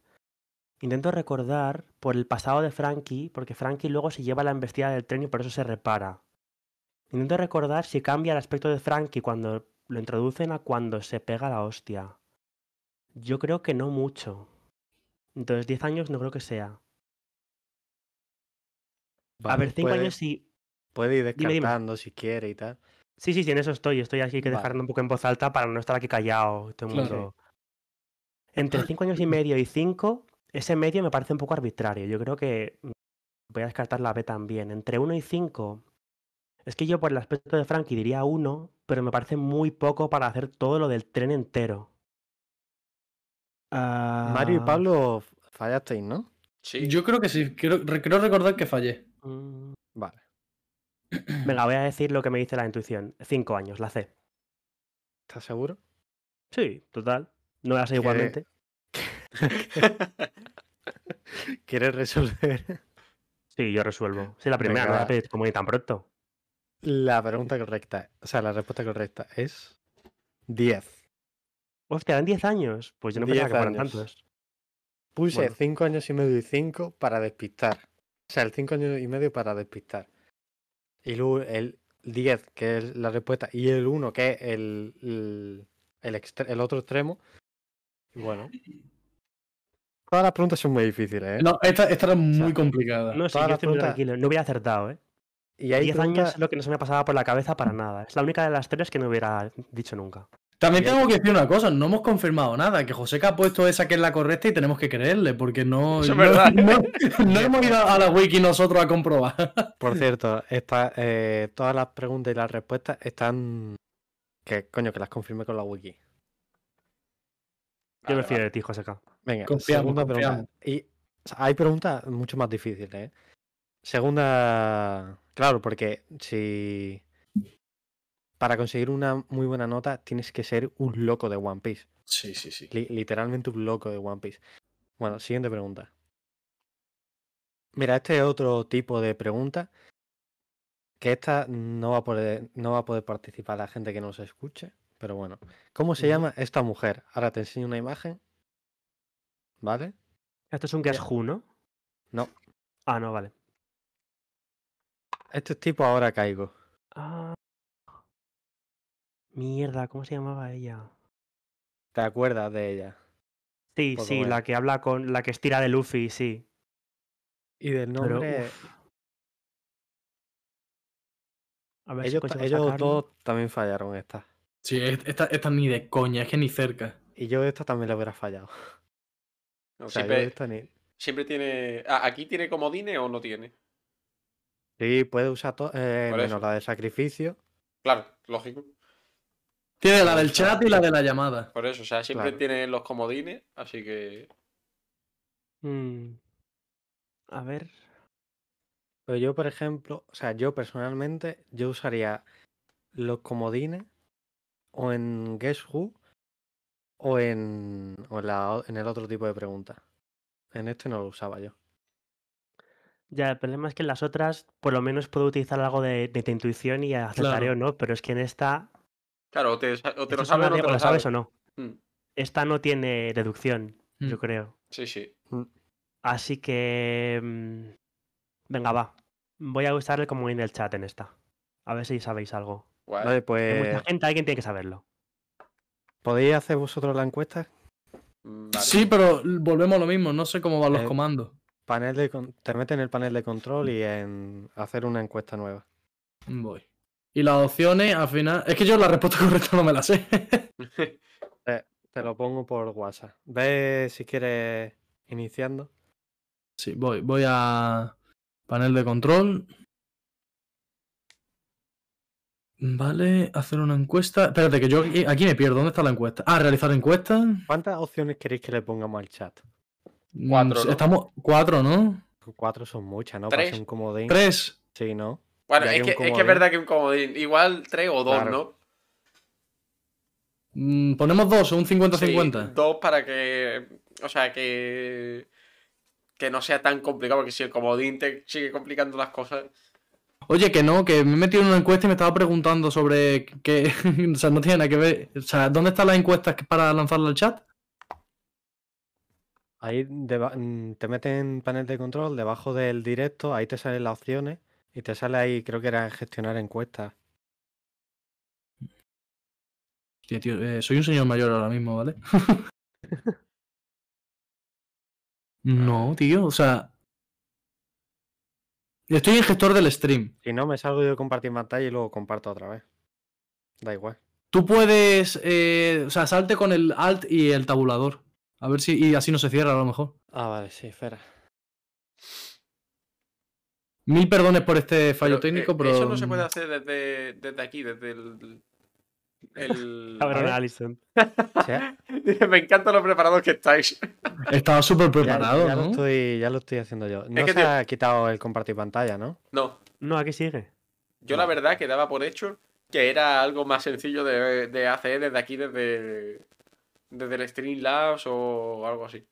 S4: Intento recordar por el pasado de Frankie, porque Frankie luego se lleva la embestida del tren y por eso se repara. Intento recordar si cambia el aspecto de Frankie cuando lo introducen a cuando se pega la hostia. Yo creo que no mucho. Entonces, 10 años no creo que sea. a
S5: Vale,
S4: ver, 5
S5: puede-
S4: años sí.
S5: Puede ir
S4: dime.
S5: descartando si quiere y tal.
S4: Sí, sí, sí, en eso estoy. Estoy aquí que
S5: Vale.
S4: dejarlo un poco en voz alta para no estar aquí callado. y Todo el
S3: Claro.
S4: mundo. Entre cinco años y medio y cinco, ese medio me parece un poco arbitrario. Yo creo que mm, voy a descartar la B también. Entre uno y cinco, es que yo por el aspecto de Frankie diría uno, pero me parece muy poco para hacer todo lo del tren entero.
S5: Mario y
S4: Ah,
S5: Pablo f- fallasteis, ¿no?
S2: Sí.
S3: Eh, Yo creo que sí, creo, re- creo recordar que fallé.
S4: mm,
S5: Vale.
S4: Venga, voy a decir lo que me dice la intuición. Cinco años, la C.
S5: ¿Estás seguro?
S4: Sí, total. No la sé igualmente.
S5: ¿Quieres resolver
S4: Sí, yo resuelvo. Sí, la primera,
S5: Venga,
S4: no la
S5: va.
S4: pedí como ni tan pronto.
S5: la pregunta correcta? O sea, la respuesta correcta es 10.
S4: Hostia, dan 10 años. Pues yo no
S5: 10
S4: pensaba que fueran
S5: años.
S4: tantos.
S5: Puse
S4: Bueno.
S5: 5 años y medio y 5 para despistar. O sea, el 5 años y medio para despistar. Y luego el 10, que es la respuesta, y el 1, que es el, el, el extre- el otro extremo. Y Bueno. Todas las preguntas son muy difíciles, ¿eh?
S3: No, esta, esta era muy complicada.
S4: No, sí,
S5: Todas
S4: yo
S5: las
S4: estoy muy
S5: preguntas-
S4: tranquilo. No hubiera acertado, ¿eh?
S5: y hay
S4: 10 años
S5: preguntas-
S4: es lo que no se me pasaba por la cabeza para nada. Es la única de las tres que no hubiera dicho nunca.
S3: También tengo que decir una cosa, no hemos confirmado nada, que Joseca ha puesto esa que es la correcta y tenemos que creerle, porque no,
S2: Eso es
S3: no-
S2: verdad.
S3: no- no hemos ido a la wiki nosotros a comprobar.
S5: Por cierto, esta, eh, todas las preguntas y las respuestas están. Que coño, que las confirme con la wiki.
S4: Yo
S2: Vale,
S4: me fío de ti, Joseca.
S5: Venga,
S3: Confiamos,
S5: segunda
S3: confiamos.
S5: pregunta. Y o sea, hay preguntas mucho más difíciles, ¿eh? Segunda. Claro, porque si. Para conseguir una muy buena nota tienes que ser un loco de One Piece.
S3: Sí, sí, sí.
S5: Li- literalmente un loco de One Piece. Bueno, siguiente pregunta. Mira, este es otro tipo de pregunta. Que esta no va a poder, no va a poder participar la gente que nos escuche. Pero bueno. ¿Cómo se
S4: Ujú.
S5: llama esta mujer? Ahora te enseño una imagen. ¿Vale?
S4: Esto es un Guess Who, ¿no?
S5: No.
S4: Ah, no, vale.
S5: Estos tipos Este ahora caigo.
S4: Ah. Mierda, ¿cómo se llamaba ella?
S5: ¿Te acuerdas de ella?
S4: Sí,
S5: Poco
S4: sí, la
S5: menos.
S4: que habla con. La que estira de Luffy, sí.
S5: Y del
S4: Pero,
S5: nombre.
S4: uf. A ver si
S5: ellos
S4: consigo
S5: ellos
S4: sacarlo.
S5: dos también fallaron esta.
S3: Sí, es- esta, esta ni de coña, es que ni cerca.
S5: Y yo esta también la hubiera fallado.
S2: No,
S5: O sea, yo
S2: siempre,
S5: esta ni-
S2: siempre tiene. ah, ¿Aquí tiene comodines o no tiene?
S5: Sí, puede usar to- eh,
S2: Por eso.
S5: menos la de sacrificio.
S2: Claro, lógico.
S3: Tiene la del chat y la de la llamada.
S2: Por eso, o sea, siempre
S5: Claro.
S2: tiene los comodines, así que.
S4: Mm. A ver.
S5: Pero yo, por ejemplo, o sea, yo personalmente, yo usaría los comodines o en Guess Who o en, o en, la o- en el otro tipo de preguntas. En este no lo usaba yo.
S4: Ya, el problema es que en las otras, por lo menos puedo utilizar algo de, de tu intuición y acertaré o no, pero es que en esta.
S2: Claro, o te, sa- o te
S4: esto
S2: lo
S4: es una
S2: sabes o no
S4: de
S2: te
S4: o
S2: lo
S4: lo sabes
S2: sabes.
S4: o no.
S2: Mm,
S4: Esta no tiene deducción, yo
S3: Mm.
S4: creo.
S2: Sí, sí.
S4: Así que. mm, Venga, va. Voy a usar el comodín del chat en esta. A ver si sabéis algo.
S2: Guay.
S5: Vale,
S4: Hay
S5: pues,
S2: Eh,
S4: mucha gente, alguien tiene que saberlo.
S5: ¿podéis hacer vosotros la encuesta?
S2: Mm, vale.
S3: Sí, pero volvemos a lo mismo, no sé cómo van los
S5: Eh,
S3: comandos.
S5: Panel de, con- te metes en el panel de control y en hacer una encuesta nueva.
S3: Voy. Y las opciones, al final. Es que yo la respuesta correcta no me la sé.
S5: Te lo pongo por WhatsApp. Ve si quieres iniciando.
S3: sí, voy. Voy a. Panel de control. Vale, hacer una encuesta. Espérate, que yo aquí, aquí me pierdo. ¿Dónde está la encuesta? Ah, realizar encuesta.
S5: ¿Cuántas opciones queréis que le pongamos al chat?
S3: Mm,
S2: Cuatro, ¿no?
S3: Estamos. Cuatro, ¿no?
S5: Cuatro son muchas, ¿no? Para ser
S2: Tres.
S5: un comodín.
S3: Tres.
S5: Sí, ¿no?
S2: Bueno,
S5: Ya
S2: es que,
S5: que un
S2: es que es
S5: comodín.
S2: verdad que un comodín. Igual tres o dos,
S5: Claro.
S2: ¿no?
S3: Mm, ponemos dos, un
S2: Sí,
S3: 50-50.
S2: dos para que. O sea, que. Que no sea tan complicado, porque si el comodín te sigue complicando las cosas.
S3: Oye, que no, que me he metido en una encuesta y me estaba preguntando sobre qué. o sea, no tiene nada que ver. O sea, ¿dónde están las encuestas que- para lanzarla al chat?
S5: Ahí deba- mm, te meten en panel de control, debajo del directo, ahí te salen las opciones y te sale ahí, creo que era gestionar encuestas.
S3: Hostia, tío, eh, soy un señor mayor ahora mismo, ¿vale? no, tío, o sea. Estoy en gestor del stream.
S5: Si no, me salgo yo de compartir pantalla y luego comparto otra vez. Da igual.
S3: Tú puedes. eh, o sea, salte con el alt y el tabulador. A ver si. Y así no se cierra a lo mejor.
S5: Ah, vale, sí, espera.
S3: Mil perdones por este fallo
S2: Pero,
S3: técnico,
S2: eh,
S3: pero. mm.
S2: Eso no se puede hacer desde, desde aquí, desde el. el-
S4: Cabrón,
S5: ver.
S4: Alison.
S5: Ya,
S2: Dice, Me encantan los preparados que estáis.
S3: Estaba súper
S5: ya-
S3: preparado,
S5: ya
S3: ¿no?
S5: lo estoy, ya lo estoy haciendo yo. No
S2: que
S5: se
S2: te-
S5: ha quitado el compartir pantalla, ¿no?
S2: No,
S4: No, aquí sigue.
S2: yo la verdad que daba por hecho que era algo más sencillo de, de hacer desde aquí, desde, desde el Streamlabs o algo así.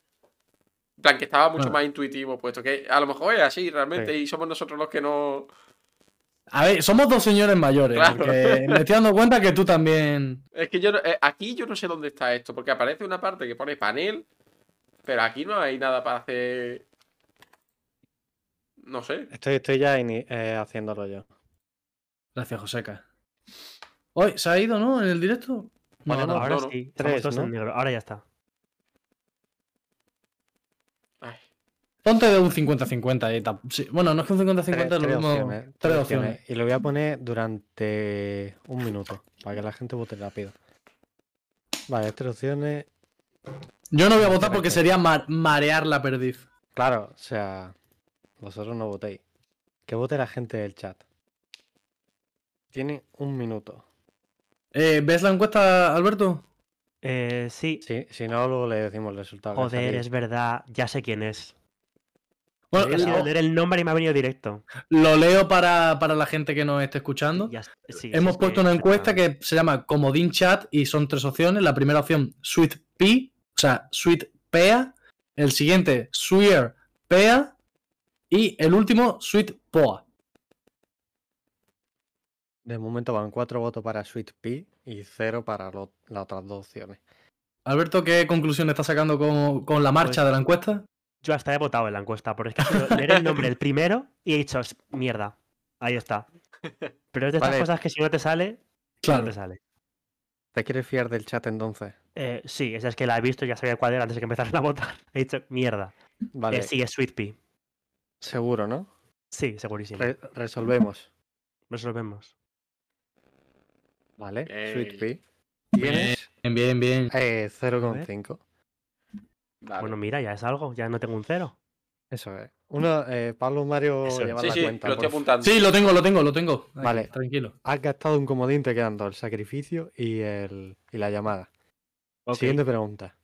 S2: En plan, que estaba mucho
S3: Claro.
S2: más intuitivo, puesto que a lo mejor es así realmente y somos nosotros los que no.
S3: A ver, somos dos señores mayores,
S2: Claro.
S3: porque me estoy dando cuenta que tú también.
S2: Es que yo no- eh, aquí yo no sé dónde está esto, porque aparece una parte que pone panel, pero aquí no hay nada para hacer. No sé.
S5: Estoy, estoy ya ini- eh, haciéndolo yo.
S3: Gracias, Joseca. Hoy se ha ido, ¿no? En el directo. No,
S2: Ponemos-
S3: no.
S4: Ahora
S2: no, no.
S4: sí. estamos
S5: Tres,
S4: todos en
S5: ¿no?
S4: negro. Ahora ya está.
S2: Ay,
S3: Ponte de un 50-50. ahí, tam- sí, Bueno, no es que un 50-50 es lo mismo. tres opciones.
S5: Y lo voy a poner durante un minuto para que la gente vote rápido. Vale, tres opciones.
S3: Yo no voy a votar
S5: Tres
S3: porque
S5: opciones.
S3: sería mar- marear la perdiz.
S5: Claro, o sea, vosotros no votéis. Que vote la gente del chat. Tiene un minuto.
S3: Eh, ¿Ves la encuesta, Alberto?
S4: Eh, sí.
S5: Si, si no, luego le decimos el resultado. que ha
S4: Joder,
S5: salido.
S4: es verdad. Ya sé quién es.
S3: Bueno,
S4: He
S5: Sí,
S4: sido
S3: lo,
S5: sí.
S4: leer el nombre y me ha venido directo.
S3: lo leo para, para la gente que nos esté escuchando.
S4: Ya- sí,
S3: Hemos
S4: sí,
S3: puesto
S4: sí.
S3: una encuesta que se llama Comodín Chat y son tres opciones. La primera opción, Sweet P, o sea, Sweet Pea. El siguiente, Swear Pea. Y el último, Sweet Poa.
S5: De momento van cuatro votos para Sweet Pea y cero para lo- las otras dos opciones.
S3: Alberto, ¿qué conclusión está sacando con, con la marcha
S4: Pues-
S3: de la encuesta?
S4: Yo hasta he votado en la encuesta, porque es que ha sido leer el nombre el primero y he dicho, "Es- mierda, ahí está. Pero es de estas
S5: Vale.
S4: cosas que si no te sale, no
S3: Claro.
S4: te sale.
S5: ¿Te quieres fiar del chat entonces?
S4: Eh, sí, esa es que la he visto, ya sabía cuál era antes de que empezaran a votar. He dicho, mierda. Eh,
S5: Vale,
S4: sí, es Sweet Pea.
S5: seguro, ¿no?
S4: Sí, segurísimo.
S5: Re- resolvemos.
S4: Resolvemos.
S5: Vale, Sweet
S2: Ey.
S5: Pea. Tienes
S3: Bien, bien, bien.
S5: eh, 0,5.
S2: Vale.
S4: Bueno, mira, ya es algo, ya no tengo un cero.
S5: Eso es. Uno, eh, Pablo Mario
S4: Eso es.
S5: lleva
S2: sí,
S5: la
S2: sí,
S5: cuenta.
S2: lo
S5: por
S2: estoy
S5: fin.
S2: apuntando.
S3: Sí, lo tengo, lo tengo, lo tengo. Ahí,
S5: Vale.
S3: Tranquilo.
S5: Has gastado un comodín, te quedan dos, el sacrificio y, el, y la llamada.
S4: Ok.
S5: Siguiente pregunta.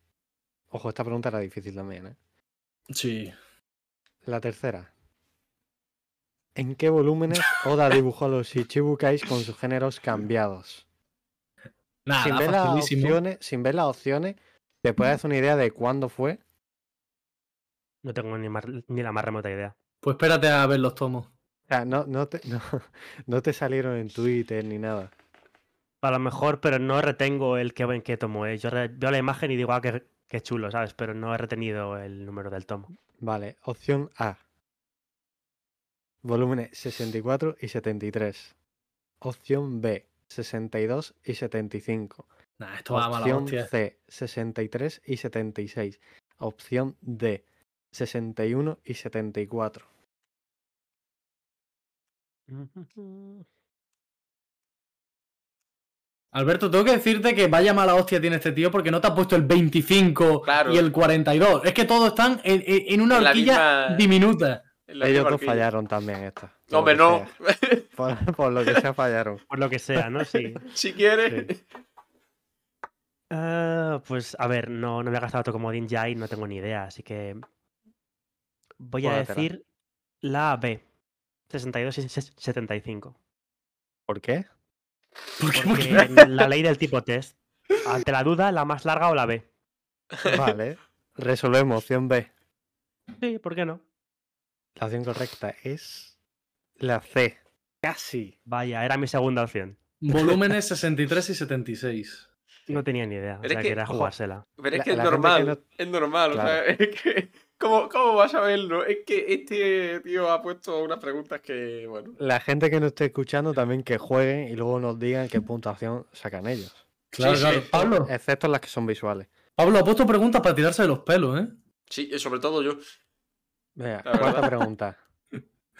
S5: Ojo, esta pregunta era difícil también, ¿eh?
S3: Sí.
S5: La tercera. ¿En qué volúmenes Oda dibujó a los Ichibukais con sus géneros cambiados?
S3: Nada,
S5: sin, ver las
S3: Ah, facilísimo.
S5: opciones, sin ver las opciones, ¿te puedes hacer una idea de cuándo fue?
S4: No tengo ni, mar- ni la más remota idea.
S3: Pues espérate a ver los tomos.
S5: O sea, no, no, te, no, no te salieron en Twitter ni nada.
S4: A lo mejor, pero no retengo el que en qué tomo es. Yo re- veo la imagen y digo, ah, qué, qué chulo, ¿sabes? Pero no he retenido el número del tomo.
S5: Vale, opción A. Volúmenes 64 y 73. Opción B. 62 y 75.
S3: Nah, esto va a mala
S5: Opción
S3: hostia.
S5: C. 63 y 76. Opción D. 61 y 74.
S3: Alberto, tengo que decirte que vaya mala hostia tiene este tío porque no te ha puesto el 25
S2: Claro.
S3: y el 42. Es que todos están en, en- en una
S2: En la
S3: horquilla
S2: misma-
S3: diminuta.
S2: Lo
S5: Ellos
S2: mismo
S5: dos
S2: que-
S5: fallaron también esta. por lo
S2: Hombre,
S5: que
S2: no.
S5: sea. Por, por lo que sea fallaron.
S4: Por lo que sea, ¿no? Sí.
S2: si quieres.
S4: Ah, pues a ver, no, no me he gastado otro comodín ya y no tengo ni idea, así que voy a
S5: Juégatela.
S4: decir la B. 62 y ses- 75.
S5: ¿Por qué?
S3: ¿Por qué?
S4: Porque la ley del tipo test. Ante la duda, la más larga o la B.
S5: Vale. Resolvemos. Opción B.
S4: Sí, ¿por qué no?
S5: La opción correcta es la C. Casi.
S4: Vaya, era mi segunda opción.
S3: Volúmenes 63 y 76.
S4: No tenía ni idea, o
S2: Pero es
S4: sea que,
S2: que,
S4: era
S5: ojo,
S4: jugársela.
S2: Pero es
S5: La-
S2: que es
S5: la gente que
S2: normal,
S5: no-
S2: es normal, o sea,
S5: Claro.
S2: es que... ¿Cómo, ¿Cómo vas a verlo? Es que este tío ha puesto unas preguntas que, bueno...
S5: La gente que nos esté escuchando también que jueguen y luego nos digan qué puntuación sacan ellos.
S3: Claro,
S2: sí, Eh.
S3: claro.
S2: sí.
S3: Pablo,
S5: Excepto las que son visuales.
S3: Pablo ha puesto preguntas para tirarse de los pelos, ¿eh?
S2: Sí, y sobre todo yo.
S5: Venga,
S2: La
S5: cuarta
S2: verdad.
S5: pregunta.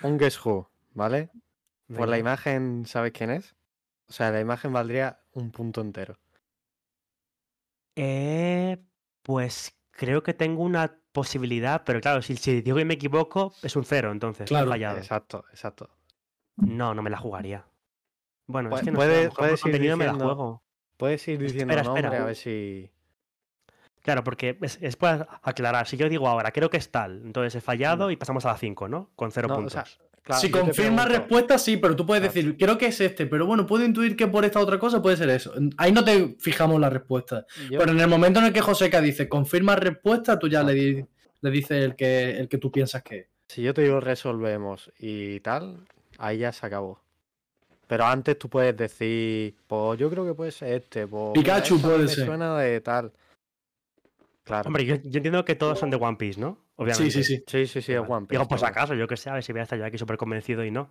S5: Un guess who, ¿vale? Por
S4: Venga.
S5: la imagen, ¿sabes quién es? O sea, la imagen valdría un punto entero.
S4: Eh, pues creo que tengo una posibilidad, pero claro, si, si digo que me equivoco, es un cero, entonces. he
S3: Claro,
S4: fallado.
S5: Exacto, exacto.
S4: No, no me la jugaría. Bueno, es que
S5: Puede-
S4: no sé, a lo
S5: puede-
S4: mejor por
S5: puedes ir
S4: contenido me la
S5: diciendo-
S4: juego.
S5: Puedes ir diciendo
S4: Espera,
S5: nombre
S4: espera.
S5: a ver si.
S4: Claro, porque es, es para aclarar. Si yo digo ahora, creo que es tal, entonces he fallado y pasamos a la 5, ¿no? Con 0
S5: Mm. No, o
S4: puntos.
S5: sea, claro,
S3: si
S5: yo te
S3: confirmas
S5: pregunto,
S3: respuesta, sí, pero tú puedes
S5: Exacto.
S3: decir, creo que es este, pero bueno, puedo intuir que por esta otra cosa puede ser eso. Ahí no te fijamos la respuesta.
S5: yo-
S3: Pero en el momento en el que Joseca dice, confirma respuesta, tú ya le, di- le dices el que, el que tú piensas que es.
S5: Si yo te digo resolvemos y tal, ahí ya se acabó. Pero antes tú puedes decir, pues yo creo que puede ser este, pues mira,
S3: Pikachu
S5: esto a mí
S3: puede
S5: me
S3: ser.
S5: suena de tal. Claro.
S4: Hombre, yo, yo entiendo que todos son de One Piece, ¿no?
S3: Sí,
S4: Obviamente.
S3: sí, sí.
S5: sí, sí, sí, es One Piece.
S4: Digo, pues
S5: claro.
S4: acaso, yo que sé, a ver si voy a estar yo aquí súper convencido y no.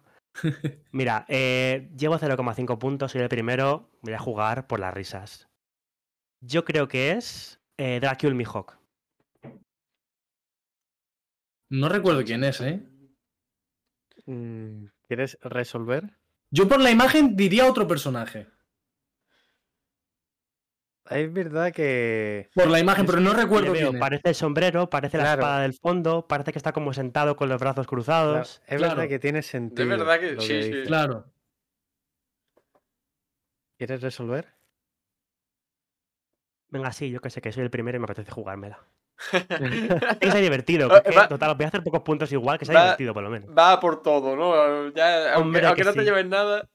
S4: Mira, eh, llevo 0,5 puntos, soy el primero, voy a jugar por las risas. Yo creo que es eh, Dracul Mihawk.
S3: No recuerdo quién es, ¿eh?
S5: Mm, ¿Quieres resolver?
S3: Yo por la imagen diría otro personaje.
S5: Es verdad que.
S3: Por la imagen,
S4: Es
S3: pero no
S4: Le
S3: recuerdo
S4: veo,
S3: quién es.
S4: parece el sombrero, parece la
S5: ¿eh? Claro.
S4: espada del fondo, parece que está como sentado con los brazos
S5: claro,
S4: cruzados.
S5: es
S3: claro.
S5: verdad que tiene sentido.
S2: verdad que-
S5: lo
S2: sí, sí.
S5: dices.
S3: Claro.
S5: ¿Quieres resolver?
S4: Venga, sí, yo que sé que soy el primero y me apetece jugármela. Que sea divertido.
S2: Ah,
S4: que-
S2: va-
S4: total, voy a hacer pocos puntos igual, que sea
S2: va-
S4: divertido por lo menos.
S2: Va por todo, ¿no? Ya, aunque,
S4: Hombre,
S2: aunque
S4: que
S2: no te
S4: sí.
S2: lleves nada...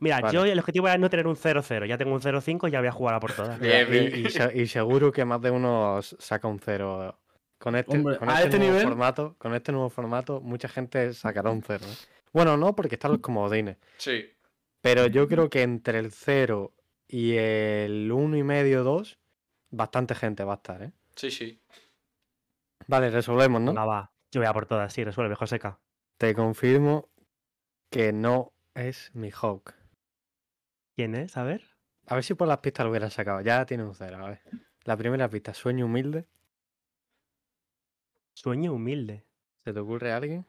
S4: Mira,
S5: Vale.
S4: yo el objetivo era no tener un 0-0. Ya tengo un 0-5 y ya voy a jugar a por todas.
S2: Bien,
S5: Mira, y-
S2: bien.
S5: Y, se- y seguro que más de uno s- saca un cero. Con este,
S3: Hombre,
S5: con
S3: a
S5: este
S3: este
S5: nuevo
S3: nivel-
S5: formato, con este nuevo formato, mucha gente sacará un cero. ¿eh? Bueno, no, porque están los comodines.
S2: Sí.
S5: Pero yo creo que entre el 0 y el uno y medio, 2, Bastante gente va a estar, ¿eh?
S2: Sí, sí.
S5: Vale, resolvemos, ¿no?
S4: Venga, va. Yo voy a por todas, sí, resuelve, Joseca.
S5: Te confirmo que no es mi Hawk.
S4: ¿Quién es? A ver.
S5: A ver si por las pistas lo hubieran sacado. Ya tiene un cero, a ver. La primera pista, sueño humilde.
S4: Sueño humilde.
S5: ¿Se te ocurre a alguien?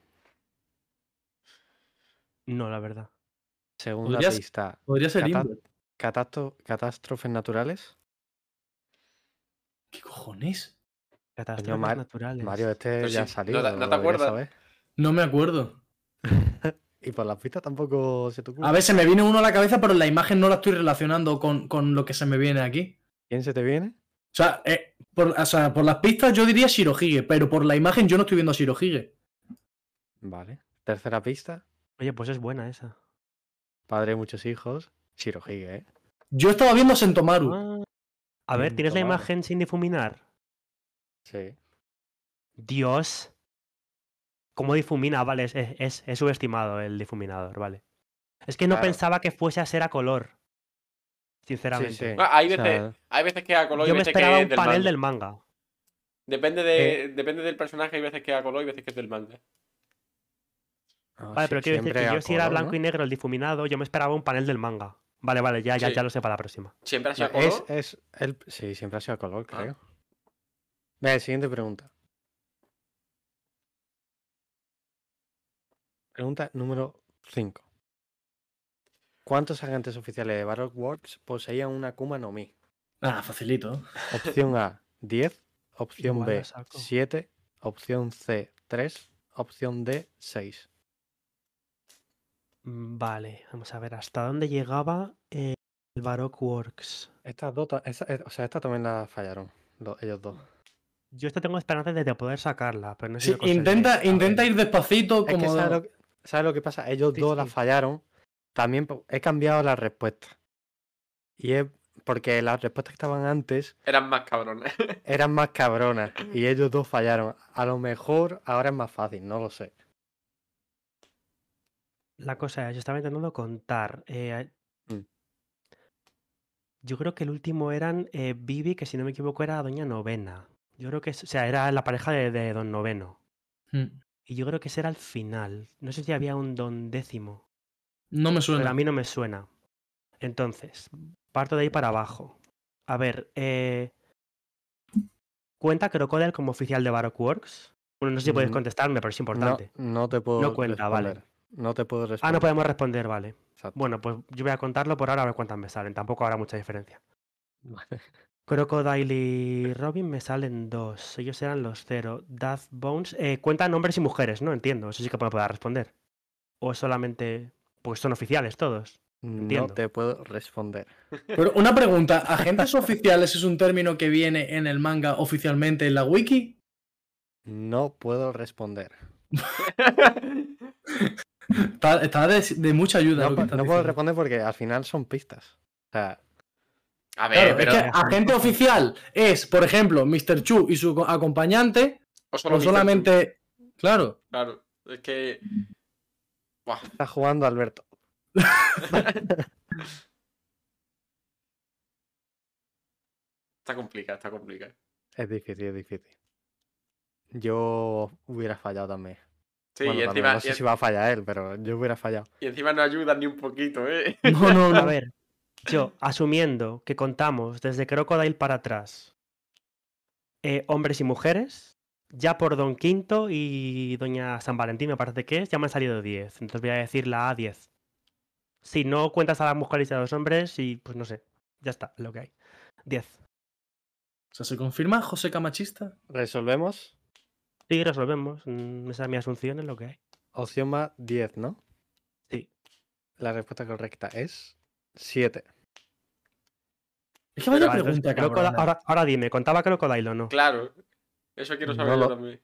S4: No, la verdad.
S5: Segunda
S3: Podrías-
S5: pista,
S3: Podría ser
S5: Cata-
S3: Invert.
S5: catastro- catástrofes naturales.
S3: ¿Qué cojones?
S4: Catástrofes
S5: Mar-
S4: naturales.
S5: Mario, este
S2: Pero
S5: ya ha
S2: sí,
S5: salido.
S2: no te- no
S5: lo
S2: te
S5: deberías
S2: acuerdas.
S5: saber.
S3: No me acuerdo.
S5: Y por las pistas tampoco se te ocurre.
S3: A ver, se me viene uno a la cabeza, pero la imagen no la estoy relacionando con, con lo que se me viene aquí.
S5: ¿Quién se te viene?
S3: O sea, eh, por, o sea, por las pistas yo diría Shirohige, pero por la imagen yo no estoy viendo a Shirohige.
S5: Vale. Tercera pista,
S4: Oye, pues es buena esa.
S5: padre de muchos hijos. Shirohige, ¿eh?
S3: Yo estaba viendo a Sentomaru.
S4: Ah. A ver,
S5: Mm,
S4: ¿tienes la
S5: tomado.
S4: imagen sin difuminar?
S5: Sí.
S4: Dios. ¿Cómo difumina? Vale, es, es- es- es subestimado el difuminador, vale. Es que no
S5: Claro.
S4: pensaba que fuese a ser a color. Sinceramente.
S5: sí.
S2: Ah, hay,
S5: o
S2: veces,
S5: sea,
S2: hay veces que es a color y
S4: Yo me
S2: veces que
S4: esperaba
S2: es
S4: un
S2: del
S4: panel
S2: manga.
S4: del manga.
S2: Depende, de, depende del personaje, hay veces que es a color y veces que es del manga.
S5: no,
S4: Vale,
S5: Ah, sí,
S4: pero quiero decir
S5: siempre
S4: que
S5: a
S4: yo si era
S5: color,
S4: blanco
S5: ¿no?
S4: y negro el difuminado, yo me esperaba un panel del manga. Vale, vale, ya, ya,
S2: Sí.
S4: ya lo sé para la próxima.
S2: Siempre ha sido a
S5: No,
S2: color.
S5: es, es el... Sí, siempre ha sido a color, creo. Vale, siguiente pregunta. Pregunta número 5. ¿Cuántos agentes oficiales de Baroque Works poseían una Akuma no Mi?
S3: Ah, facilito.
S5: Opción A, 10. Opción
S4: Igual la
S5: B,
S4: saco.
S5: 7. Opción C, 3. Opción D, 6.
S4: Mm, Vale, vamos a ver hasta dónde llegaba eh, el Baroque Works.
S5: Estas dos, ta- esa- eh, o sea, esta también la fallaron lo- ellos dos.
S4: Yo esta tengo esperanzas de poder sacarla, pero no sé
S3: Sí,
S4: si lo conseguiré. pues A
S3: intenta
S4: ver.
S3: intenta ir despacito,
S5: Es que
S3: como.
S5: ¿sabes lo, que- ¿sabes lo que pasa? Ellos
S4: Sí,
S5: dos la
S4: sí.
S5: fallaron. También po- he cambiado la respuesta. Y es porque las respuestas que estaban antes
S2: Eran más cabrones.
S5: eran más cabronas. Y ellos dos fallaron. A lo mejor ahora es más fácil, no lo sé.
S4: La cosa es, yo estaba intentando contar. eh,
S5: Mm.
S4: Yo creo que el último eran eh, Vivi, que si no me equivoco era Doña Novena. Yo creo que, es- o sea, era la pareja de, de Don Noveno.
S3: Mm.
S4: Y yo creo que ese era el final. No sé si había un Don Décimo,
S3: No me
S4: pero
S3: suena.
S4: a mí no me suena. Entonces,
S5: Mm.
S4: parto de ahí para abajo. A ver, eh, ¿cuenta Crocodile como oficial de Baroque Works? Bueno, no sé si podéis
S5: Mm,
S4: contestarme, pero es
S5: No,
S4: importante.
S5: no te puedo
S4: cuenta, vale.
S5: responder. No te puedo responder.
S4: Ah, no podemos responder, vale.
S5: Exacto.
S4: Bueno, pues yo voy a contarlo por ahora a ver cuántas me salen. Tampoco habrá mucha diferencia.
S5: Vale.
S4: Crocodile y Robin me salen dos. Ellos eran los cero. Daft Bones. Eh, cuentan hombres y mujeres, ¿no? Entiendo. Eso sí que puedo poder responder. O solamente. Pues son oficiales todos.
S5: No
S4: entiendo.
S5: te puedo responder.
S3: Pero una pregunta: ¿agentes oficiales es un término que viene en el manga oficialmente en la wiki?
S5: No puedo responder.
S3: Está, está de, de mucha ayuda.
S5: No,
S3: lo que
S5: pa-
S3: estás
S5: no puedo
S3: diciendo.
S5: responder porque al final son pistas. O sea,
S2: A ver,
S3: Claro,
S2: pero.
S3: es que agente oficial es, por ejemplo, Mr. Chu y su co- acompañante,
S2: o solo
S3: o
S2: Mr. Chu.
S3: solamente. Claro.
S2: Claro, es que. Buah,
S5: está jugando Alberto.
S2: está complicado, está complicado.
S5: Es difícil, es difícil. Yo hubiera fallado también.
S2: Sí,
S5: Bueno,
S2: y,
S5: también
S2: encima,
S5: no sé
S2: y-
S5: si va a fallar él, pero yo hubiera fallado.
S2: y encima no ayudan ni un poquito, ¿eh?
S3: No, no,
S4: A
S3: no.
S4: ver, yo, asumiendo que contamos desde Crocodile para atrás eh, hombres y mujeres, ya por Don Quinto y Doña San Valentín, me parece que es, ya me han salido 10. Entonces voy a decir la A10. Si no cuentas a las mujeres y a los hombres, y pues no sé, ya está, lo que hay. 10.
S3: O sea, ¿se confirma José Camachista?
S5: Resolvemos.
S4: Sí, resolvemos. Mm, Esa es mi asunción, es lo que hay.
S5: Opción más 10, ¿no?
S4: Sí.
S5: La respuesta correcta es 7.
S3: Es que vaya
S4: Vale, entonces,
S3: pregunta,
S4: Crocodile-
S3: cabrón.
S4: ahora, ahora dime, ¿contaba Crocodile o no?
S2: Claro. Eso quiero saber
S5: No
S2: yo
S5: lo-
S2: también.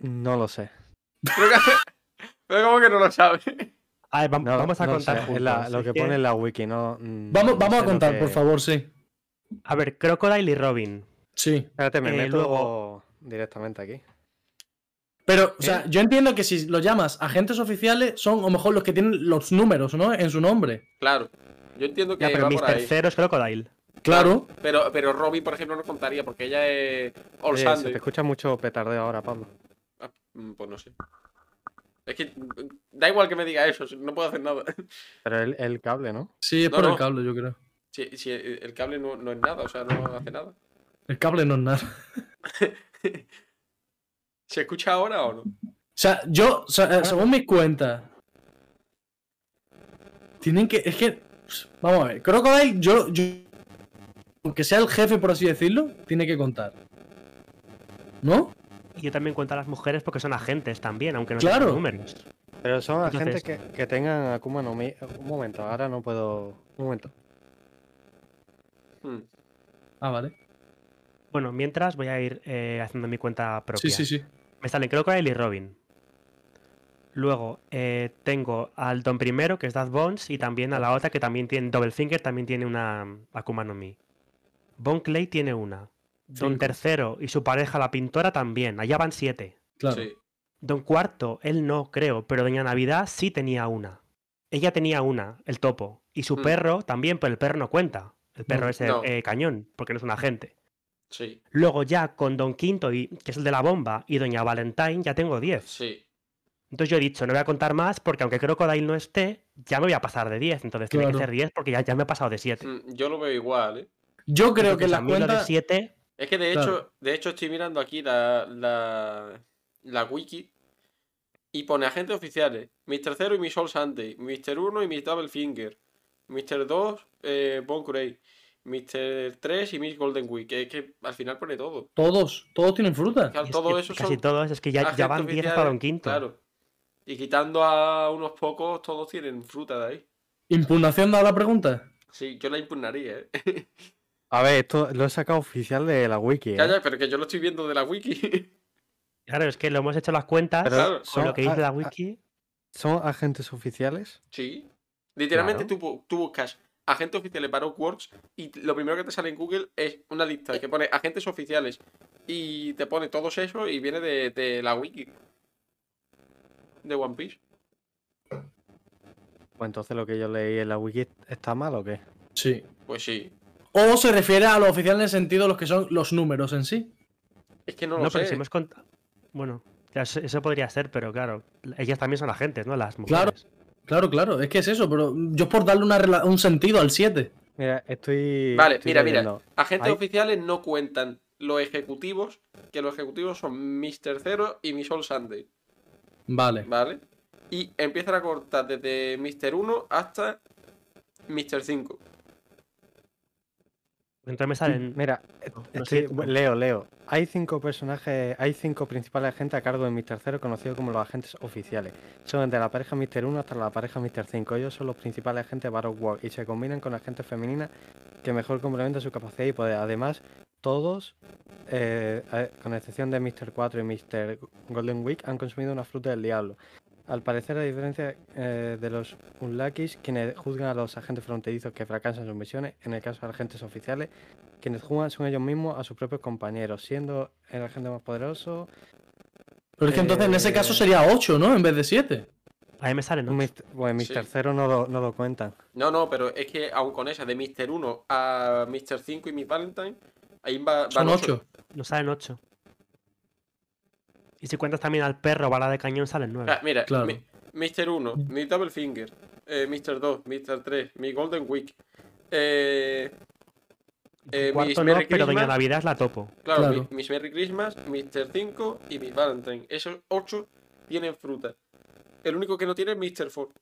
S5: No lo sé.
S2: Pero, que- pero ¿cómo que no lo sabe?
S4: A ver, vam-
S5: No-
S4: vamos a
S5: no
S4: contar
S5: sé, es
S4: juntos.
S5: la- lo
S4: es
S5: que
S4: que-
S5: pone en la wiki, no. mm,
S3: Vamos,
S5: no
S3: vamos
S5: sé
S3: a
S5: lo
S3: contar,
S5: que-
S3: por favor, sí.
S4: A ver, Crocodile y Robin.
S3: Sí.
S5: Espérate, me
S4: Eh,
S5: meto
S4: luego-
S5: directamente aquí.
S3: Pero, o
S5: ¿Eh?
S3: sea, yo entiendo que si lo llamas agentes oficiales, son o mejor los que tienen los números, ¿no? En su nombre.
S2: Claro. Yo entiendo que
S4: Ya, pero
S2: va por
S4: Mr.
S2: ahí.
S4: Cero es Crocodile.
S3: Claro,
S2: Pero, pero Robbie, por ejemplo, no contaría porque ella es All
S5: Eh, se
S2: Sunday.
S5: te escucha mucho petardeo ahora, Pablo.
S2: Ah, mm, Pues no sé. Es que mm, da igual que me diga eso, si- no puedo hacer nada.
S5: Pero el, el cable, ¿no?
S3: sí, es
S2: No,
S3: por
S2: no.
S3: el cable, yo creo.
S2: Si, si el el cable no, no es nada, o sea, no hace nada.
S3: El cable no es nada.
S2: ¿Se escucha ahora o no?
S3: O sea, yo, o sea, eh, según mis cuentas, tienen que. Es que. pues, Vamos a ver. Crocodile, yo. yo aunque sea el jefe, por así decirlo, tiene que contar. ¿No?
S4: Y yo también cuento a las mujeres porque son agentes también, aunque no
S3: Claro.
S4: tengan números.
S5: Pero son a gente
S4: Entonces-
S5: que, que tengan Akuma no Mi. Un momento, ahora no puedo. Un momento.
S2: Hmm.
S3: Ah, vale.
S4: Bueno, mientras voy a ir eh, haciendo mi cuenta propia.
S3: Sí, sí, sí.
S4: Me salen Crocodile y Robin. Luego eh, tengo al Don primero, que es Dad Bones, y también a la otra, que también tiene Double Finger, también tiene una mm, Akuma no Mi. Bon Clay tiene una. Don
S3: Cinco.
S4: tercero y su pareja, la pintora, también. Allá van siete.
S3: Claro.
S2: Sí.
S4: Don Cuarto, él no, creo, pero Doña Navidad sí tenía una. Ella tenía una, el topo. Y su
S2: Mm.
S4: perro también, pero el perro no cuenta. El perro es el,
S2: no.
S4: eh, cañón, porque no es un agente.
S2: Sí,
S4: Luego ya con Don Quinto, y, que es el de la bomba, y Doña Valentine ya tengo 10.
S2: sí.
S4: Entonces yo he dicho, no voy a contar más porque aunque Crocodile no esté, ya me voy a pasar de 10. Entonces tiene que
S3: Claro.
S4: ser 10 porque ya, ya me he pasado de 7.
S2: Mm, Yo lo veo igual, ¿eh?
S3: Yo creo que
S4: Entonces, a
S3: las
S4: mí lo de
S3: cuentas.
S4: 7
S2: Es que de hecho,
S3: Claro.
S2: de hecho estoy mirando aquí la, la, la wiki y pone agentes oficiales. Mr. Zero y Miss All Sunday. Mr. 1 y Miss Double Finger. Mr. 2, eh, Bon Curey. Mr. 3 y Miss Golden Week. Es que al final pone todo.
S3: Todos, todos tienen fruta.
S2: Claro,
S4: y es
S2: todo
S4: que
S2: eso
S4: casi
S2: son
S4: todos, es que ya, ya
S2: agentes
S4: van 10 hasta
S2: oficiales,
S4: Don Quinto.
S2: Claro. Y quitando a unos pocos, todos tienen fruta de ahí.
S3: ¿Impugnación da la pregunta?
S2: Sí, yo la impugnaría, ¿eh?
S5: A ver, esto lo he sacado oficial de la wiki.
S2: Ya,
S5: ¿eh?
S2: ya, pero que yo lo estoy viendo de la wiki.
S4: Claro, es que lo hemos hecho las cuentas
S5: Pero
S2: claro,
S4: con
S5: son,
S4: lo que dice
S5: a-
S4: la
S5: a-
S4: wiki.
S5: ¿Son agentes oficiales?
S2: Sí. Literalmente
S4: Claro.
S2: tú, bu- tú buscas agentes oficiales para Outworks y lo primero que te sale en Google es una lista que pone agentes oficiales y te pone todos esos y viene de, de la wiki de One Piece.
S5: Pues entonces lo que yo leí en la wiki está mal o qué?
S3: Sí.
S2: Pues sí.
S3: O se refiere a lo oficial en el sentido de los que son los números en sí.
S2: Es que no
S4: No,
S2: lo
S4: pero
S2: sé.
S4: si hemos contado. Bueno, ya eso eso podría ser, pero claro, ellas también son agentes, ¿no? Las
S3: Claro.
S4: mujeres.
S3: Claro, claro, es que es eso, pero yo es por darle una rela- un sentido al 7.
S5: Mira, estoy.
S2: Vale,
S5: estoy
S2: mira, mira.
S5: leyendo.
S2: Agentes
S5: Ahí-
S2: oficiales no cuentan los ejecutivos, que los ejecutivos son Mr. Zero y Miss All Sunday,
S3: Vale,
S2: ¿vale? Y empiezan a cortar desde Mr. 1 hasta Mr. 5.
S4: Entonces me salen.
S5: Mira, e-
S4: No, lo
S5: estoy-
S4: siento, no.
S5: leo, leo. Hay cinco personajes, hay cinco principales agentes a cargo de Mr. Zero, conocidos como los agentes oficiales. Son desde la pareja Mr. 1 hasta la pareja Mr. 5. Ellos son los principales agentes de Battle World y se combinan con agentes femeninas que mejor complementan su capacidad y poder. Además, todos, eh, eh, con excepción de Mr. 4 y Mr. Golden Week, han consumido una fruta del diablo. Al parecer, a diferencia eh, de los Unluckys, quienes juzgan a los agentes fronterizos que fracasan sus misiones, en el caso de agentes oficiales, quienes juegan son ellos mismos a sus propios compañeros, siendo el agente más poderoso.
S3: pero es que entonces en ese
S5: Eh,
S3: caso sería 8, ¿no? En vez de 7.
S4: A mí me salen.
S5: Un
S4: ocho.
S5: Mr. Bueno, Mr.
S2: Sí.
S5: Zero pues, no lo, no lo cuentan.
S2: No, no, pero es que aún con esa de Mr. 1 a Mr. 5 y Miss Valentine, ahí va,
S3: Son
S2: van
S3: 8.
S4: Nos salen 8. Y si cuentas también al perro bala de cañón, salen 9.
S2: Ah, mira,
S3: Claro.
S2: mi- Mr. 1, mi Double Finger, eh, Mr. 2, Mr. 3, mi Golden Week. Eh, eh,
S4: Cuarto
S2: Miss
S4: no,
S2: Merry
S4: pero Doña
S2: Christmas.
S4: Navidad es la topo.
S2: claro,
S3: Claro.
S2: mi- Miss Merry Christmas, Mr. 5 y Miss Valentine. Esos 8 tienen fruta. El único que no tiene es Mr. 4.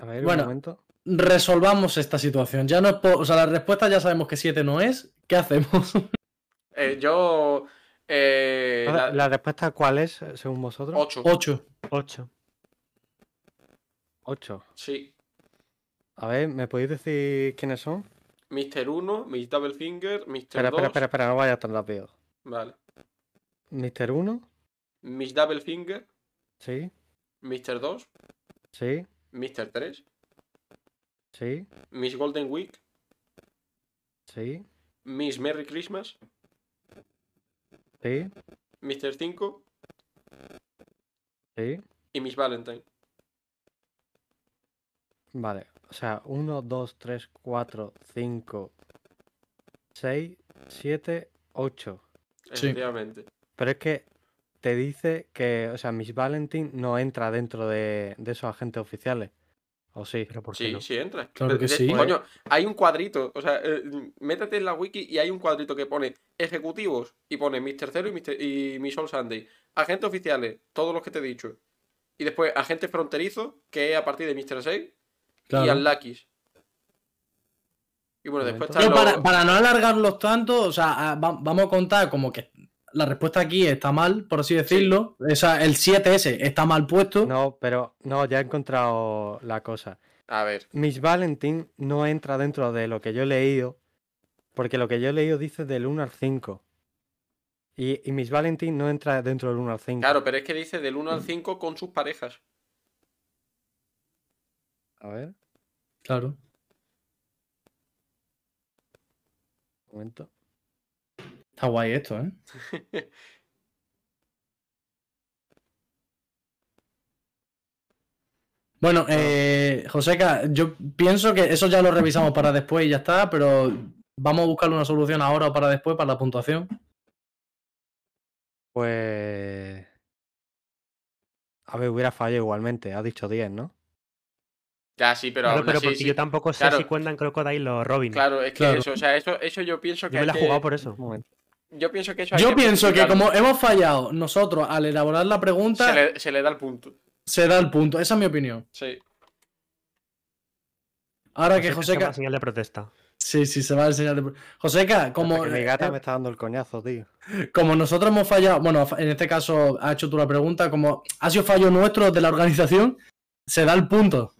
S5: A ver,
S3: Bueno.
S5: un momento.
S3: Resolvamos esta situación. Ya no es po- o sea, la respuesta ya sabemos que 7 no es. ¿Qué hacemos?
S2: Eh, yo. Eh,
S5: Ahora, ¿La respuesta cuál es, eh, según vosotros?
S2: 8.
S3: 8.
S4: 8.
S5: 8.
S2: Sí.
S5: A ver, ¿me podéis decir quiénes son?
S2: Mr. 1, Miss Double Finger, Mr. 2.
S5: Espera, espera, espera, espera, no vaya tan rápido.
S2: Vale.
S5: Mr. 1,
S2: Miss Double Finger,
S5: sí,
S2: Mr. 2,
S5: sí,
S2: Mr. 3,
S5: sí,
S2: Miss Golden Week,
S5: sí,
S2: Miss Merry Christmas,
S5: sí,
S2: Mr. 5
S5: sí.
S2: y Miss Valentine.
S5: Vale. O O sea, 1, 2, 3, 4, 5, 6, 7, 8.
S3: Sí.
S2: Efectivamente.
S5: Pero es que te dice que, o sea, Miss Valentine no entra dentro de, de esos agentes oficiales. ¿O sí?
S4: Pero ¿por qué
S2: Sí,
S4: no?
S2: sí entra.
S3: Claro
S2: Pero
S3: que
S2: de-
S3: sí.
S2: Coño, hay un cuadrito. O sea, eh, métete en la wiki y hay un cuadrito que pone ejecutivos y pone Mr. Zero y, Mr. y Miss All Sunday. Agentes oficiales, todos los que te he dicho. Y después agentes fronterizos, que es a partir de Mr. 6 y
S3: Claro.
S2: Unluckies. Y bueno, después
S5: Momento.
S2: están
S3: Pero
S2: los...
S3: para, para no alargarlos tanto, o sea, ah, va- vamos a contar como que la respuesta aquí está mal, por así decirlo. O sea, el 7S está mal puesto.
S5: No, pero no, ya he encontrado la cosa.
S2: A ver,
S5: Miss Valentine no entra dentro de lo que yo he leído, porque lo que yo he leído dice del 1 al 5. Y, y Miss Valentine no entra dentro del 1 al 5.
S2: claro, pero es que dice del 1 al 5 con sus parejas.
S5: A ver,
S3: Claro.
S5: un momento.
S3: Está guay esto, ¿eh? Bueno, eh, Joseca, yo pienso que eso ya lo revisamos para después y ya está, pero vamos a buscar una solución ahora o para después para la puntuación.
S5: Pues. A ver, hubiera fallado igualmente. Ha dicho 10, ¿no?
S2: Ya, sí, pero
S4: Claro,
S2: aún
S4: pero
S2: así,
S4: porque
S2: sí.
S4: yo tampoco sé
S2: Claro.
S4: si cuentan Crocodile o Robin.
S2: Claro, es que
S3: Claro.
S2: eso, o sea, eso, eso yo pienso que...
S4: Yo me la he
S2: hay
S4: jugado
S2: que-
S4: por eso.
S5: Un momento.
S2: Yo pienso que eso hay
S3: Yo pienso que
S2: especificarlo.
S3: como hemos fallado nosotros al elaborar la pregunta,
S2: Se
S3: se,
S2: le, se le da el punto.
S3: da el punto. Esa es mi opinión.
S2: Sí.
S3: Ahora que
S4: Pues Joseca se
S3: Joseca...
S4: llama señal de protesta.
S3: Sí, sí, se va a enseñar... el- Joseca,
S5: Hasta
S3: como... eh,
S5: que mi
S4: eh,
S5: gata me está dando el coñazo, tío.
S3: como nosotros hemos fallado, bueno, en este caso ha hecho tú la pregunta, como ha sido fallo nuestro de la organización, se da el punto.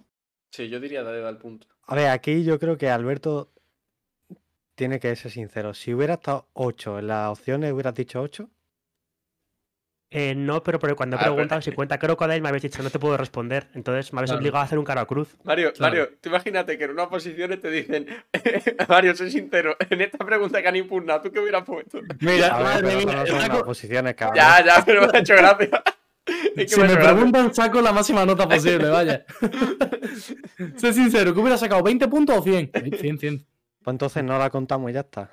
S2: Sí, yo diría darle al punto.
S5: A ver, aquí yo creo que Alberto tiene que ser sincero. Si hubiera estado 8 en las opciones, hubieras dicho 8.
S4: Eh, no, pero, pero cuando he
S2: Ah, pero-
S4: preguntado si cuenta Crocodile me habéis dicho no te puedo responder. Entonces me habéis
S3: Claro.
S4: obligado a hacer un cara a cruz.
S2: Mario,
S3: Claro.
S2: Mario, tú imagínate que en unas posiciones te dicen, Mario, soy sincero, en esta pregunta que han impugnado, ¿tú qué hubieras puesto?
S3: Mira,
S5: A ver,
S3: madre
S5: pero eso
S3: mía,
S5: no son las
S3: saco-
S5: posiciones, cabrón.
S2: Ya, ya, pero me ha hecho gracia. Es que
S3: si
S2: ha
S3: me
S2: hecho gracia.
S3: preguntan, saco la máxima nota posible, vaya. Sé sincero, ¿qué hubiera sacado? ¿20 puntos o 100? 100, 100. O
S5: Pues entonces no la contamos y ya está.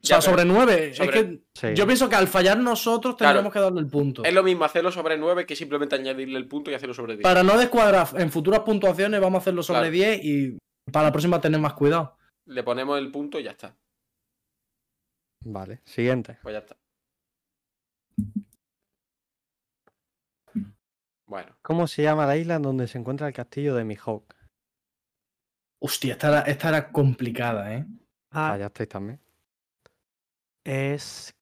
S2: Ya, pero-
S3: sea, sobre 9.
S2: sobre-
S3: Es
S5: Sí.
S3: que yo pienso que al fallar nosotros
S2: Claro.
S3: tendríamos que darle el punto.
S2: Es lo mismo hacerlo sobre 9 que simplemente añadirle el punto y hacerlo sobre 10.
S3: Para no descuadrar en futuras puntuaciones, vamos a hacerlo sobre
S2: Claro.
S3: 10 y para la próxima tener más cuidado.
S2: Le ponemos el punto y ya está.
S5: Vale, siguiente.
S2: Pues ya está. Bueno,
S5: ¿Cómo se llama la isla en donde se encuentra el castillo de Mihawk?
S3: Hostia, esta era, esta era complicada, ¿eh?
S4: Ah,
S5: Fallasteis también.
S4: es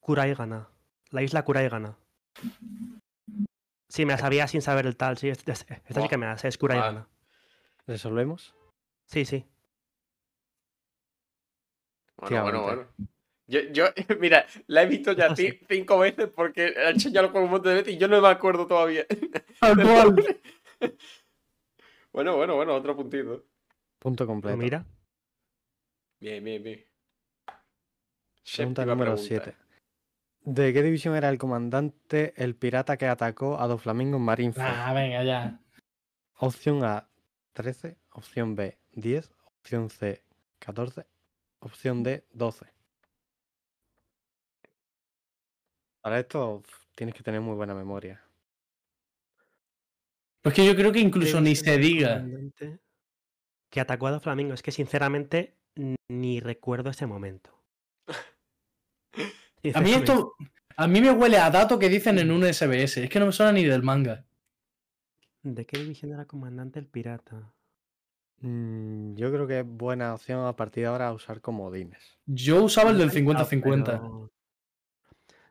S4: Kuraigana. La isla Kuraigana. Sí, me la sabía sin saber el tal. Sí, esta, esta sí
S2: Buah.
S4: que me la sé, es Kuraigana.
S5: ¿Resolvemos?
S4: Sí, sí.
S2: bueno, bueno,
S5: Efectivamente.
S2: bueno. Yo, yo, mira, la he visto ya
S4: Ah, sí.
S2: ci- cinco veces porque la he enseñado con un montón de veces y yo no me acuerdo todavía.
S3: Al cual.
S2: Bueno, bueno, bueno, otro puntito.
S5: Punto
S4: Pues
S5: completo.
S4: mira.
S2: Bien, bien, bien.
S5: Pregunta
S2: Séptima
S5: número
S2: pregunta.
S5: 7. ¿De qué división era el comandante el pirata que atacó a dos flamingos Marineford?
S3: Ah, venga, ya.
S5: Opción A, 13. Opción B, 10. Opción C, 14. Opción D, 12. Para esto pf, tienes que tener muy buena memoria.
S3: Pues que yo creo que incluso ni se diga.
S4: Que atacó a Flamingo. Es que sinceramente n- ni recuerdo ese momento.
S3: A mí
S4: Sinceramente.
S3: esto. A mí me huele a dato que dicen en un SBS. Es que no me suena ni del manga.
S4: ¿De qué división era comandante el pirata?
S5: Mm, yo creo que es buena opción a partir de ahora usar comodines.
S3: Yo usaba el del
S4: No, ah, pero-
S3: 50-50.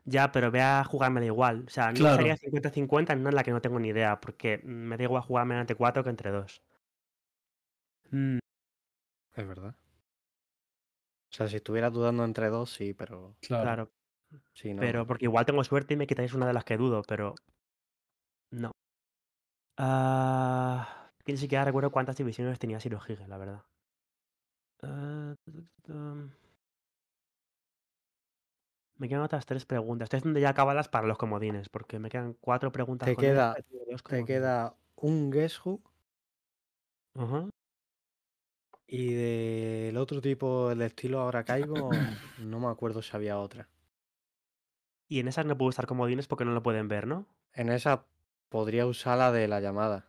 S4: Ya, pero voy a jugármela igual. O sea, no
S3: Claro.
S4: sería 50-50 en una en la que no tengo ni idea, porque mm, me da igual jugármela entre 4 que entre 2.
S3: Mm,
S5: Es verdad. O sea, si estuvieras dudando entre dos, sí, pero
S3: Claro.
S4: claro,
S5: si no.
S4: pero porque igual tengo suerte y me quitáis una de las que dudo, pero. No. Ah, que ni siquiera recuerdo cuántas divisiones tenía Sirohige, la verdad. Ah, tu, tu, tu, tu. Me quedan otras tres preguntas. Estoy haciendo ya cábalas para los comodines, porque me quedan cuatro preguntas. este
S5: Te
S4: con ellos,
S5: queda-
S4: pero tengo dos
S5: Te
S4: comodines.
S5: queda un Geshu
S4: Ajá.
S5: Y del otro tipo, el estilo ahora caigo, no me acuerdo si había otra.
S4: Y en esas no puedo usar comodines porque no lo pueden ver, ¿no?
S5: En esa podría usar la de la llamada.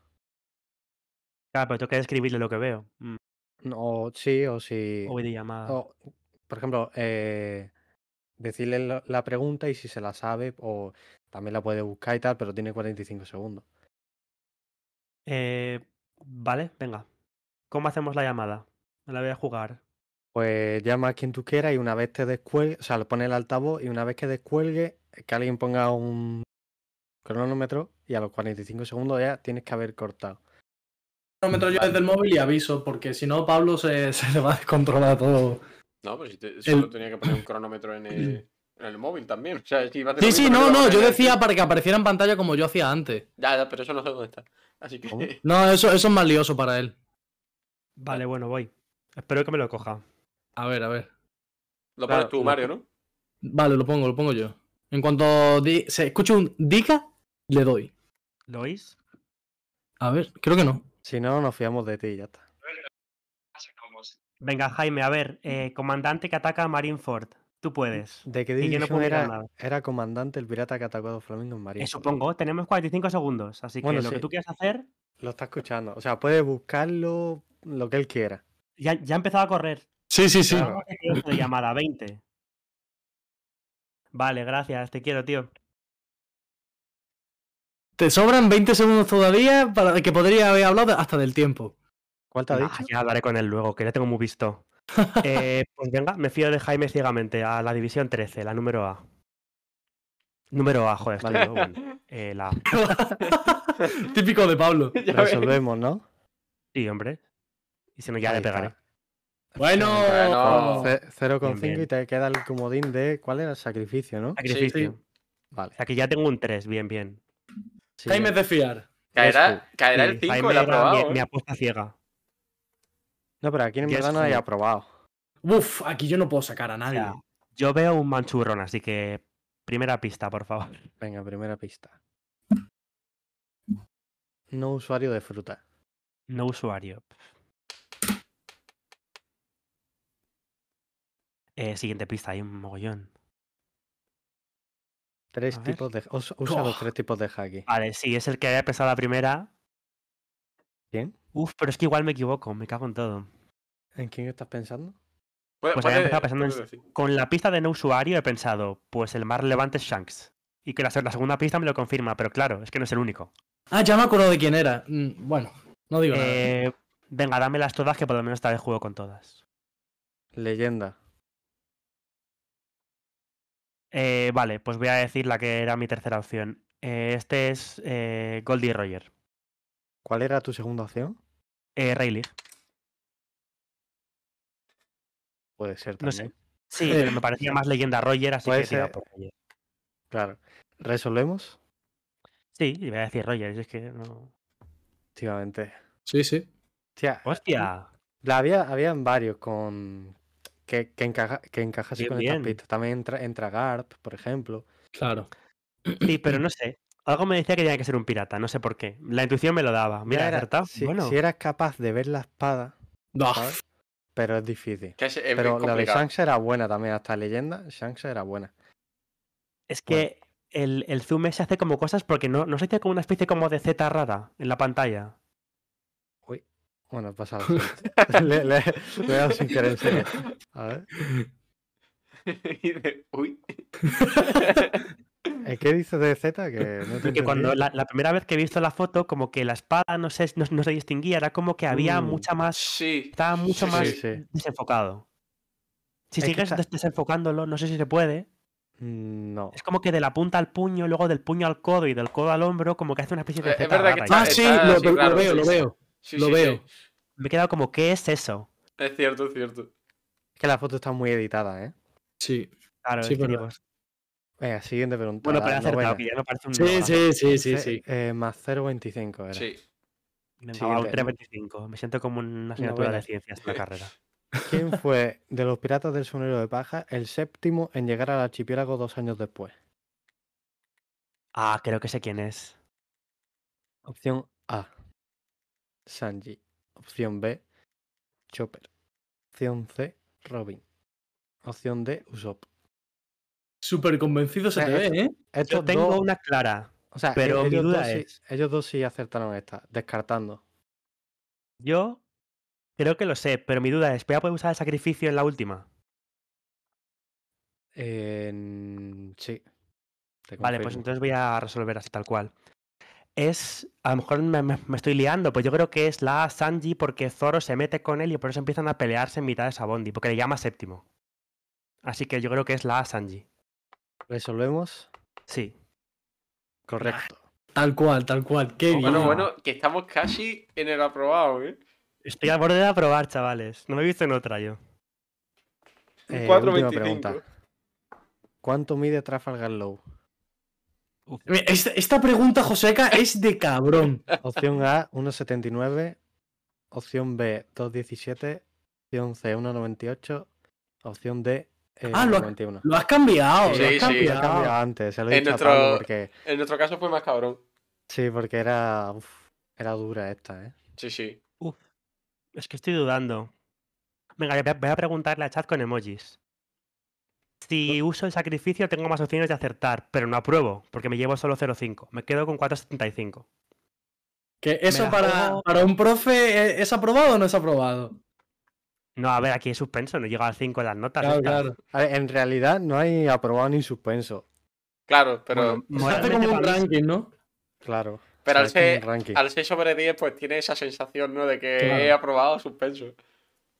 S4: Claro, pero tengo que describirle lo que veo. Mm,
S5: O sí, o si.
S4: O videollamada.
S5: o, por ejemplo, eh, decirle la, la pregunta y si se la sabe, o también la puede buscar y tal, pero tiene 45 segundos.
S4: Eh, vale, venga. ¿Cómo hacemos la llamada? Me la voy a jugar.
S5: Pues llama a quien tú quieras y una vez te descuelgue, o sea, le pone el altavoz y una vez que descuelgue, que alguien ponga un cronómetro y a los 45 segundos ya tienes que haber cortado.
S3: No, me entro yo desde el móvil y aviso, porque si no, Pablo se, se le va a descontrolar todo.
S2: No, pero si te- solo tenía que poner un cronómetro en el, en el móvil también. O sea, es que iba a
S3: Sí,
S2: tener
S3: sí,
S2: un
S3: no,
S2: cronómetro
S3: no, yo
S2: en el-
S3: decía para que apareciera en pantalla como yo hacía antes.
S2: Ya, ya, pero eso no sé dónde está. Así que.
S5: ¿Cómo?
S3: No, eso, eso es más lioso para él.
S4: Vale, bueno, voy. Espero que me lo coja.
S3: A ver, a ver.
S2: Lo
S5: Claro,
S2: pones tú,
S5: lo
S2: Mario, ¿no?
S3: Vale, lo pongo, lo pongo yo. En cuanto di- se escuche un dica, le doy.
S4: ¿Lo oís?
S3: A ver, creo que no.
S5: Si no, nos fiamos de ti y ya está.
S4: Venga, Jaime, a ver. eh, comandante que ataca a Marineford. Tú puedes.
S5: ¿De qué
S4: Y yo no
S5: división
S4: puedo mirar
S5: era,
S4: nada.
S5: era comandante el pirata que atacó a los flamingos en María?
S4: Eh, supongo, tenemos 45 segundos. Así que
S5: Bueno,
S4: lo que
S5: sí.
S4: tú quieras hacer.
S5: Lo está escuchando. O sea, puede buscarlo lo que él quiera.
S4: Ya, ya ha empezado a correr.
S3: Sí, sí, sí.
S5: Claro.
S4: Teléfono de llamada, 20. Vale, gracias, te quiero, tío.
S3: Te sobran 20 segundos todavía para que podría haber hablado de- hasta del tiempo.
S5: ¿Cuál te
S4: Nah,
S5: ha dicho?
S4: ya hablaré con él luego, que le tengo muy visto. Eh, pues venga, me fío de Jaime ciegamente a la división 13, la número A. Número A, joder, estoy
S5: Vale.
S4: yo, bueno. Eh, la A.
S3: Típico de Pablo.
S2: Ya ves.
S5: Resolvemos, ¿no?
S4: Sí, hombre. Y si no, ya
S5: Ahí
S4: le
S5: está.
S4: pegaré.
S3: Bueno,
S2: Bueno.
S5: Ce- 0,5
S4: Ah. Bien, bien.
S5: y te queda el comodín de cuál era el sacrificio, ¿no?
S4: Sacrificio.
S5: Vale.
S4: O sea, que ya tengo un 3, bien, bien.
S3: Jaime es
S5: siguiente.
S3: de fiar.
S2: Caerá, caerá
S4: Sí,
S2: el 5,
S4: Jaime
S2: el
S4: era
S2: aprobado.
S4: mi,
S2: ¿eh?
S4: mi apuesta ciega.
S5: No, pero aquí en
S4: Ya
S5: verdad
S4: es
S5: no hay
S4: como-
S5: aprobado.
S3: Uf, aquí yo no puedo sacar a nadie.
S4: Ya. Yo veo un manchurrón, así que primera pista, por favor.
S5: Venga, primera pista. No usuario de fruta.
S4: No usuario. Eh, siguiente pista, hay un mogollón.
S5: Tres
S4: A ver.
S5: tipos de... us- Usa los
S3: Oh.
S5: tres tipos de haki.
S4: Vale, sí, es el que había pensado la primera.
S5: ¿Quién?
S4: Uf, pero es que igual me equivoco, me cago en todo.
S5: ¿En quién estás pensando?
S2: Puede-
S4: Pues
S2: puede-
S4: había empezado pensando en-
S2: puede decir.
S4: Con la pista de no usuario he pensado, pues el más relevante es Shanks. Y que la, se- la segunda pista me lo confirma, pero claro, es que no es el único.
S3: Ah, ya me acuerdo de quién era. Mm, Bueno, no digo nada.
S4: Eh, venga, dámelas todas, que por lo menos esta vez juego con todas.
S5: Leyenda.
S4: Eh, vale, pues voy a decir la que era mi tercera opción. Eh, este es eh, Goldie Roger.
S5: ¿Cuál era tu segunda opción?
S4: Eh, Ray League.
S5: Puede ser
S4: No sé.
S5: también.
S4: Sí,
S3: Eh,
S4: pero me parecía más leyenda Roger, así que
S5: puede
S4: he tirado
S5: ser-
S4: por Roger.
S5: Claro. ¿Resolvemos?
S4: Sí, y voy a decir Roger, si es que no.
S5: Efectivamente.
S3: Sí, sí.
S5: Tía,
S4: ¡Hostia!
S5: la había, habían varios con... Que, que, encaja, que encajase
S4: Bien,
S5: con estas
S4: bien.
S5: pistas. También entra, entra Garp, por ejemplo.
S3: Claro.
S4: Sí, pero no sé. Algo me decía que tenía que ser un pirata, no sé por qué. La intuición me lo daba. Mira,
S5: Ya era-
S4: acertado.
S5: Si,
S4: bueno,
S5: si eras capaz de ver la espada,
S3: Ah,
S5: ¿sabes? pero es difícil.
S2: Que es, es
S5: Pero la de
S2: complicado.
S5: Shanks era buena también, hasta leyenda, Shanks era buena.
S4: es que el, el zoom se hace como cosas porque no, no se hace como una especie como de Z rara en la pantalla.
S5: Bueno, he pasado. le, le, le he dado sin querer. en serio. A ver.
S2: Y de- Uy.
S5: ¿eh, ¿Qué dices de Z? Que no te
S4: Porque cuando
S5: entendí.
S4: la, la primera vez que he visto la foto, como que la espada no se, no, no se distinguía, era como que había
S5: Mm.
S4: mucha más.
S2: Sí.
S4: Estaba mucho
S2: Sí,
S4: más
S5: sí, sí.
S4: desenfocado. Si
S5: Es que
S4: sigues
S5: está-
S4: des- desenfocándolo, no sé si se puede.
S5: Mm, No.
S4: Es como que de la punta al puño, luego del puño al codo y del codo al hombro, como que hace una especie de
S2: Eh, es
S4: Z
S2: verdad que
S4: rara.
S2: está-
S4: Y
S3: Ah, sí,
S2: está-
S3: lo,
S2: sí,
S3: lo
S2: claro,
S3: veo,
S2: sí,
S3: lo
S2: sí.
S3: veo.
S2: Sí,
S3: Lo
S2: sí,
S3: veo.
S2: sí.
S4: Me he quedado como, ¿qué es eso?
S2: Es cierto, es cierto.
S5: Es que la foto está muy editada, ¿eh?
S3: Sí.
S4: Claro,
S3: Sí,
S4: es que
S3: pero-
S4: digo,
S5: Venga, siguiente pregunta.
S4: Ah, Bueno,
S5: la
S4: pero he acertado,
S5: novena.
S4: que ya no parece un
S3: Sí,
S4: nógrafo.
S3: sí, sí, sí,
S5: Ce-
S3: sí.
S5: eh, más 0,25 era.
S2: Sí.
S4: Venga, va, un
S5: Siguiente.
S4: 3.25. Me siento como una asignatura de
S5: Novena.
S4: ciencias en la carrera.
S5: ¿Quién fue de los piratas del sonero de paja el séptimo en llegar al archipiélago dos años después?
S4: Ah, creo que sé quién es.
S5: Opción A, Sanji. Opción B, Chopper. Opción C, Robin. Opción D, Usopp.
S3: Súper convencido se
S5: Eh,
S3: te ve, ¿eh?
S5: Estos
S4: Yo tengo
S5: dos-
S4: una clara.
S5: o sea,
S4: pero mi
S5: e- ellos
S4: duda
S5: dos sí-
S4: es-
S5: ellos dos sí acertaron esta, descartando.
S4: Yo creo que lo sé, pero mi duda es, ¿voy a poder usar el sacrificio en la última?
S5: En- sí. te
S4: Vale, pues
S5: confirmo.
S4: entonces voy a resolver así tal cual. Es, a lo mejor me, me- me estoy liando, pues yo creo que es la A Sanji porque Zoro se mete con él y por eso empiezan a pelearse en mitad de Sabondi, porque le llama séptimo. Así que yo creo que es la A Sanji.
S5: Resolvemos.
S4: Sí.
S5: Correcto.
S3: Tal cual, tal cual. Qué bien.
S2: Bueno, bueno, que estamos casi en el aprobado, ¿eh?
S4: Estoy al borde de aprobar, chavales. No me he visto en otra yo.
S5: Eh, última
S2: 4.25.
S5: pregunta. ¿Cuánto mide Trafalgar Law?
S3: Mira, Esta, esta pregunta, Joseca, es de cabrón.
S5: Opción A, 1,79. Opción B, 2,17. Opción C, 1,98. Opción D, eh,
S3: Ah, lo ha-
S5: 91.
S3: Lo has cambiado,
S2: Sí,
S3: lo
S2: sí.
S3: has
S5: Lo he cambiado
S3: cambiado.
S5: antes, se lo he
S2: En
S5: dicho a
S2: nuestro-
S5: Pablo porque...
S2: En nuestro caso fue más cabrón.
S5: Sí, porque era... uf, era dura esta, ¿eh?
S2: Sí, sí.
S4: Es que estoy dudando. Venga, voy a- voy a preguntarle a chat con emojis. Si uso el sacrificio, tengo más opciones de acertar, pero no apruebo, porque me llevo solo 0,5. Me quedo con 4,75.
S3: Que
S4: Me
S3: eso
S4: la
S3: para,
S4: juego.
S3: para un profe, ¿e-, ¿es, es aprobado o no es aprobado?
S4: No, a ver, aquí hay suspenso, no llega al 5 en las notas.
S3: Claro,
S4: estas.
S3: claro.
S5: A ver, en realidad no hay aprobado ni suspenso,
S2: Claro, pero,
S4: Bueno,
S3: Se hace
S4: moralmente
S3: como un
S4: para mí-
S3: ranking, ¿no?
S5: claro.
S2: pero al,
S5: se ve
S2: ser,
S5: como un ranking.
S2: al ser sobre 10, pues tiene esa sensación, ¿no? De que
S3: Claro.
S2: he aprobado o suspenso.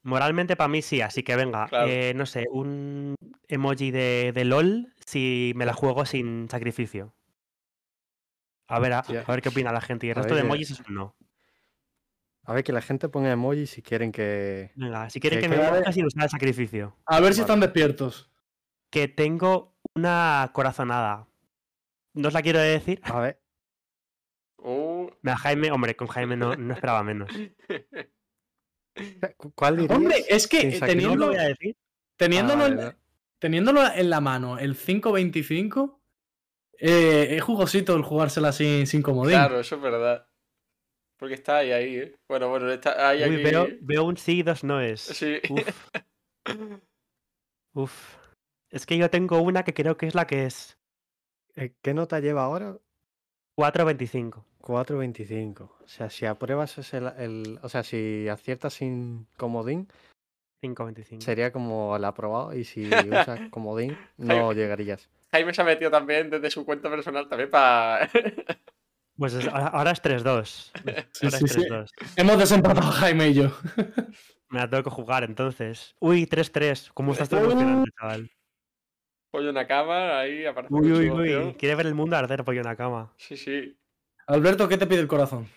S4: Moralmente para mí sí, así que venga,
S2: Claro.
S4: eh, no sé, un emoji de, de LOL si me la juego sin sacrificio. A ver, a,
S5: Hostia.
S4: a ver qué opina la gente. Y el
S5: A
S4: resto de
S5: ver, eh,
S4: emojis es un no.
S5: A ver, que la gente ponga emoji si quieren que...
S4: Venga, si quieren
S5: que
S4: que me
S5: cada
S4: muestre sin usar el sacrificio.
S3: A ver si
S5: Vale.
S3: están despiertos.
S4: Que tengo una corazonada. No os la quiero decir.
S5: A ver,
S2: Uh,
S4: Mira, Jaime, hombre, con Jaime no, no esperaba menos.
S5: cu- ¿cuál dirías?
S3: Hombre, es que
S5: sin
S3: eh,
S5: sacrificio.
S3: teniendo,
S4: No lo Ah, voy a decir.
S3: teniéndolo,
S5: Ah,
S3: en-
S5: vale, vale.
S3: teniéndolo en la mano el 5.25, eh, es jugosito el jugársela sin, sin comodín.
S2: claro, eso es verdad. Porque está ahí, ahí, ¿eh? Bueno, bueno, está ahí,
S4: Uy,
S2: aquí.
S4: veo, veo un sí y dos no es.
S2: Sí.
S4: Uf. Uf. Es que yo tengo una que creo que es la que es
S5: Eh, ¿Qué nota lleva ahora?
S4: 4.25.
S5: 4.25. O sea, si apruebas es el, el- O sea, si aciertas sin comodín,
S4: 5.25.
S5: sería como el aprobado. Y si usas comodín, no llegarías.
S2: Jaime se ha metido también desde su cuenta personal también para.
S4: Pues es- ahora, ahora es 3-2. Ahora
S3: Sí,
S4: es
S3: sí, sí.
S4: 3-2.
S3: Hemos desempatado Jaime y yo.
S4: Me la tengo que jugar entonces. Uy, 3-3. ¿Cómo estás tan emocionante, chaval?
S2: Pollo en la cama, ahí aparece.
S4: Uy,
S2: con
S4: uy,
S2: su
S4: uy.
S2: opción.
S4: Quiere ver el mundo arder pollo en la cama.
S2: Sí, sí.
S3: Alberto, ¿qué te pide el corazón?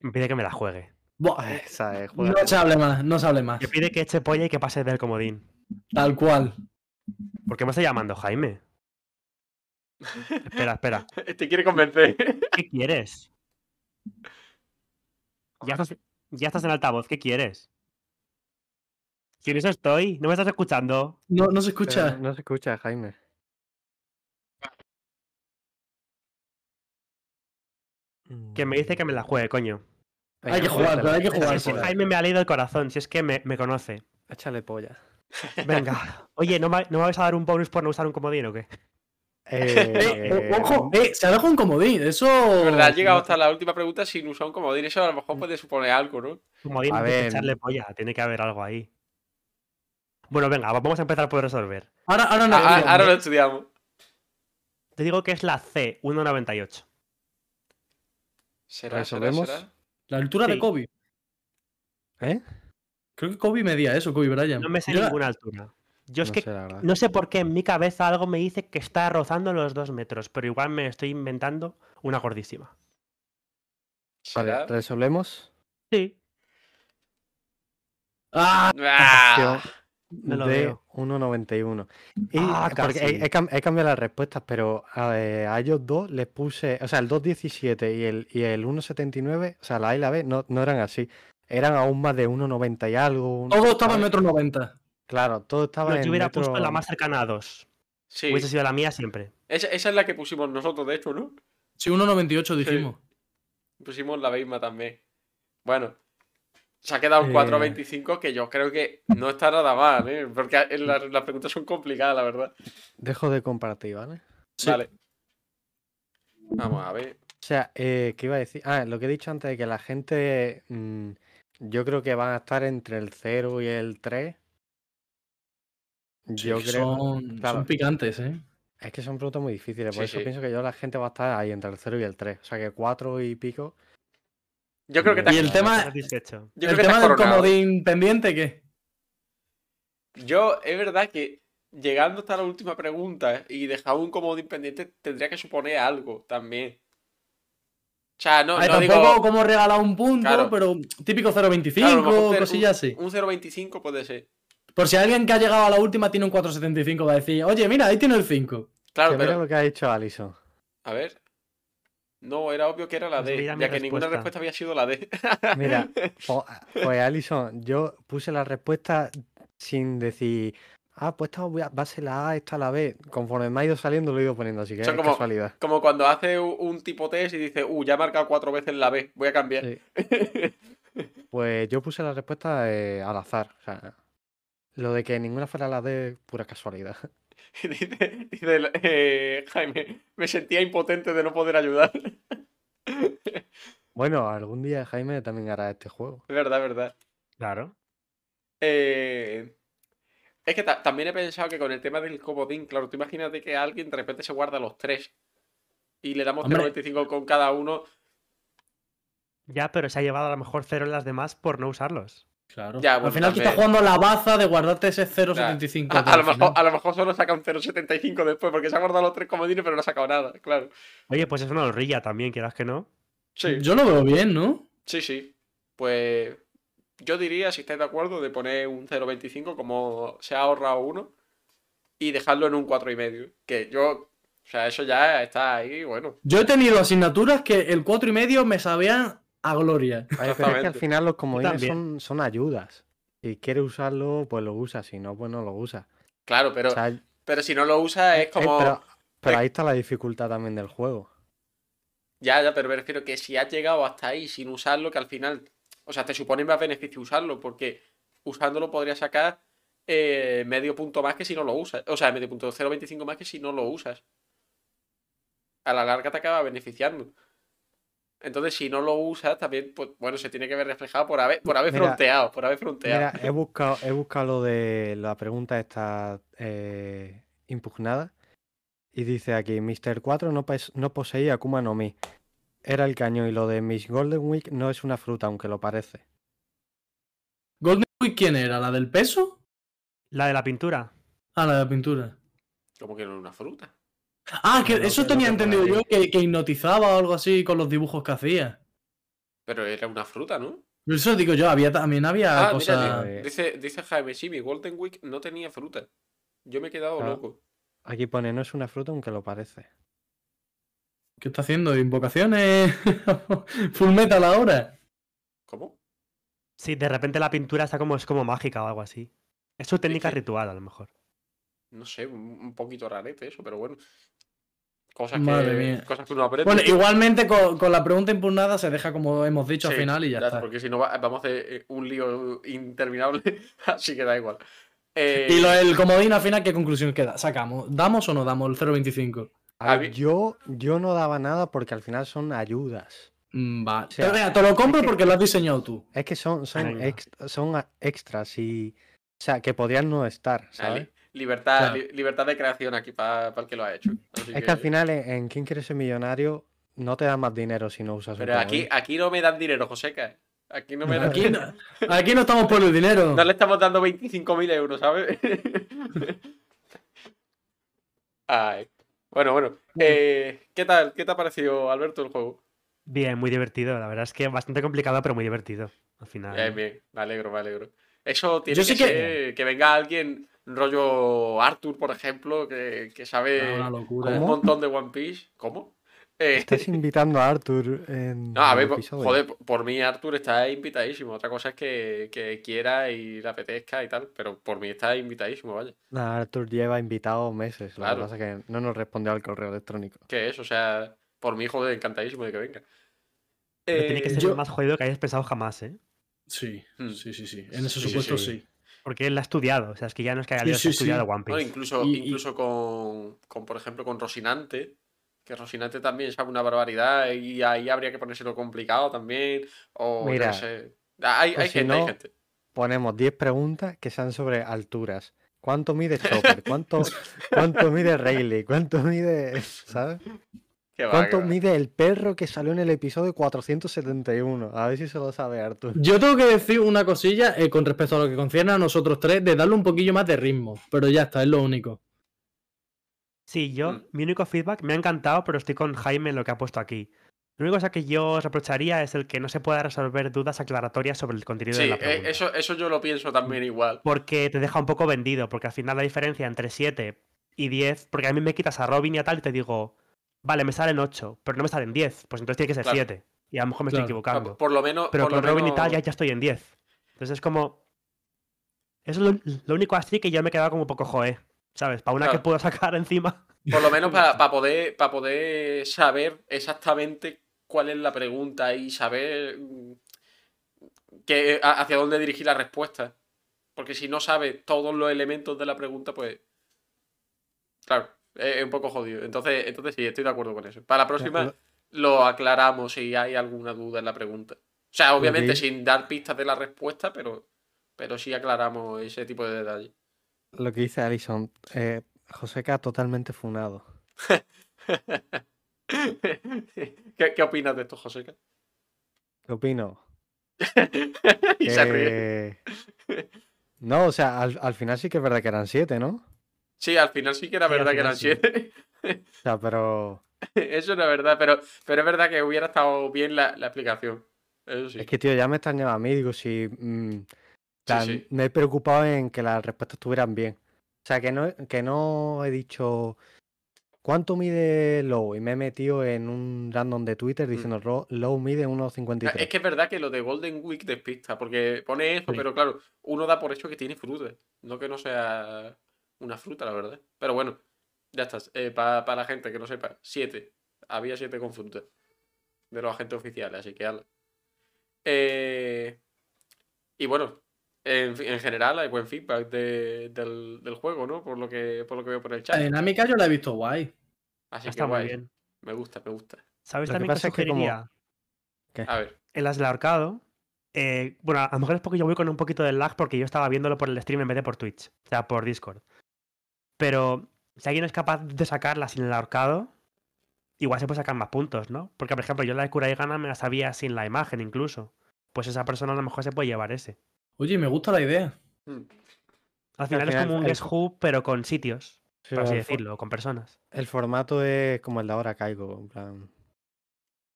S4: Me pide que me la juegue.
S3: Buah,
S2: Eh,
S5: Esa es,
S3: no
S5: juégatela.
S3: se hable más, no se hable más.
S4: Me pide que eche polla y que pase del comodín.
S3: Tal cual.
S4: ¿Por qué me está llamando Jaime? Espera, espera.
S2: Te quiere convencer.
S4: ¿Qué quieres? Ya estás, ya estás en altavoz, ¿qué quieres? Si en eso estoy, ¿no me estás escuchando?
S3: No, no se
S5: Pero
S3: escucha.
S5: No se escucha, Jaime. Mm,
S4: Que me dice que me la juegue, coño.
S3: Hay que jugar,
S5: jugársela,
S3: hay que
S5: échale
S4: Si
S3: jugar,
S4: es que
S5: polla,
S4: Jaime me ha leído el corazón, si es que me, me conoce.
S5: Échale polla.
S4: Venga. Oye, ¿no me, ¿no me vais a dar un bonus por no usar un comodín o qué?
S3: Eh,
S5: Eh,
S3: o- ojo, eh, se ha dejado un comodín. Eso.
S2: La verdad, ha llegado hasta la última pregunta sin usar un comodín. Eso a lo mejor puede suponer algo, ¿no?
S4: Comodín
S5: A
S4: hay que
S5: ver.
S4: echarle polla, tiene que haber algo ahí. Bueno, venga, va- vamos a empezar por resolver.
S3: Ahora, ahora no.
S2: Ah, ah,
S3: mira,
S2: Ahora lo estudiamos.
S4: Te digo que es la C, 198.
S2: ¿Será, será,
S5: Resolvemos.
S2: será?
S3: La altura de
S4: Sí.
S3: Kobe.
S5: ¿Eh?
S3: Creo que Kobe medía eso, Kobe Bryant.
S4: No me sé
S3: Yo-
S4: ninguna altura. Yo es
S5: no
S4: que
S5: sé, la verdad.
S4: No sé por qué en mi cabeza algo me dice que está rozando los dos metros, pero igual me estoy inventando una gordísima.
S5: Vale,
S2: ¿Será?
S5: resolvemos.
S4: Sí.
S3: Ah,
S2: Ah,
S4: No lo
S5: de
S4: veo.
S5: 1.91. Y
S4: Ah,
S5: porque he-
S4: casi.
S5: he, cam- he cambiado las respuestas, pero a, eh, a ellos dos les puse, o sea, el 2.17 y el, y el 1.79, o sea, la A y la B no, no eran así. Eran aún más de 1.90 y algo. un-
S3: todo estaba en
S5: ¿sabes?
S3: metro noventa.
S5: Claro, todo estaba
S4: Oh. yo
S5: en
S4: hubiera puesto
S5: metro-
S4: la más cercana a dos.
S2: sí.
S4: Hubiese sido la mía siempre.
S2: Esa, esa es la que pusimos nosotros, de hecho, ¿no?
S3: Sí, 1.98 dijimos.
S2: Pusimos la misma también. Bueno, Se ha quedado en
S5: Eh.
S2: 4.25, que yo creo que no está nada mal, ¿eh? Porque a- en la- las, preguntas son complicadas, la verdad.
S5: Dejo de compartir, ¿vale?
S3: Sí.
S2: Vale. Vamos a ver.
S5: O sea, eh, ¿qué iba a decir? Ah, lo que he dicho antes de que la gente, mm, yo creo que van a estar entre el 0 y el 3.
S3: Sí,
S5: yo
S3: que
S5: creo.
S3: son,
S5: claro.
S3: son picantes, ¿eh?
S5: Es que son preguntas muy difíciles, por
S2: Sí,
S5: eso
S2: sí.
S5: pienso que yo la gente va a estar ahí entre el 0 y el 3. O sea, que 4 y pico.
S2: Yo creo que te has,
S3: Y el
S2: yo
S3: tema-
S4: Satisfecho.
S2: creo
S3: el
S2: que te has
S3: tema del
S2: coronado.
S3: comodín pendiente, ¿qué?
S2: Yo, es verdad que llegando hasta la última pregunta y dejando un comodín pendiente, tendría que suponer algo también. O sea, no,
S3: Ay,
S2: no
S3: tampoco
S2: digo.
S3: como regalar un punto,
S2: Claro.
S3: pero típico 0.25,
S2: Claro, a lo mejor un cero-
S3: cosillas así.
S2: Un 0.25 puede ser.
S3: Por si alguien que ha llegado a la última tiene un 4.75, va a decir, oye, mira, ahí tiene el 5.
S2: Claro,
S5: Que mira
S2: pero.
S5: lo que ha hecho Alison.
S2: A ver. No, era obvio que era la
S4: Pues
S2: D,
S4: mira
S2: ya
S4: mi
S2: que ninguna respuesta
S4: respuesta.
S2: había sido la D.
S5: Mira, po- pues Alison, yo puse la respuesta sin decir, ah, pues esta voy a- va a ser la A, esta la B. Conforme me ha ido saliendo, lo he ido poniendo, así que es
S2: Son como-
S5: casualidad.
S2: Como cuando hace u- un tipo test y dice, uh, ya he marcado cuatro veces la B, voy a cambiar.
S5: Sí. Pues yo puse la respuesta eh, al azar. O sea, lo de que ninguna fuera la D, pura casualidad.
S2: Y dice, dice el- eh, Jaime, me sentía impotente de no poder ayudar. es
S5: Bueno, algún día Jaime también hará este juego.
S2: verdad, es verdad.
S4: Claro.
S2: Eh, es que ta- también he pensado que con el tema del comodín, claro, tú imagínate que alguien de repente se guarda los tres y le damos
S3: Hombre.
S2: 0.25 con cada uno.
S4: Ya, pero se ha llevado a lo mejor cero en las demás por no usarlos.
S3: Claro.
S2: Ya, bueno,
S3: Al final, que
S2: también.
S3: está jugando la baza de guardarte ese 0.75.
S2: A, a
S3: para
S2: lo
S3: el
S2: mejor,
S3: final.
S2: a lo mejor solo saca un 0.75 después porque se ha guardado los tres comodines pero no ha sacado nada, claro.
S4: Oye, pues es una horrilla también, quieras que no.
S2: Sí,
S3: Yo lo veo bien, ¿no?
S2: sí, sí. Pues yo diría, si estáis de acuerdo, de poner un 0.25 como se ha ahorrado uno y dejarlo en un 4,5. Que yo, o sea, eso ya está ahí, bueno.
S3: Yo he tenido asignaturas que el 4 y medio me sabían a gloria.
S5: Ay, pero es que al
S2: Exactamente.
S5: final los comodines
S4: también.
S5: son, son ayudas. Si quieres usarlo, pues lo usas. Si no, pues no lo usas.
S2: Claro, pero,
S5: O sea, eh,
S2: pero si no lo usa es como...
S5: pero, pero
S2: es-
S5: ahí está la dificultad también del juego.
S2: Ya, ya, pero me refiero que si has llegado hasta ahí sin usarlo, que al final, o sea, te supone más beneficio usarlo, porque usándolo podría sacar eh, medio punto más que si no lo usas. O sea, medio punto 0.25 más que si no lo usas. A la larga te acaba beneficiando. Entonces, si no lo usas, también, pues, bueno, se tiene que ver reflejado por haber, por haber
S5: Mira,
S2: fronteado, por haber fronteado.
S5: Mira, he buscado, he buscado lo de la pregunta esta eh, impugnada. Y dice aquí, Mr. 4 no, pos- no poseía Akuma no Mi. Era el cañón y lo de Miss Golden Week no es una fruta, aunque lo parece.
S3: ¿Golden Week quién era? ¿La del peso?
S4: La de la pintura.
S3: Ah, la de la pintura.
S2: Como que no es una fruta.
S3: Ah, que
S5: No,
S3: eso
S5: que no
S3: tenía
S5: te
S3: entendido
S5: pone
S3: yo, que, que hipnotizaba o algo así con los dibujos que hacía.
S2: Pero era una fruta, ¿no?
S3: Pero Eso digo yo, había también había
S2: Ah, mira,
S3: cosas.
S5: eh,
S2: dice, dice Jaime, sí, mi Golden Week no tenía fruta. Yo me he quedado
S5: Ah.
S2: loco.
S5: Aquí pone, no es una fruta, aunque lo parece.
S3: ¿Qué está haciendo? ¿Invocaciones? Full metal ahora.
S2: ¿Cómo?
S4: Sí, de repente la pintura está como, es como mágica o algo así. Es su técnica
S2: que-
S4: ritual, a lo mejor.
S2: No sé, un un poquito rarete eso, pero bueno. Cosas que,
S3: Madre mía.
S2: Cosas que uno aprende.
S3: Bueno, igualmente con, con la pregunta impugnada se deja como hemos dicho al
S2: Sí,
S3: final y ya
S2: ya,
S3: está.
S2: Porque si no va- vamos a hacer eh, un lío interminable, así que da igual. Eh,
S3: Y lo- el comodín al final, ¿qué conclusión queda? Sacamos. ¿Damos o no damos el 0.25?
S5: A ver,
S2: Habí-
S5: yo, yo no daba nada porque al final son ayudas.
S3: Mm, Vale.
S5: sea,
S3: Pero venga, te lo compro
S5: que-
S3: porque lo has diseñado tú.
S5: Es que son, son,
S4: Ayuda.
S5: ex- son a- extras y. O sea, que podrían no estar,
S2: ah, li-
S5: ¿sabes?
S2: libertad,
S3: Claro.
S2: li- libertad de creación aquí para el que lo ha hecho. Así
S5: Es que al final en, en ¿Quién quiere ser millonario? No te dan más dinero si no usas un ¿eh?
S2: Pero aquí,
S5: comodín.
S2: aquí no me dan dinero, Joseca. Aquí no me dan
S3: Aquí no, aquí no estamos por el dinero.
S2: No le estamos dando 25.000 euros, ¿sabes? Ay. Bueno, bueno. Eh, ¿Qué tal? ¿Qué te ha parecido, Alberto, el juego?
S4: Bien, muy divertido. La verdad es que bastante complicado, pero muy divertido. Al final.
S2: Bien, bien, me alegro, me alegro. Eso tiene
S3: Yo
S2: que,
S3: sí que-
S2: ser que venga alguien, rollo Arthur, por ejemplo, que, que sabe
S4: Ah,
S3: Una locura.
S2: un
S5: ¿cómo?
S2: montón de One Piece. ¿Cómo? Eh,
S4: Este
S5: Estás invitando a Arthur en.
S2: no, a
S5: el
S2: ver, po-
S5: episodio.
S2: joder, po- por mí Arthur está invitadísimo. Otra cosa es que, que quiera y le apetezca y tal, pero por mí está invitadísimo, vaya.
S5: Nah, Arthur lleva invitado meses. Lo
S2: Claro.
S5: que pasa es que no nos respondió al correo electrónico.
S2: Que es, o sea, por mí, joder, encantadísimo de que venga.
S4: Pero tiene que
S2: Eh,
S4: ser
S3: yo-
S4: lo más jodido que hayas pensado jamás, ¿eh?
S3: Sí,
S2: Hmm.
S3: sí, sí, sí. En
S2: Sí,
S3: ese
S2: sí,
S3: supuesto
S2: sí.
S3: sí.
S4: Porque él la ha estudiado. O sea, es que ya no es que haya
S3: Sí,
S4: leído, se ha
S3: sí, sí.
S4: estudiado One
S2: No,
S4: Piece.
S2: incluso,
S3: Y- y-
S2: incluso con, con, por ejemplo, con Rosinante, que Rosinante también sabe una barbaridad y ahí habría que ponérselo complicado también. O yo
S5: Mira,
S2: no sé. Ah, Hay,
S5: o
S4: pues
S2: hay
S5: si
S2: gente, hay
S5: no-
S2: gente.
S5: Ponemos 10 preguntas que sean sobre alturas. ¿Cuánto mide Chopper? ¿Cuánto, cuánto mide Rayleigh? ¿Cuánto mide. ¿Sabes?
S2: Qué va,
S5: ¿Cuánto
S2: qué va.
S5: mide el perro que salió en el episodio 471? A ver si se lo sabe Arturo.
S3: Yo tengo que decir una cosilla eh, con respecto a lo que concierne a nosotros tres, de darle un poquillo más de ritmo. Pero ya está, es lo único.
S4: Sí, yo,
S2: Mm.
S4: mi único feedback, me ha encantado, pero estoy con Jaime en lo que ha puesto aquí. La única cosa que yo os reprocharía es el que no se pueda resolver dudas aclaratorias sobre el contenido de
S2: Sí,
S4: la
S2: eh,
S4: pregunta.
S2: eso, eso yo lo pienso también igual.
S4: Porque te deja un poco vendido, porque al final la diferencia entre 7 y 10, porque a mí me quitas a Robin y a tal y te digo, vale, me salen 8, pero no me salen 10, pues entonces tiene que ser
S2: Claro.
S4: 7. Y a lo mejor me
S3: Claro.
S4: estoy equivocando.
S2: Por lo menos.
S4: Pero
S2: por
S4: con
S2: lo
S4: Robin y tal ya,
S2: menos-
S4: ya estoy en 10. Entonces es como... Eso es lo, lo único así que yo me he quedado como un poco joe, ¿sabes? Para una que
S2: Claro.
S4: puedo sacar encima.
S2: Por lo menos para, para poder, para poder saber exactamente cuál es la pregunta y saber mm, que, a- hacia dónde dirigir la respuesta. Porque si no sabes todos los elementos de la pregunta, pues. Claro, es, es un poco jodido. Entonces, entonces sí, estoy de acuerdo con eso. Para la próxima
S5: lo-
S2: lo aclaramos si hay alguna duda en la pregunta. O sea, obviamente
S5: Ok.
S2: sin dar pistas de la respuesta, pero, pero sí aclaramos ese tipo de detalles.
S5: Lo que dice Alison, eh, Joseca totalmente funado.
S2: ¿Qué, qué opinas de esto, Joseca?
S5: ¿Qué opino?
S2: y se ríe.
S5: Que- Eh, No, o sea, al, al final sí que es verdad que eran siete, ¿no?
S2: Sí, al final sí que era
S4: Sí, al
S2: verdad que
S4: final
S2: eran
S4: sí.
S2: siete.
S5: O sea, pero
S2: Eso era verdad, pero, pero es verdad que hubiera estado bien la, la explicación. Eso sí.
S5: es que, tío, ya me extrañaba a mí. Digo, si mm, plan,
S2: sí.
S5: me he preocupado en que las respuestas estuvieran bien. O sea, que no, que no he dicho cuánto mide Low y me he metido en un random de Twitter diciendo "Ro- Low mide
S2: Mm. Ah,
S5: 1,53.
S2: Es que es verdad que lo de Golden Week despista, porque pone eso,
S3: Sí.
S2: pero claro, uno da por hecho que tiene fruta. No que no sea una fruta, la verdad. Pero bueno, ya está. Para la gente que no sepa, siete. Había siete con fruta. De los agentes oficiales, así que ala. Eh, y bueno, en, fi- en general hay buen feedback de- del, del juego, ¿no? Por lo que por lo que veo por el
S3: La
S2: chat.
S3: dinámica yo la he visto guay.
S2: Así
S4: Está
S2: que
S4: muy
S2: guay.
S4: bien.
S2: Me gusta, me gusta.
S4: ¿Sabes
S5: Lo que
S4: también qué
S5: pasa es que como-
S4: sugeriría?
S2: A ver.
S4: el las del ahorcado. eh, bueno, a lo mejor es porque yo voy con un poquito de lag porque yo estaba viéndolo por el stream en vez de por Twitch, o sea, por Discord. Pero si alguien es capaz de sacarla sin el ahorcado, igual se puede sacar más puntos, ¿no? Porque, por ejemplo, yo la de cura y gana me la sabía sin la imagen incluso. Pues esa persona a lo mejor se puede llevar ese.
S3: Oye, me gusta la idea.
S2: Mm.
S4: Al final, es
S5: final
S4: como un
S5: el
S4: guess who, pero con sitios,
S5: Sí,
S4: por así
S5: el fo-
S4: decirlo, con personas.
S5: El formato es como el de ahora caigo, en plan.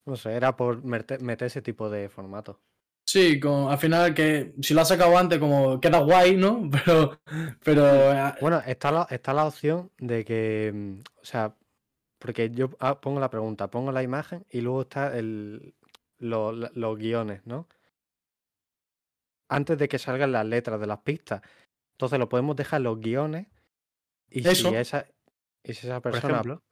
S5: No sé, era por merte- meter ese tipo de formato.
S3: Sí, con- al final que si lo has sacado antes, como queda guay, ¿no? Pero, pero eh,
S5: Bueno, está la, está la opción de que, mm, o sea, porque yo ah, pongo la pregunta, pongo la imagen y luego está el, lo- la- los guiones, ¿no? Antes de que salgan las letras de las pistas. Entonces lo podemos dejar los guiones y
S3: Eso.
S5: si esa, y si esa
S4: Por
S5: persona
S4: ejemplo,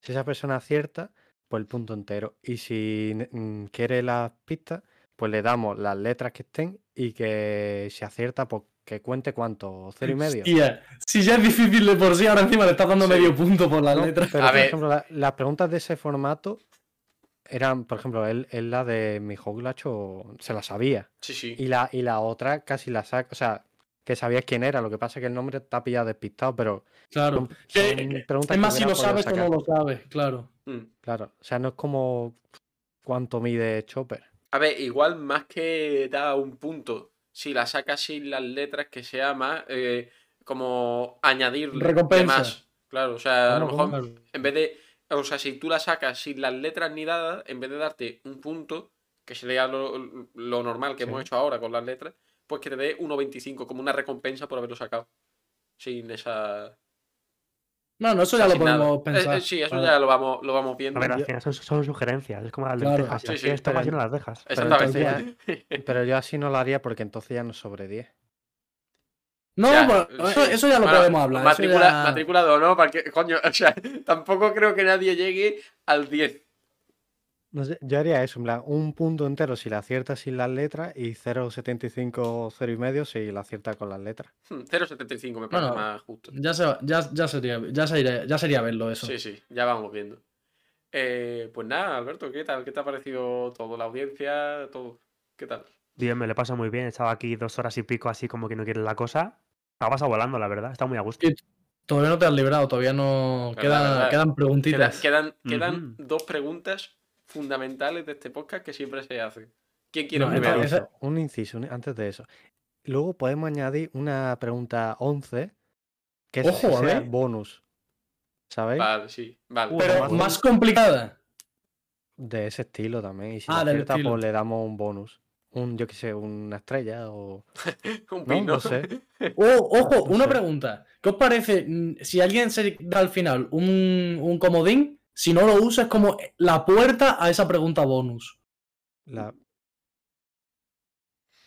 S5: Si esa persona acierta, pues el punto entero. Y si ne- mm, quiere las pistas, pues le damos las letras que estén y que si acierta, pues que cuente cuánto, cero y medio.
S3: hostia, si ya es difícil de por sí, ahora encima le estás dando
S2: Sí.
S3: medio punto por la
S5: ¿no?
S3: letra.
S5: Pero,
S2: A
S5: por
S2: ver.
S5: ejemplo, la- las preguntas de ese formato eran, por ejemplo, él, él la de mi Glacho se la sabía.
S2: Sí, sí.
S5: Y la, y la otra casi la saca, o sea, que sabías quién era, lo que pasa es que el nombre está pillado despistado, pero
S3: Claro.
S5: son-
S3: Que-
S5: son preguntas
S3: es más si
S5: hubiera
S3: lo
S5: podido
S3: sabes o no
S5: sacar.
S3: lo sabes, claro.
S2: Mm.
S5: Claro, o sea, no es como cuánto mide Chopper.
S2: A ver, igual más que da un punto, si la sacas sin las letras, que sea más eh, como añadir
S3: Recompensa.
S2: más. Claro, o sea, a lo
S5: ¿Cómo,
S2: mejor
S5: cómo?
S3: Claro.
S2: en vez de. O sea, si tú la sacas sin las letras ni nada, en vez de darte un punto, que sería lo, lo normal que hemos
S5: Sí.
S2: hecho ahora con las letras, pues que te dé 1.25 como una recompensa por haberlo sacado. Sin esa.
S3: No, no, eso
S2: o
S3: ya
S2: sea,
S3: lo
S2: sin nada.
S3: podemos
S2: Eh, eh,
S3: pensar.
S2: sí, eso
S3: Claro.
S2: ya lo vamos, lo vamos
S4: a
S2: viendo.
S4: ver, al final son, son sugerencias, es como las
S3: Claro.
S4: lentejas.
S2: Sí,
S4: Si las
S2: sí,
S4: quieres
S5: pero
S4: tomar, si
S5: yo-
S4: no las dejas.
S5: pero
S2: Exactamente.
S5: entonces Pero yo así no lo haría porque entonces ya no es sobre 10.
S3: No,
S2: Ya, eh,
S3: pero
S2: sí.
S3: eso, eso ya lo
S2: Bueno,
S3: podemos hablar. eso
S2: Matrícula,
S3: ya-
S2: matrícula de honor, para que, coño, o sea, tampoco creo que nadie llegue al 10.
S5: No sé, yo haría eso, en plan, un punto entero si la acierta sin las letras y 0,75, 0 y medio si la acierta con las letras.
S2: Hmm, 0,75 me parece
S3: Bueno,
S2: más justo.
S3: Ya, se, ya, ya sería, ya, sería, ya sería verlo eso.
S2: Sí, sí, ya vamos viendo. Eh, pues nada, Alberto, ¿qué tal? ¿Qué te ha parecido todo? La audiencia, todo. ¿Qué tal?
S4: Bien, me lo pasa muy bien. He estado aquí dos horas y pico así como que no quiere la cosa. Ha pasado volando, la verdad. Está muy a gusto.
S3: Y Todavía no te has librado, todavía no.
S2: Verdad,
S3: quedan,
S2: verdad.
S3: quedan
S2: Queda-
S3: preguntitas.
S2: quedan quedan
S4: Ujú.
S2: dos preguntas fundamentales de este podcast que siempre se hace. ¿Quién quiere
S3: No,
S5: Un
S2: primero?
S3: entonces-
S5: inciso, un inciso, un- antes de eso. Luego podemos añadir una pregunta 11, que es
S3: Ojo, a ver.
S5: bonus. ¿Sabéis?
S2: Vale, sí, vale.
S4: Uy,
S3: Pero
S5: Bueno.
S3: más complicada.
S5: De ese estilo también. Y si
S3: Ah,
S5: la
S3: del
S5: acierta,
S3: estilo.
S5: pues le damos un bonus. Un, yo qué sé, una estrella o.
S2: Un
S5: No,
S2: pino.
S5: no sé.
S3: Oh, ojo,
S5: No
S3: una
S5: sé.
S3: pregunta. ¿Qué os parece mm, si alguien se da al final un, un comodín? Si no lo usa, es como la puerta a esa pregunta bonus.
S5: La...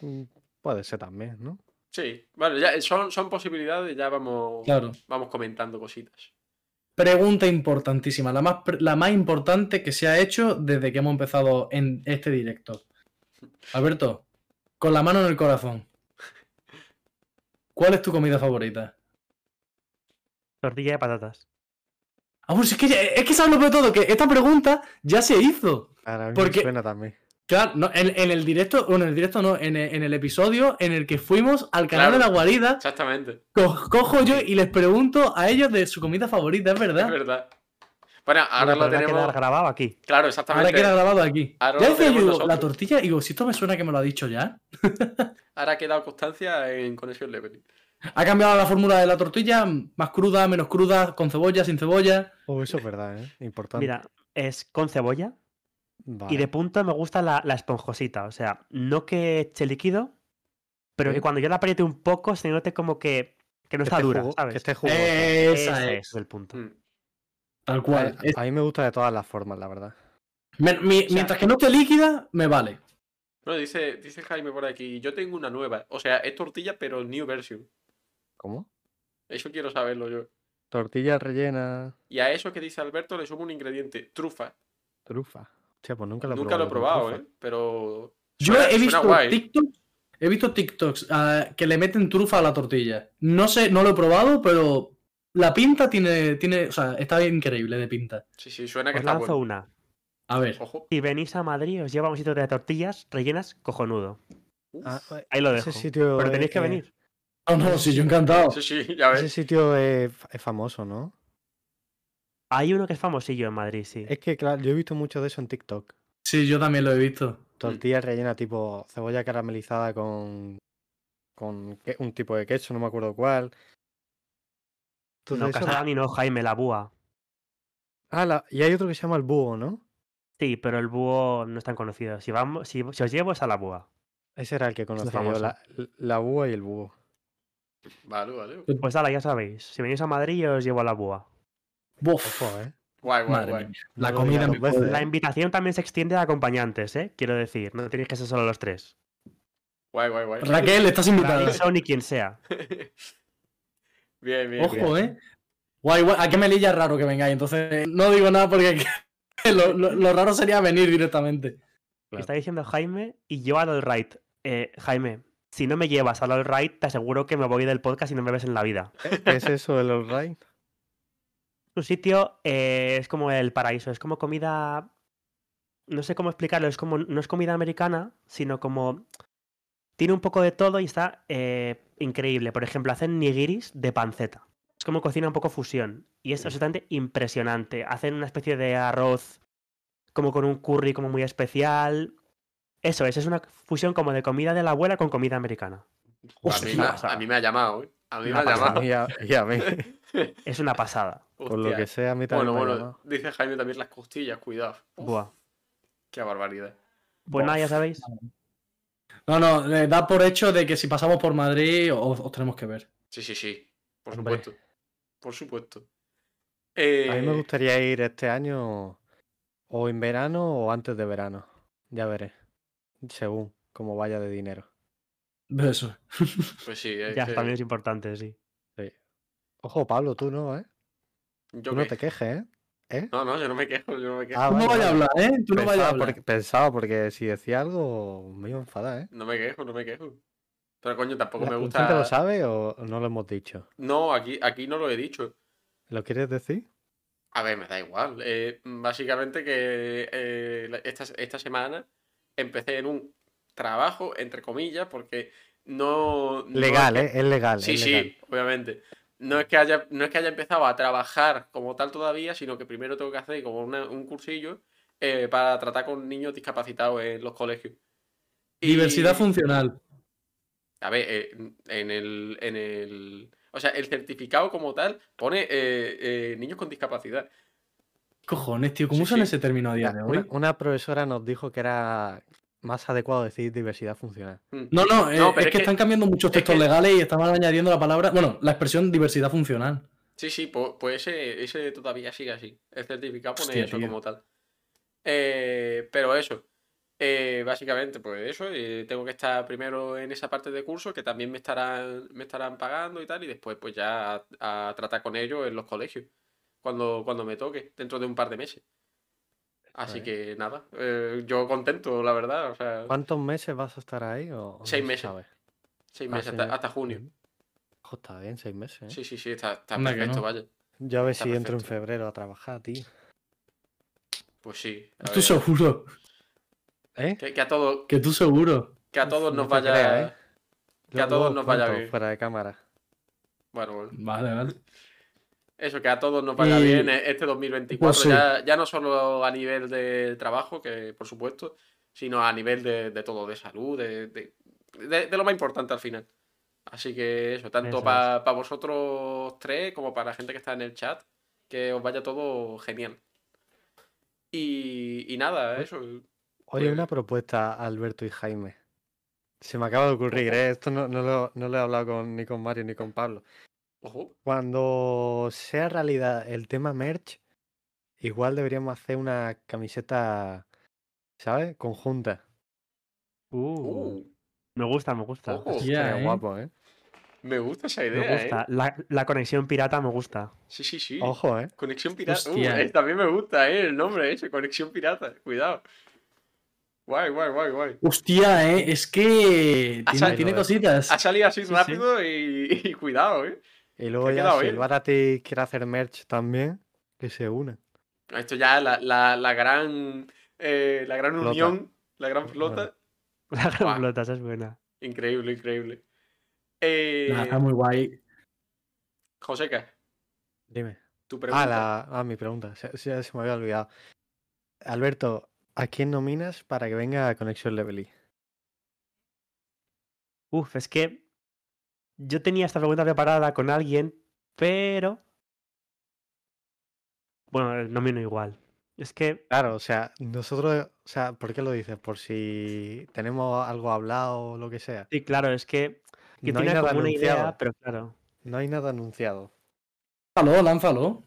S5: Mm, Puede ser también, ¿no?
S2: Sí, bueno, ya eh, son, son posibilidades, ya vamos,
S3: Claro.
S2: vamos comentando cositas.
S3: Pregunta importantísima, la más, pre- la más importante que se ha hecho desde que hemos empezado en este directo. Alberto, con la mano en el corazón. ¿Cuál es tu comida favorita?
S4: Tortilla de patatas.
S3: Amor, Ah, si es que, ya- es que sabes lo peor de todo, que esta pregunta ya se hizo.
S5: Ahora mismo
S3: Porque-
S5: suena también.
S3: Claro, no, en, en el directo, bueno, en el directo no, en el, en el episodio en el que fuimos al canal
S2: Claro.
S3: de la guarida,
S2: Exactamente,
S3: co- cojo yo y les pregunto a ellos de su comida favorita, es
S2: es
S3: verdad.
S2: verdad. Bueno, ahora lo
S4: Bueno, pero habrá que
S2: tenemos.
S4: dar grabado aquí.
S2: Claro,
S3: Ahora
S2: exactamente.
S3: queda grabado aquí.
S2: Ahora
S3: ya
S2: lo
S3: decía yo,
S2: tenemos
S3: digo, la
S2: nosotros.
S3: tortilla, digo, si esto me suena que me lo ha dicho ya.
S2: Ahora ha quedado constancia en Conexión Level.
S3: Ha cambiado la fórmula de la tortilla, más cruda, menos cruda, con cebolla, sin cebolla.
S5: Oh, eso es verdad, ¿eh? Importante.
S4: Mira, es con cebolla.
S5: Vale.
S4: Y de punto me gusta la, la esponjosita. O sea, no que eche líquido, pero
S5: Sí.
S4: que cuando yo la apriete un poco se note como que, que no
S5: Que
S4: está
S5: esté
S4: dura,
S5: jugo-
S4: ¿sabes? Eh,
S5: Que esté jugosa. eh.
S3: Esa
S4: Ese
S3: es,
S4: es el punto.
S2: Mm.
S3: tal
S5: A-
S3: cual. Es-
S5: a, mí me gusta de todas las formas, la verdad.
S3: me- mi- mientras que no esté líquida, me vale.
S2: No, dice, dice Jaime por aquí, yo tengo una nueva. O sea, es tortilla, pero new version.
S5: ¿Cómo?
S2: Eso quiero saberlo yo.
S5: Tortilla rellena,
S2: Y a eso que dice Alberto le sumo un ingrediente, trufa.
S5: trufa. Hostia, pues nunca lo he
S2: Nunca lo he
S5: probado.
S2: probado,
S5: yo con
S2: ¿eh? Pero...
S3: Yo
S2: suena-
S3: he
S2: suena
S3: visto
S2: guay.
S3: TikTok, he visto TikToks ah, que le meten trufa a la tortilla. No sé, no lo he probado, pero la pinta tiene, tiene, o sea, está increíble de pinta.
S2: Sí, sí, suena que
S4: Os
S2: está bueno.
S4: lanzo una.
S3: A ver,
S2: Ojo.
S4: Si venís a Madrid, os lleva a un sitio de tortillas rellenas cojonudo.
S2: Uf.
S5: trufa. Ah, eh,
S4: Ahí lo dejo.
S5: ese sitio
S4: Pero
S5: es-
S4: tenéis que
S5: eh,
S4: venir.
S3: oh no, sí, yo encantado.
S2: Sí, sí, ya
S5: Ese
S2: ves.
S5: sitio es, fa- es famoso, ¿no?
S4: Hay uno que es famosillo en Madrid, sí.
S5: Es que, claro, yo he visto mucho de eso en TikTok.
S3: Sí, yo también lo he visto.
S2: Mm.
S5: Tortilla rellena tipo cebolla caramelizada con, con que- un tipo de queso, no me acuerdo cuál. Entonces
S4: No,
S5: eso-
S4: Casadán y no Jaime, la búa.
S5: Ah, la- y hay otro que se llama el búho, ¿no?
S4: Sí, pero el búho no es tan conocido. Si, vamos, si, si os llevo es a la búa.
S5: Ese era el que conocía yo,
S4: famoso.
S5: la, la búho y el búho.
S2: Vale, vale.
S4: Pues ala, ya sabéis. Si venís a Madrid, os llevo a la búa.
S3: Buf,
S5: Ojo, ¿eh?
S2: Guay, guay,
S3: madre
S2: guay.
S3: mía. La
S5: No lo
S3: comida
S5: digas
S3: me
S5: dos veces, ¿eh?
S3: puede-
S4: La invitación también se extiende a acompañantes, ¿eh? Quiero decir, no tenéis que ser solo los tres.
S2: Guay, guay, guay.
S3: Raquel, estás invitada.
S4: Nixon y quien sea.
S2: Bien, bien. bien.
S3: Ojo, eh. Guay, guay. A qué me lilla raro que vengáis. Entonces, eh, no digo nada porque lo, lo- lo raro sería venir directamente.
S4: que Está diciendo Jaime y yo al All Right. Eh, Jaime, si no me llevas al All Right, te aseguro que me voy del podcast y no me ves en la vida.
S5: ¿Qué es eso del all right?
S4: Tu sitio eh, es como el paraíso, es como comida. No sé cómo explicarlo, es como. No es comida americana, sino como. Tiene un poco de todo y está eh, increíble. Por ejemplo, hacen nigiris de panceta. Es como cocina un poco fusión. Y es absolutamente impresionante. Hacen una especie de arroz, como con un curry como muy especial. Eso es, es una fusión como de comida de la abuela con comida americana.
S2: A, mí me, ha- a mí me ha llamado, ¿eh? A mí me
S4: Una
S2: ha
S4: pasada.
S2: llamado.
S5: Y pues a, y a mí,
S4: Es una pasada.
S5: por lo
S2: Hostia.
S5: que sea, a mí también
S2: Bueno,
S5: me ha
S2: bueno,
S5: llamado.
S2: dice Jaime también las costillas, cuidado. Uf,
S4: Buah.
S2: Qué barbaridad.
S4: Pues nada, ya sabéis.
S3: No, no, eh, da por hecho de que si pasamos por Madrid os, os tenemos que ver.
S2: Sí, sí, sí. Por
S5: Hombre.
S2: supuesto. Por supuesto.
S5: A mí
S2: Eh,
S5: me gustaría ir este año o en verano o antes de verano. Ya veré. Según cómo vaya de dinero.
S3: De eso.
S2: Pues sí, es
S4: Ya,
S2: que-
S4: también es importante, sí.
S5: Ojo, Pablo, tú no, ¿eh?
S2: yo
S5: Tú no
S2: qué-
S5: te quejes, ¿eh? ¿Eh?
S2: No, no, yo no me quejo, yo no me quejo.
S5: Ah,
S3: Tú no
S5: vale,
S3: vayas a
S5: vale.
S3: hablar, ¿eh? Tú no vayas a
S5: Pensaba
S3: hablar.
S5: porque, pensaba porque si decía algo me iba a enfadar, ¿eh?
S2: No me quejo, no me quejo. Pero coño, tampoco
S5: ¿La
S2: me
S5: gente lo
S2: gusta.
S5: sabe o no lo hemos dicho?
S2: No, aquí, aquí no lo he dicho.
S5: ¿Lo quieres decir?
S2: A ver, me da igual. Eh, básicamente que eh, la- esta, esta semana empecé en un trabajo, entre comillas, porque no... no
S5: Legal,
S2: es que-
S5: ¿eh? Es legal.
S2: Sí,
S5: es
S2: sí,
S5: legal.
S2: obviamente. No es, que haya, no es que haya empezado a trabajar como tal todavía, sino que primero tengo que hacer como una- un cursillo eh, para tratar con niños discapacitados en los colegios. Y-
S3: Diversidad funcional.
S2: a ver, eh, en el, en el. O sea, el certificado como tal pone eh, eh, niños con discapacidad.
S3: Cojones, tío, ¿cómo
S2: Sí,
S3: usan
S2: sí.
S3: ese término a día de
S5: Una-
S3: hoy?
S5: Una, una profesora nos dijo que era más adecuado decir diversidad funcional.
S2: Mm.
S3: No, no, eh,
S2: No,
S3: es,
S2: pero es
S3: que,
S2: que-
S3: están cambiando muchos
S2: es
S3: textos
S2: que-
S3: legales y estaban añadiendo la palabra, bueno, la expresión diversidad funcional.
S2: Sí, sí, po- pues, ese, ese todavía sigue así. El certificado pone
S3: Hostia,
S2: eso
S3: tío.
S2: como tal. Eh, pero eso. eh, básicamente, pues eso. eh, tengo que estar primero en esa parte de curso que también me estarán, me estarán pagando y tal. Y después, pues ya a, a tratar con ellos en los colegios. Cuando, cuando me toque, dentro de un par de meses. Así
S5: bien.
S2: que nada. eh, yo contento, la verdad. O sea,
S5: ¿Cuántos meses vas a estar ahí? O, o
S2: Seis
S5: no se
S2: meses.
S5: sabe?
S2: seis
S5: Ah,
S2: meses,
S5: seis
S2: hasta,
S5: meses.
S2: hasta junio.
S5: Ojo, está bien, seis meses. ¿eh?
S2: Sí, sí, sí, está, está
S3: Anda que
S2: perfecto,
S3: no.
S2: vaya.
S5: Yo a ver
S2: Está
S5: si entro en
S2: perfecto.
S5: febrero a trabajar, tío.
S2: Pues sí. a
S3: Tú
S2: ver,
S3: seguro,
S5: ¿Eh?
S2: que, que a todo,
S3: que tú seguro.
S2: que a todos
S5: no
S2: nos
S5: te
S2: vaya.
S5: creas, ¿eh?
S2: que a
S5: Luego
S2: todos
S5: os
S2: nos vaya
S5: cuento
S2: bien.
S5: Fuera de cámara.
S2: Bueno, bueno.
S3: Vale, vale.
S2: Eso, que a todos nos vaya
S3: Y-
S2: bien eh, este 2024.
S3: Pues sí.
S2: ya, ya no solo a nivel de trabajo, que por supuesto, sino a nivel de, de todo, de salud, de, de, de- de lo más importante al final. Así que eso,
S4: Eso
S2: tanto
S4: es.
S2: para vosotros tres como para la gente que está en el chat, que os vaya todo genial. Y, y nada, eso.
S5: Oye, una
S2: Pues
S5: propuesta, Alberto y Jaime. Se me acaba de ocurrir, ¿eh? Esto no, no lo, no lo he hablado con, ni con Mario ni con Pablo.
S2: Ojo.
S5: Cuando sea realidad el tema merch, igual deberíamos hacer una camiseta, ¿sabes? Conjunta.
S4: Uh,
S2: Uh,
S4: me gusta, me gusta.
S2: ojo.
S3: Ya,
S5: Estaría
S3: ¿eh?
S5: guapo, ¿eh?
S2: Me gusta esa idea.
S4: Me gusta.
S2: ¿eh?
S4: La, la conexión pirata me gusta.
S2: Sí, sí, sí.
S5: Ojo, ¿eh?
S2: Conexión Pirata. Uh,
S3: Hostia.
S2: eh, también me gusta, eh, el nombre ese, Conexión Pirata. Cuidado. Guay, guay, guay, guay.
S3: Hostia, eh, es que
S2: Ha
S3: tiene,
S2: salido
S3: tiene
S5: de-
S3: cositas.
S2: Ha salido así
S4: Sí, sí.
S2: rápido y- Y, cuidado, eh.
S5: Y luego
S2: ha
S5: ya,
S2: quedado
S5: si
S2: bien.
S5: el Barati quiere hacer merch también, que se una. Ah,
S2: Esto ya la, la, la gran eh, la gran
S5: Flota.
S2: unión, la gran flota.
S4: La
S2: Guau.
S4: gran flota, esa es buena.
S2: Increíble, increíble. Eh,
S3: Nah, está muy guay.
S2: Joseca,
S5: Dime.
S2: tu
S5: Ah,
S2: pregunta.
S5: la, ah, mi pregunta. Se, se- se me había olvidado. Alberto, ¿a quién nominas para que venga a Conexión Levely?
S4: Uf, es que yo tenía esta pregunta preparada con alguien, pero... Bueno, no miro igual. Es que...
S5: Claro, o sea, nosotros, o sea, ¿por qué lo dices? Por si tenemos algo hablado o lo que sea.
S4: Sí, claro, es que... Que
S5: No hay
S4: tiene
S5: nada
S4: como una idea,
S5: anunciado.
S4: pero claro.
S5: No hay nada anunciado.
S3: Lánzalo, lánzalo.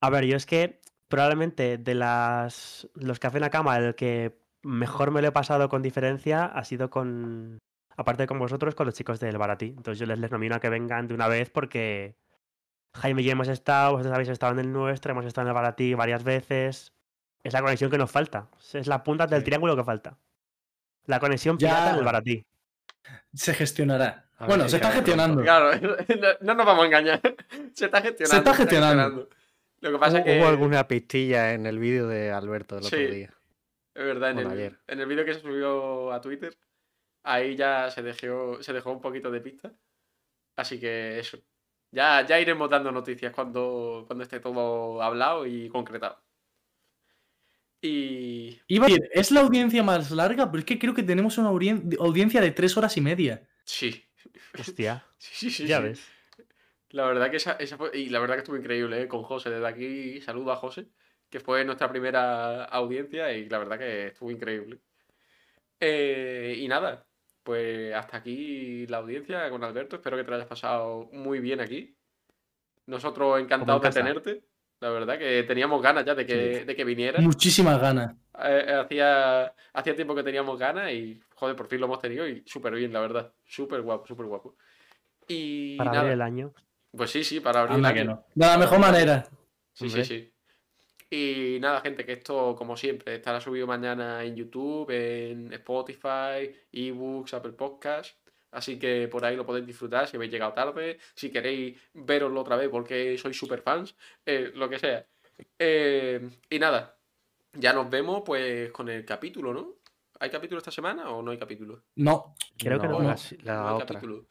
S4: A ver, yo es que probablemente de las los que hacen la cama, el que mejor me lo he pasado con diferencia ha sido con, aparte de con vosotros, con los chicos del Baratí. Entonces yo les, les nomino a que vengan de una vez porque Jaime y yo hemos estado, vosotros habéis estado en el nuestro, hemos estado en el Baratí varias veces. Es la conexión que nos falta. Es- Es la punta del
S5: Sí.
S4: triángulo que falta. La conexión pirata en
S3: Ya.
S4: el Baratí.
S3: Se gestionará.
S5: A ver
S3: bueno,
S5: si
S3: se está
S5: cae pronto.
S3: gestionando.
S2: Claro, no, no nos vamos a engañar. Se está gestionando.
S3: gestionando.
S2: Lo que pasa
S5: Hubo-
S2: es que
S5: Hubo alguna pistilla en el vídeo de Alberto del
S2: Sí.
S5: otro día.
S2: Es verdad, en
S5: Bueno,
S2: el,
S5: ayer.
S2: en el vídeo que se subió a Twitter, ahí ya se dejó, se dejó un poquito de pista. Así que eso. Ya, ya iremos dando noticias cuando, cuando esté todo hablado y concretado. Y.
S3: Iba a decir, es la audiencia más larga, pero es que creo que tenemos una audien- audiencia de tres horas y media.
S2: Sí.
S4: Hostia,
S2: Sí, sí, sí.
S4: ya
S2: sí.
S4: ves.
S2: La verdad que esa, esa fue- Y la verdad que estuvo increíble, ¿eh? Con José. Desde aquí saludo a José, que fue nuestra primera audiencia y la verdad que estuvo increíble. Eh, y nada, pues hasta aquí la audiencia con Alberto. Espero que te lo hayas pasado muy bien aquí. Nosotros encantados de
S4: casa.
S2: tenerte. La verdad que teníamos ganas ya de que, de que vinieras.
S3: Muchísimas ganas.
S2: Eh, eh, hacía, hacía tiempo que teníamos ganas y, joder, por fin lo hemos tenido y súper bien, la verdad. Súper guapo, súper guapo. Y
S4: Para
S2: nada.
S4: abrir el año.
S2: Pues sí, sí, para abrir el
S3: Anda
S2: año.
S3: que no. De la mejor manera.
S2: Sí,
S5: Hombre.
S2: sí, sí. Y nada, gente, que esto, como siempre, estará subido mañana en YouTube, en Spotify, eBooks, Apple Podcast. Así que por ahí lo podéis disfrutar si habéis llegado tarde, si queréis veroslo otra vez porque sois super fans, lo que sea. Eh, y nada, ya nos vemos pues con el capítulo, ¿no? ¿Hay capítulo esta semana o no hay capítulo?
S3: No,
S4: Creo que no,
S5: la,
S4: no.
S5: si- la
S2: no hay
S5: otra.
S2: capítulo.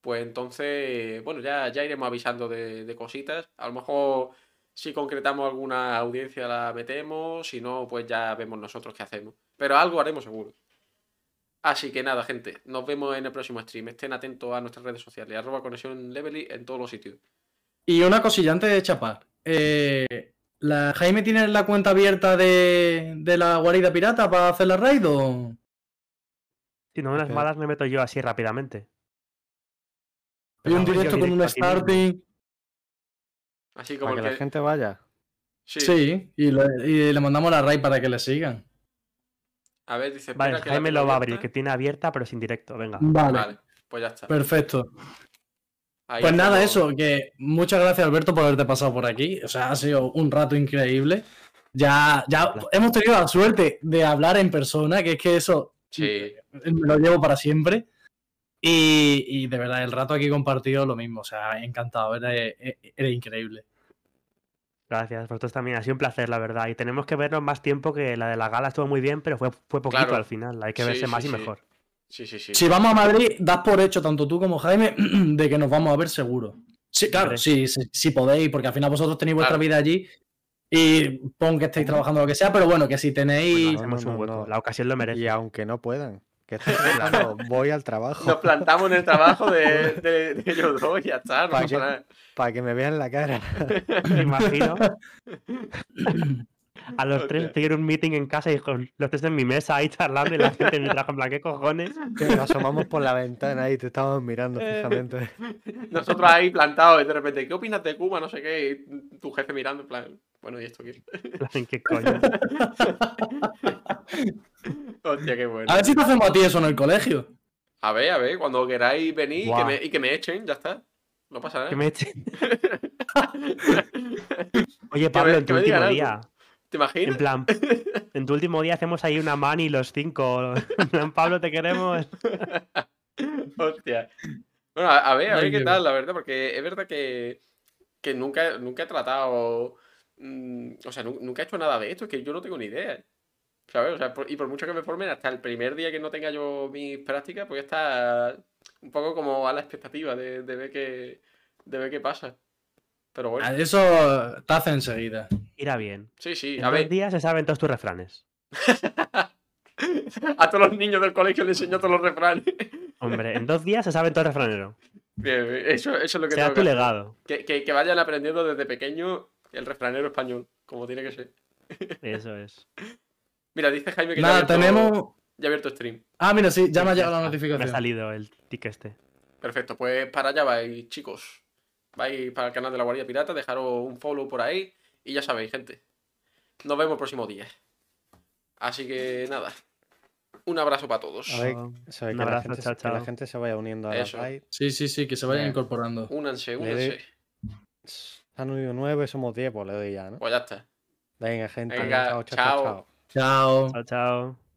S2: Pues entonces, bueno, ya, ya iremos avisando de, de cositas. A lo mejor si concretamos alguna audiencia la metemos, si no, pues ya vemos nosotros qué hacemos. Pero algo haremos seguro. Así que nada, gente, nos vemos en el próximo stream. Estén atentos a nuestras redes sociales, arroba conexión levely en todos los sitios.
S3: Y una cosilla antes de chapar. Eh, la, ¿Jaime tiene la cuenta abierta de, de la guarida pirata para hacer la raid o...?
S4: Si no, unas
S5: Ok.
S4: malas me meto yo así rápidamente.
S3: Hay un
S4: Pero yo
S3: directo con un
S4: directo aquí mismo.
S3: starting.
S2: Así como
S5: Para que
S2: el
S5: la
S2: que-
S5: gente vaya.
S2: Sí.
S3: Sí, y, le, y le mandamos la raid para que le sigan.
S2: A ver, dice... espera
S4: Vale,
S2: que la
S4: Jaime
S2: tengo
S4: lo va a
S2: abierta.
S4: abrir, que tiene abierta pero sin directo, venga.
S5: Mm.
S3: Vale,
S2: Vale, pues ya está.
S3: perfecto.
S2: Ahí
S3: Pues nada,
S2: hacemos-
S3: eso, que muchas gracias Alberto por haberte pasado por aquí. O sea, ha sido un rato increíble. Ya, ya hemos tenido la suerte de hablar en persona, que es que eso
S2: Sí.
S3: me lo llevo para siempre. Y, y de verdad, el rato aquí compartido lo mismo. O sea, encantado, era, e, era increíble.
S4: Gracias, vosotros también. Ha sido un placer, la verdad. Y tenemos que vernos más tiempo que la de la gala estuvo muy bien, pero fue, fue poquito
S2: Claro.
S4: al final. Hay que
S2: Sí,
S4: verse
S2: sí,
S4: más y
S2: sí.
S4: mejor.
S2: Sí, sí, sí.
S3: Si vamos a Madrid, das por hecho, tanto tú como Jaime, de que nos vamos a ver seguro. Sí, claro,
S4: Hombre.
S3: sí, sí, sí podéis, porque al final vosotros tenéis vuestra
S2: Claro.
S3: vida allí y pon que estéis trabajando lo que sea, pero bueno, que si tenéis...
S5: No,
S4: Hacemos
S5: no,
S4: un
S5: no,
S4: hueco.
S5: no.
S4: La ocasión lo merece.
S5: Y aunque no puedan, que estoy trabajando, voy al
S2: Nos
S5: trabajo
S2: plantamos en el trabajo de, de, de ellos dos y ya está, no
S5: ¿Para
S2: pasa
S5: qué?
S2: nada.
S5: para que me vean la cara.
S4: Me imagino. A los tres
S2: Hostia.
S4: estoy en un meeting en casa y con los tres en mi mesa ahí charlando y la gente en mi trabajo en plan, ¿qué cojones?
S5: Que nos asomamos por la ventana y te estamos mirando
S4: Eh,
S5: fijamente.
S2: Nosotros ahí plantados y de repente, ¿qué opinas de Cuba? No sé qué, y tu jefe mirando en plan, bueno, ¿y esto qué?
S4: En plan, ¿Qué coño?
S2: Hostia, qué bueno.
S3: A ver si te hacemos a ti eso en el colegio.
S2: A ver, a ver, cuando queráis venir y que,
S4: Buah.
S2: me, y que me echen, ya está. No pasa nada.
S4: Que me echen. Oye, Pablo, en
S2: que
S4: tu
S2: me digan
S4: último
S2: algo.
S4: día.
S2: ¿Te
S4: En
S2: imaginas?
S4: plan, en tu último día hacemos ahí una mani los cinco. En plan, Pablo, te queremos.
S2: Hostia. Bueno, a, a ver, a
S3: Ay,
S2: ver qué
S3: Dios.
S2: tal, la verdad, porque es verdad que, que nunca, nunca he tratado. mm, o sea, nu- nunca he hecho nada de esto, es que yo no tengo ni idea. ¿Sabes? O sea, por- y por mucho que me formen, hasta el primer día que no tenga yo mis prácticas, pues está un poco como a la expectativa de, de ver qué, de ver qué pasa. Pero bueno,
S3: A Eso te hace enseguida.
S4: Irá bien.
S2: sí, sí,
S4: En
S2: a
S4: dos
S2: ver.
S4: días se saben todos tus refranes.
S2: A todos los niños del colegio les enseño todos los refranes.
S4: Hombre, en dos días se saben todos refranero.
S2: Bien, bien, eso, eso es lo que
S4: Será
S2: tengo
S4: tu
S2: que hacer.
S4: legado.
S2: Que, que- que vayan aprendiendo desde pequeño el refranero español, como tiene que ser.
S4: Eso es.
S2: Mira, dice Jaime que
S3: Nada,
S2: ya, ha abierto,
S3: tenemos...
S2: ya ha abierto stream.
S3: Ah, mira, sí, ya me ha llegado la
S4: está, Me ha
S3: notificación.
S4: salido el tic este.
S2: Perfecto, pues para allá vais, chicos. Vais para el canal de la Guardia Pirata, dejaros un follow por ahí y ya sabéis, gente. Nos vemos el próximo día. Así que nada, un abrazo para todos.
S5: A ver,
S4: Un
S5: eso, que, la
S4: abrazo,
S5: gente,
S4: chao,
S5: se- que la
S4: chao.
S5: gente se vaya uniendo a la
S2: Eso.
S5: raid.
S3: Sí, sí, sí, que se vayan
S5: Venga.
S3: incorporando.
S2: Únanse,
S5: Le
S2: únanse.
S5: doy- Se han unido nueve, somos diez, pues le doy ya, ¿no?
S2: Pues ya está.
S5: Venga, gente.
S2: Venga,
S5: chao, chao. chao,
S2: chao.
S5: chao.
S3: Chao.
S4: Chao, chao.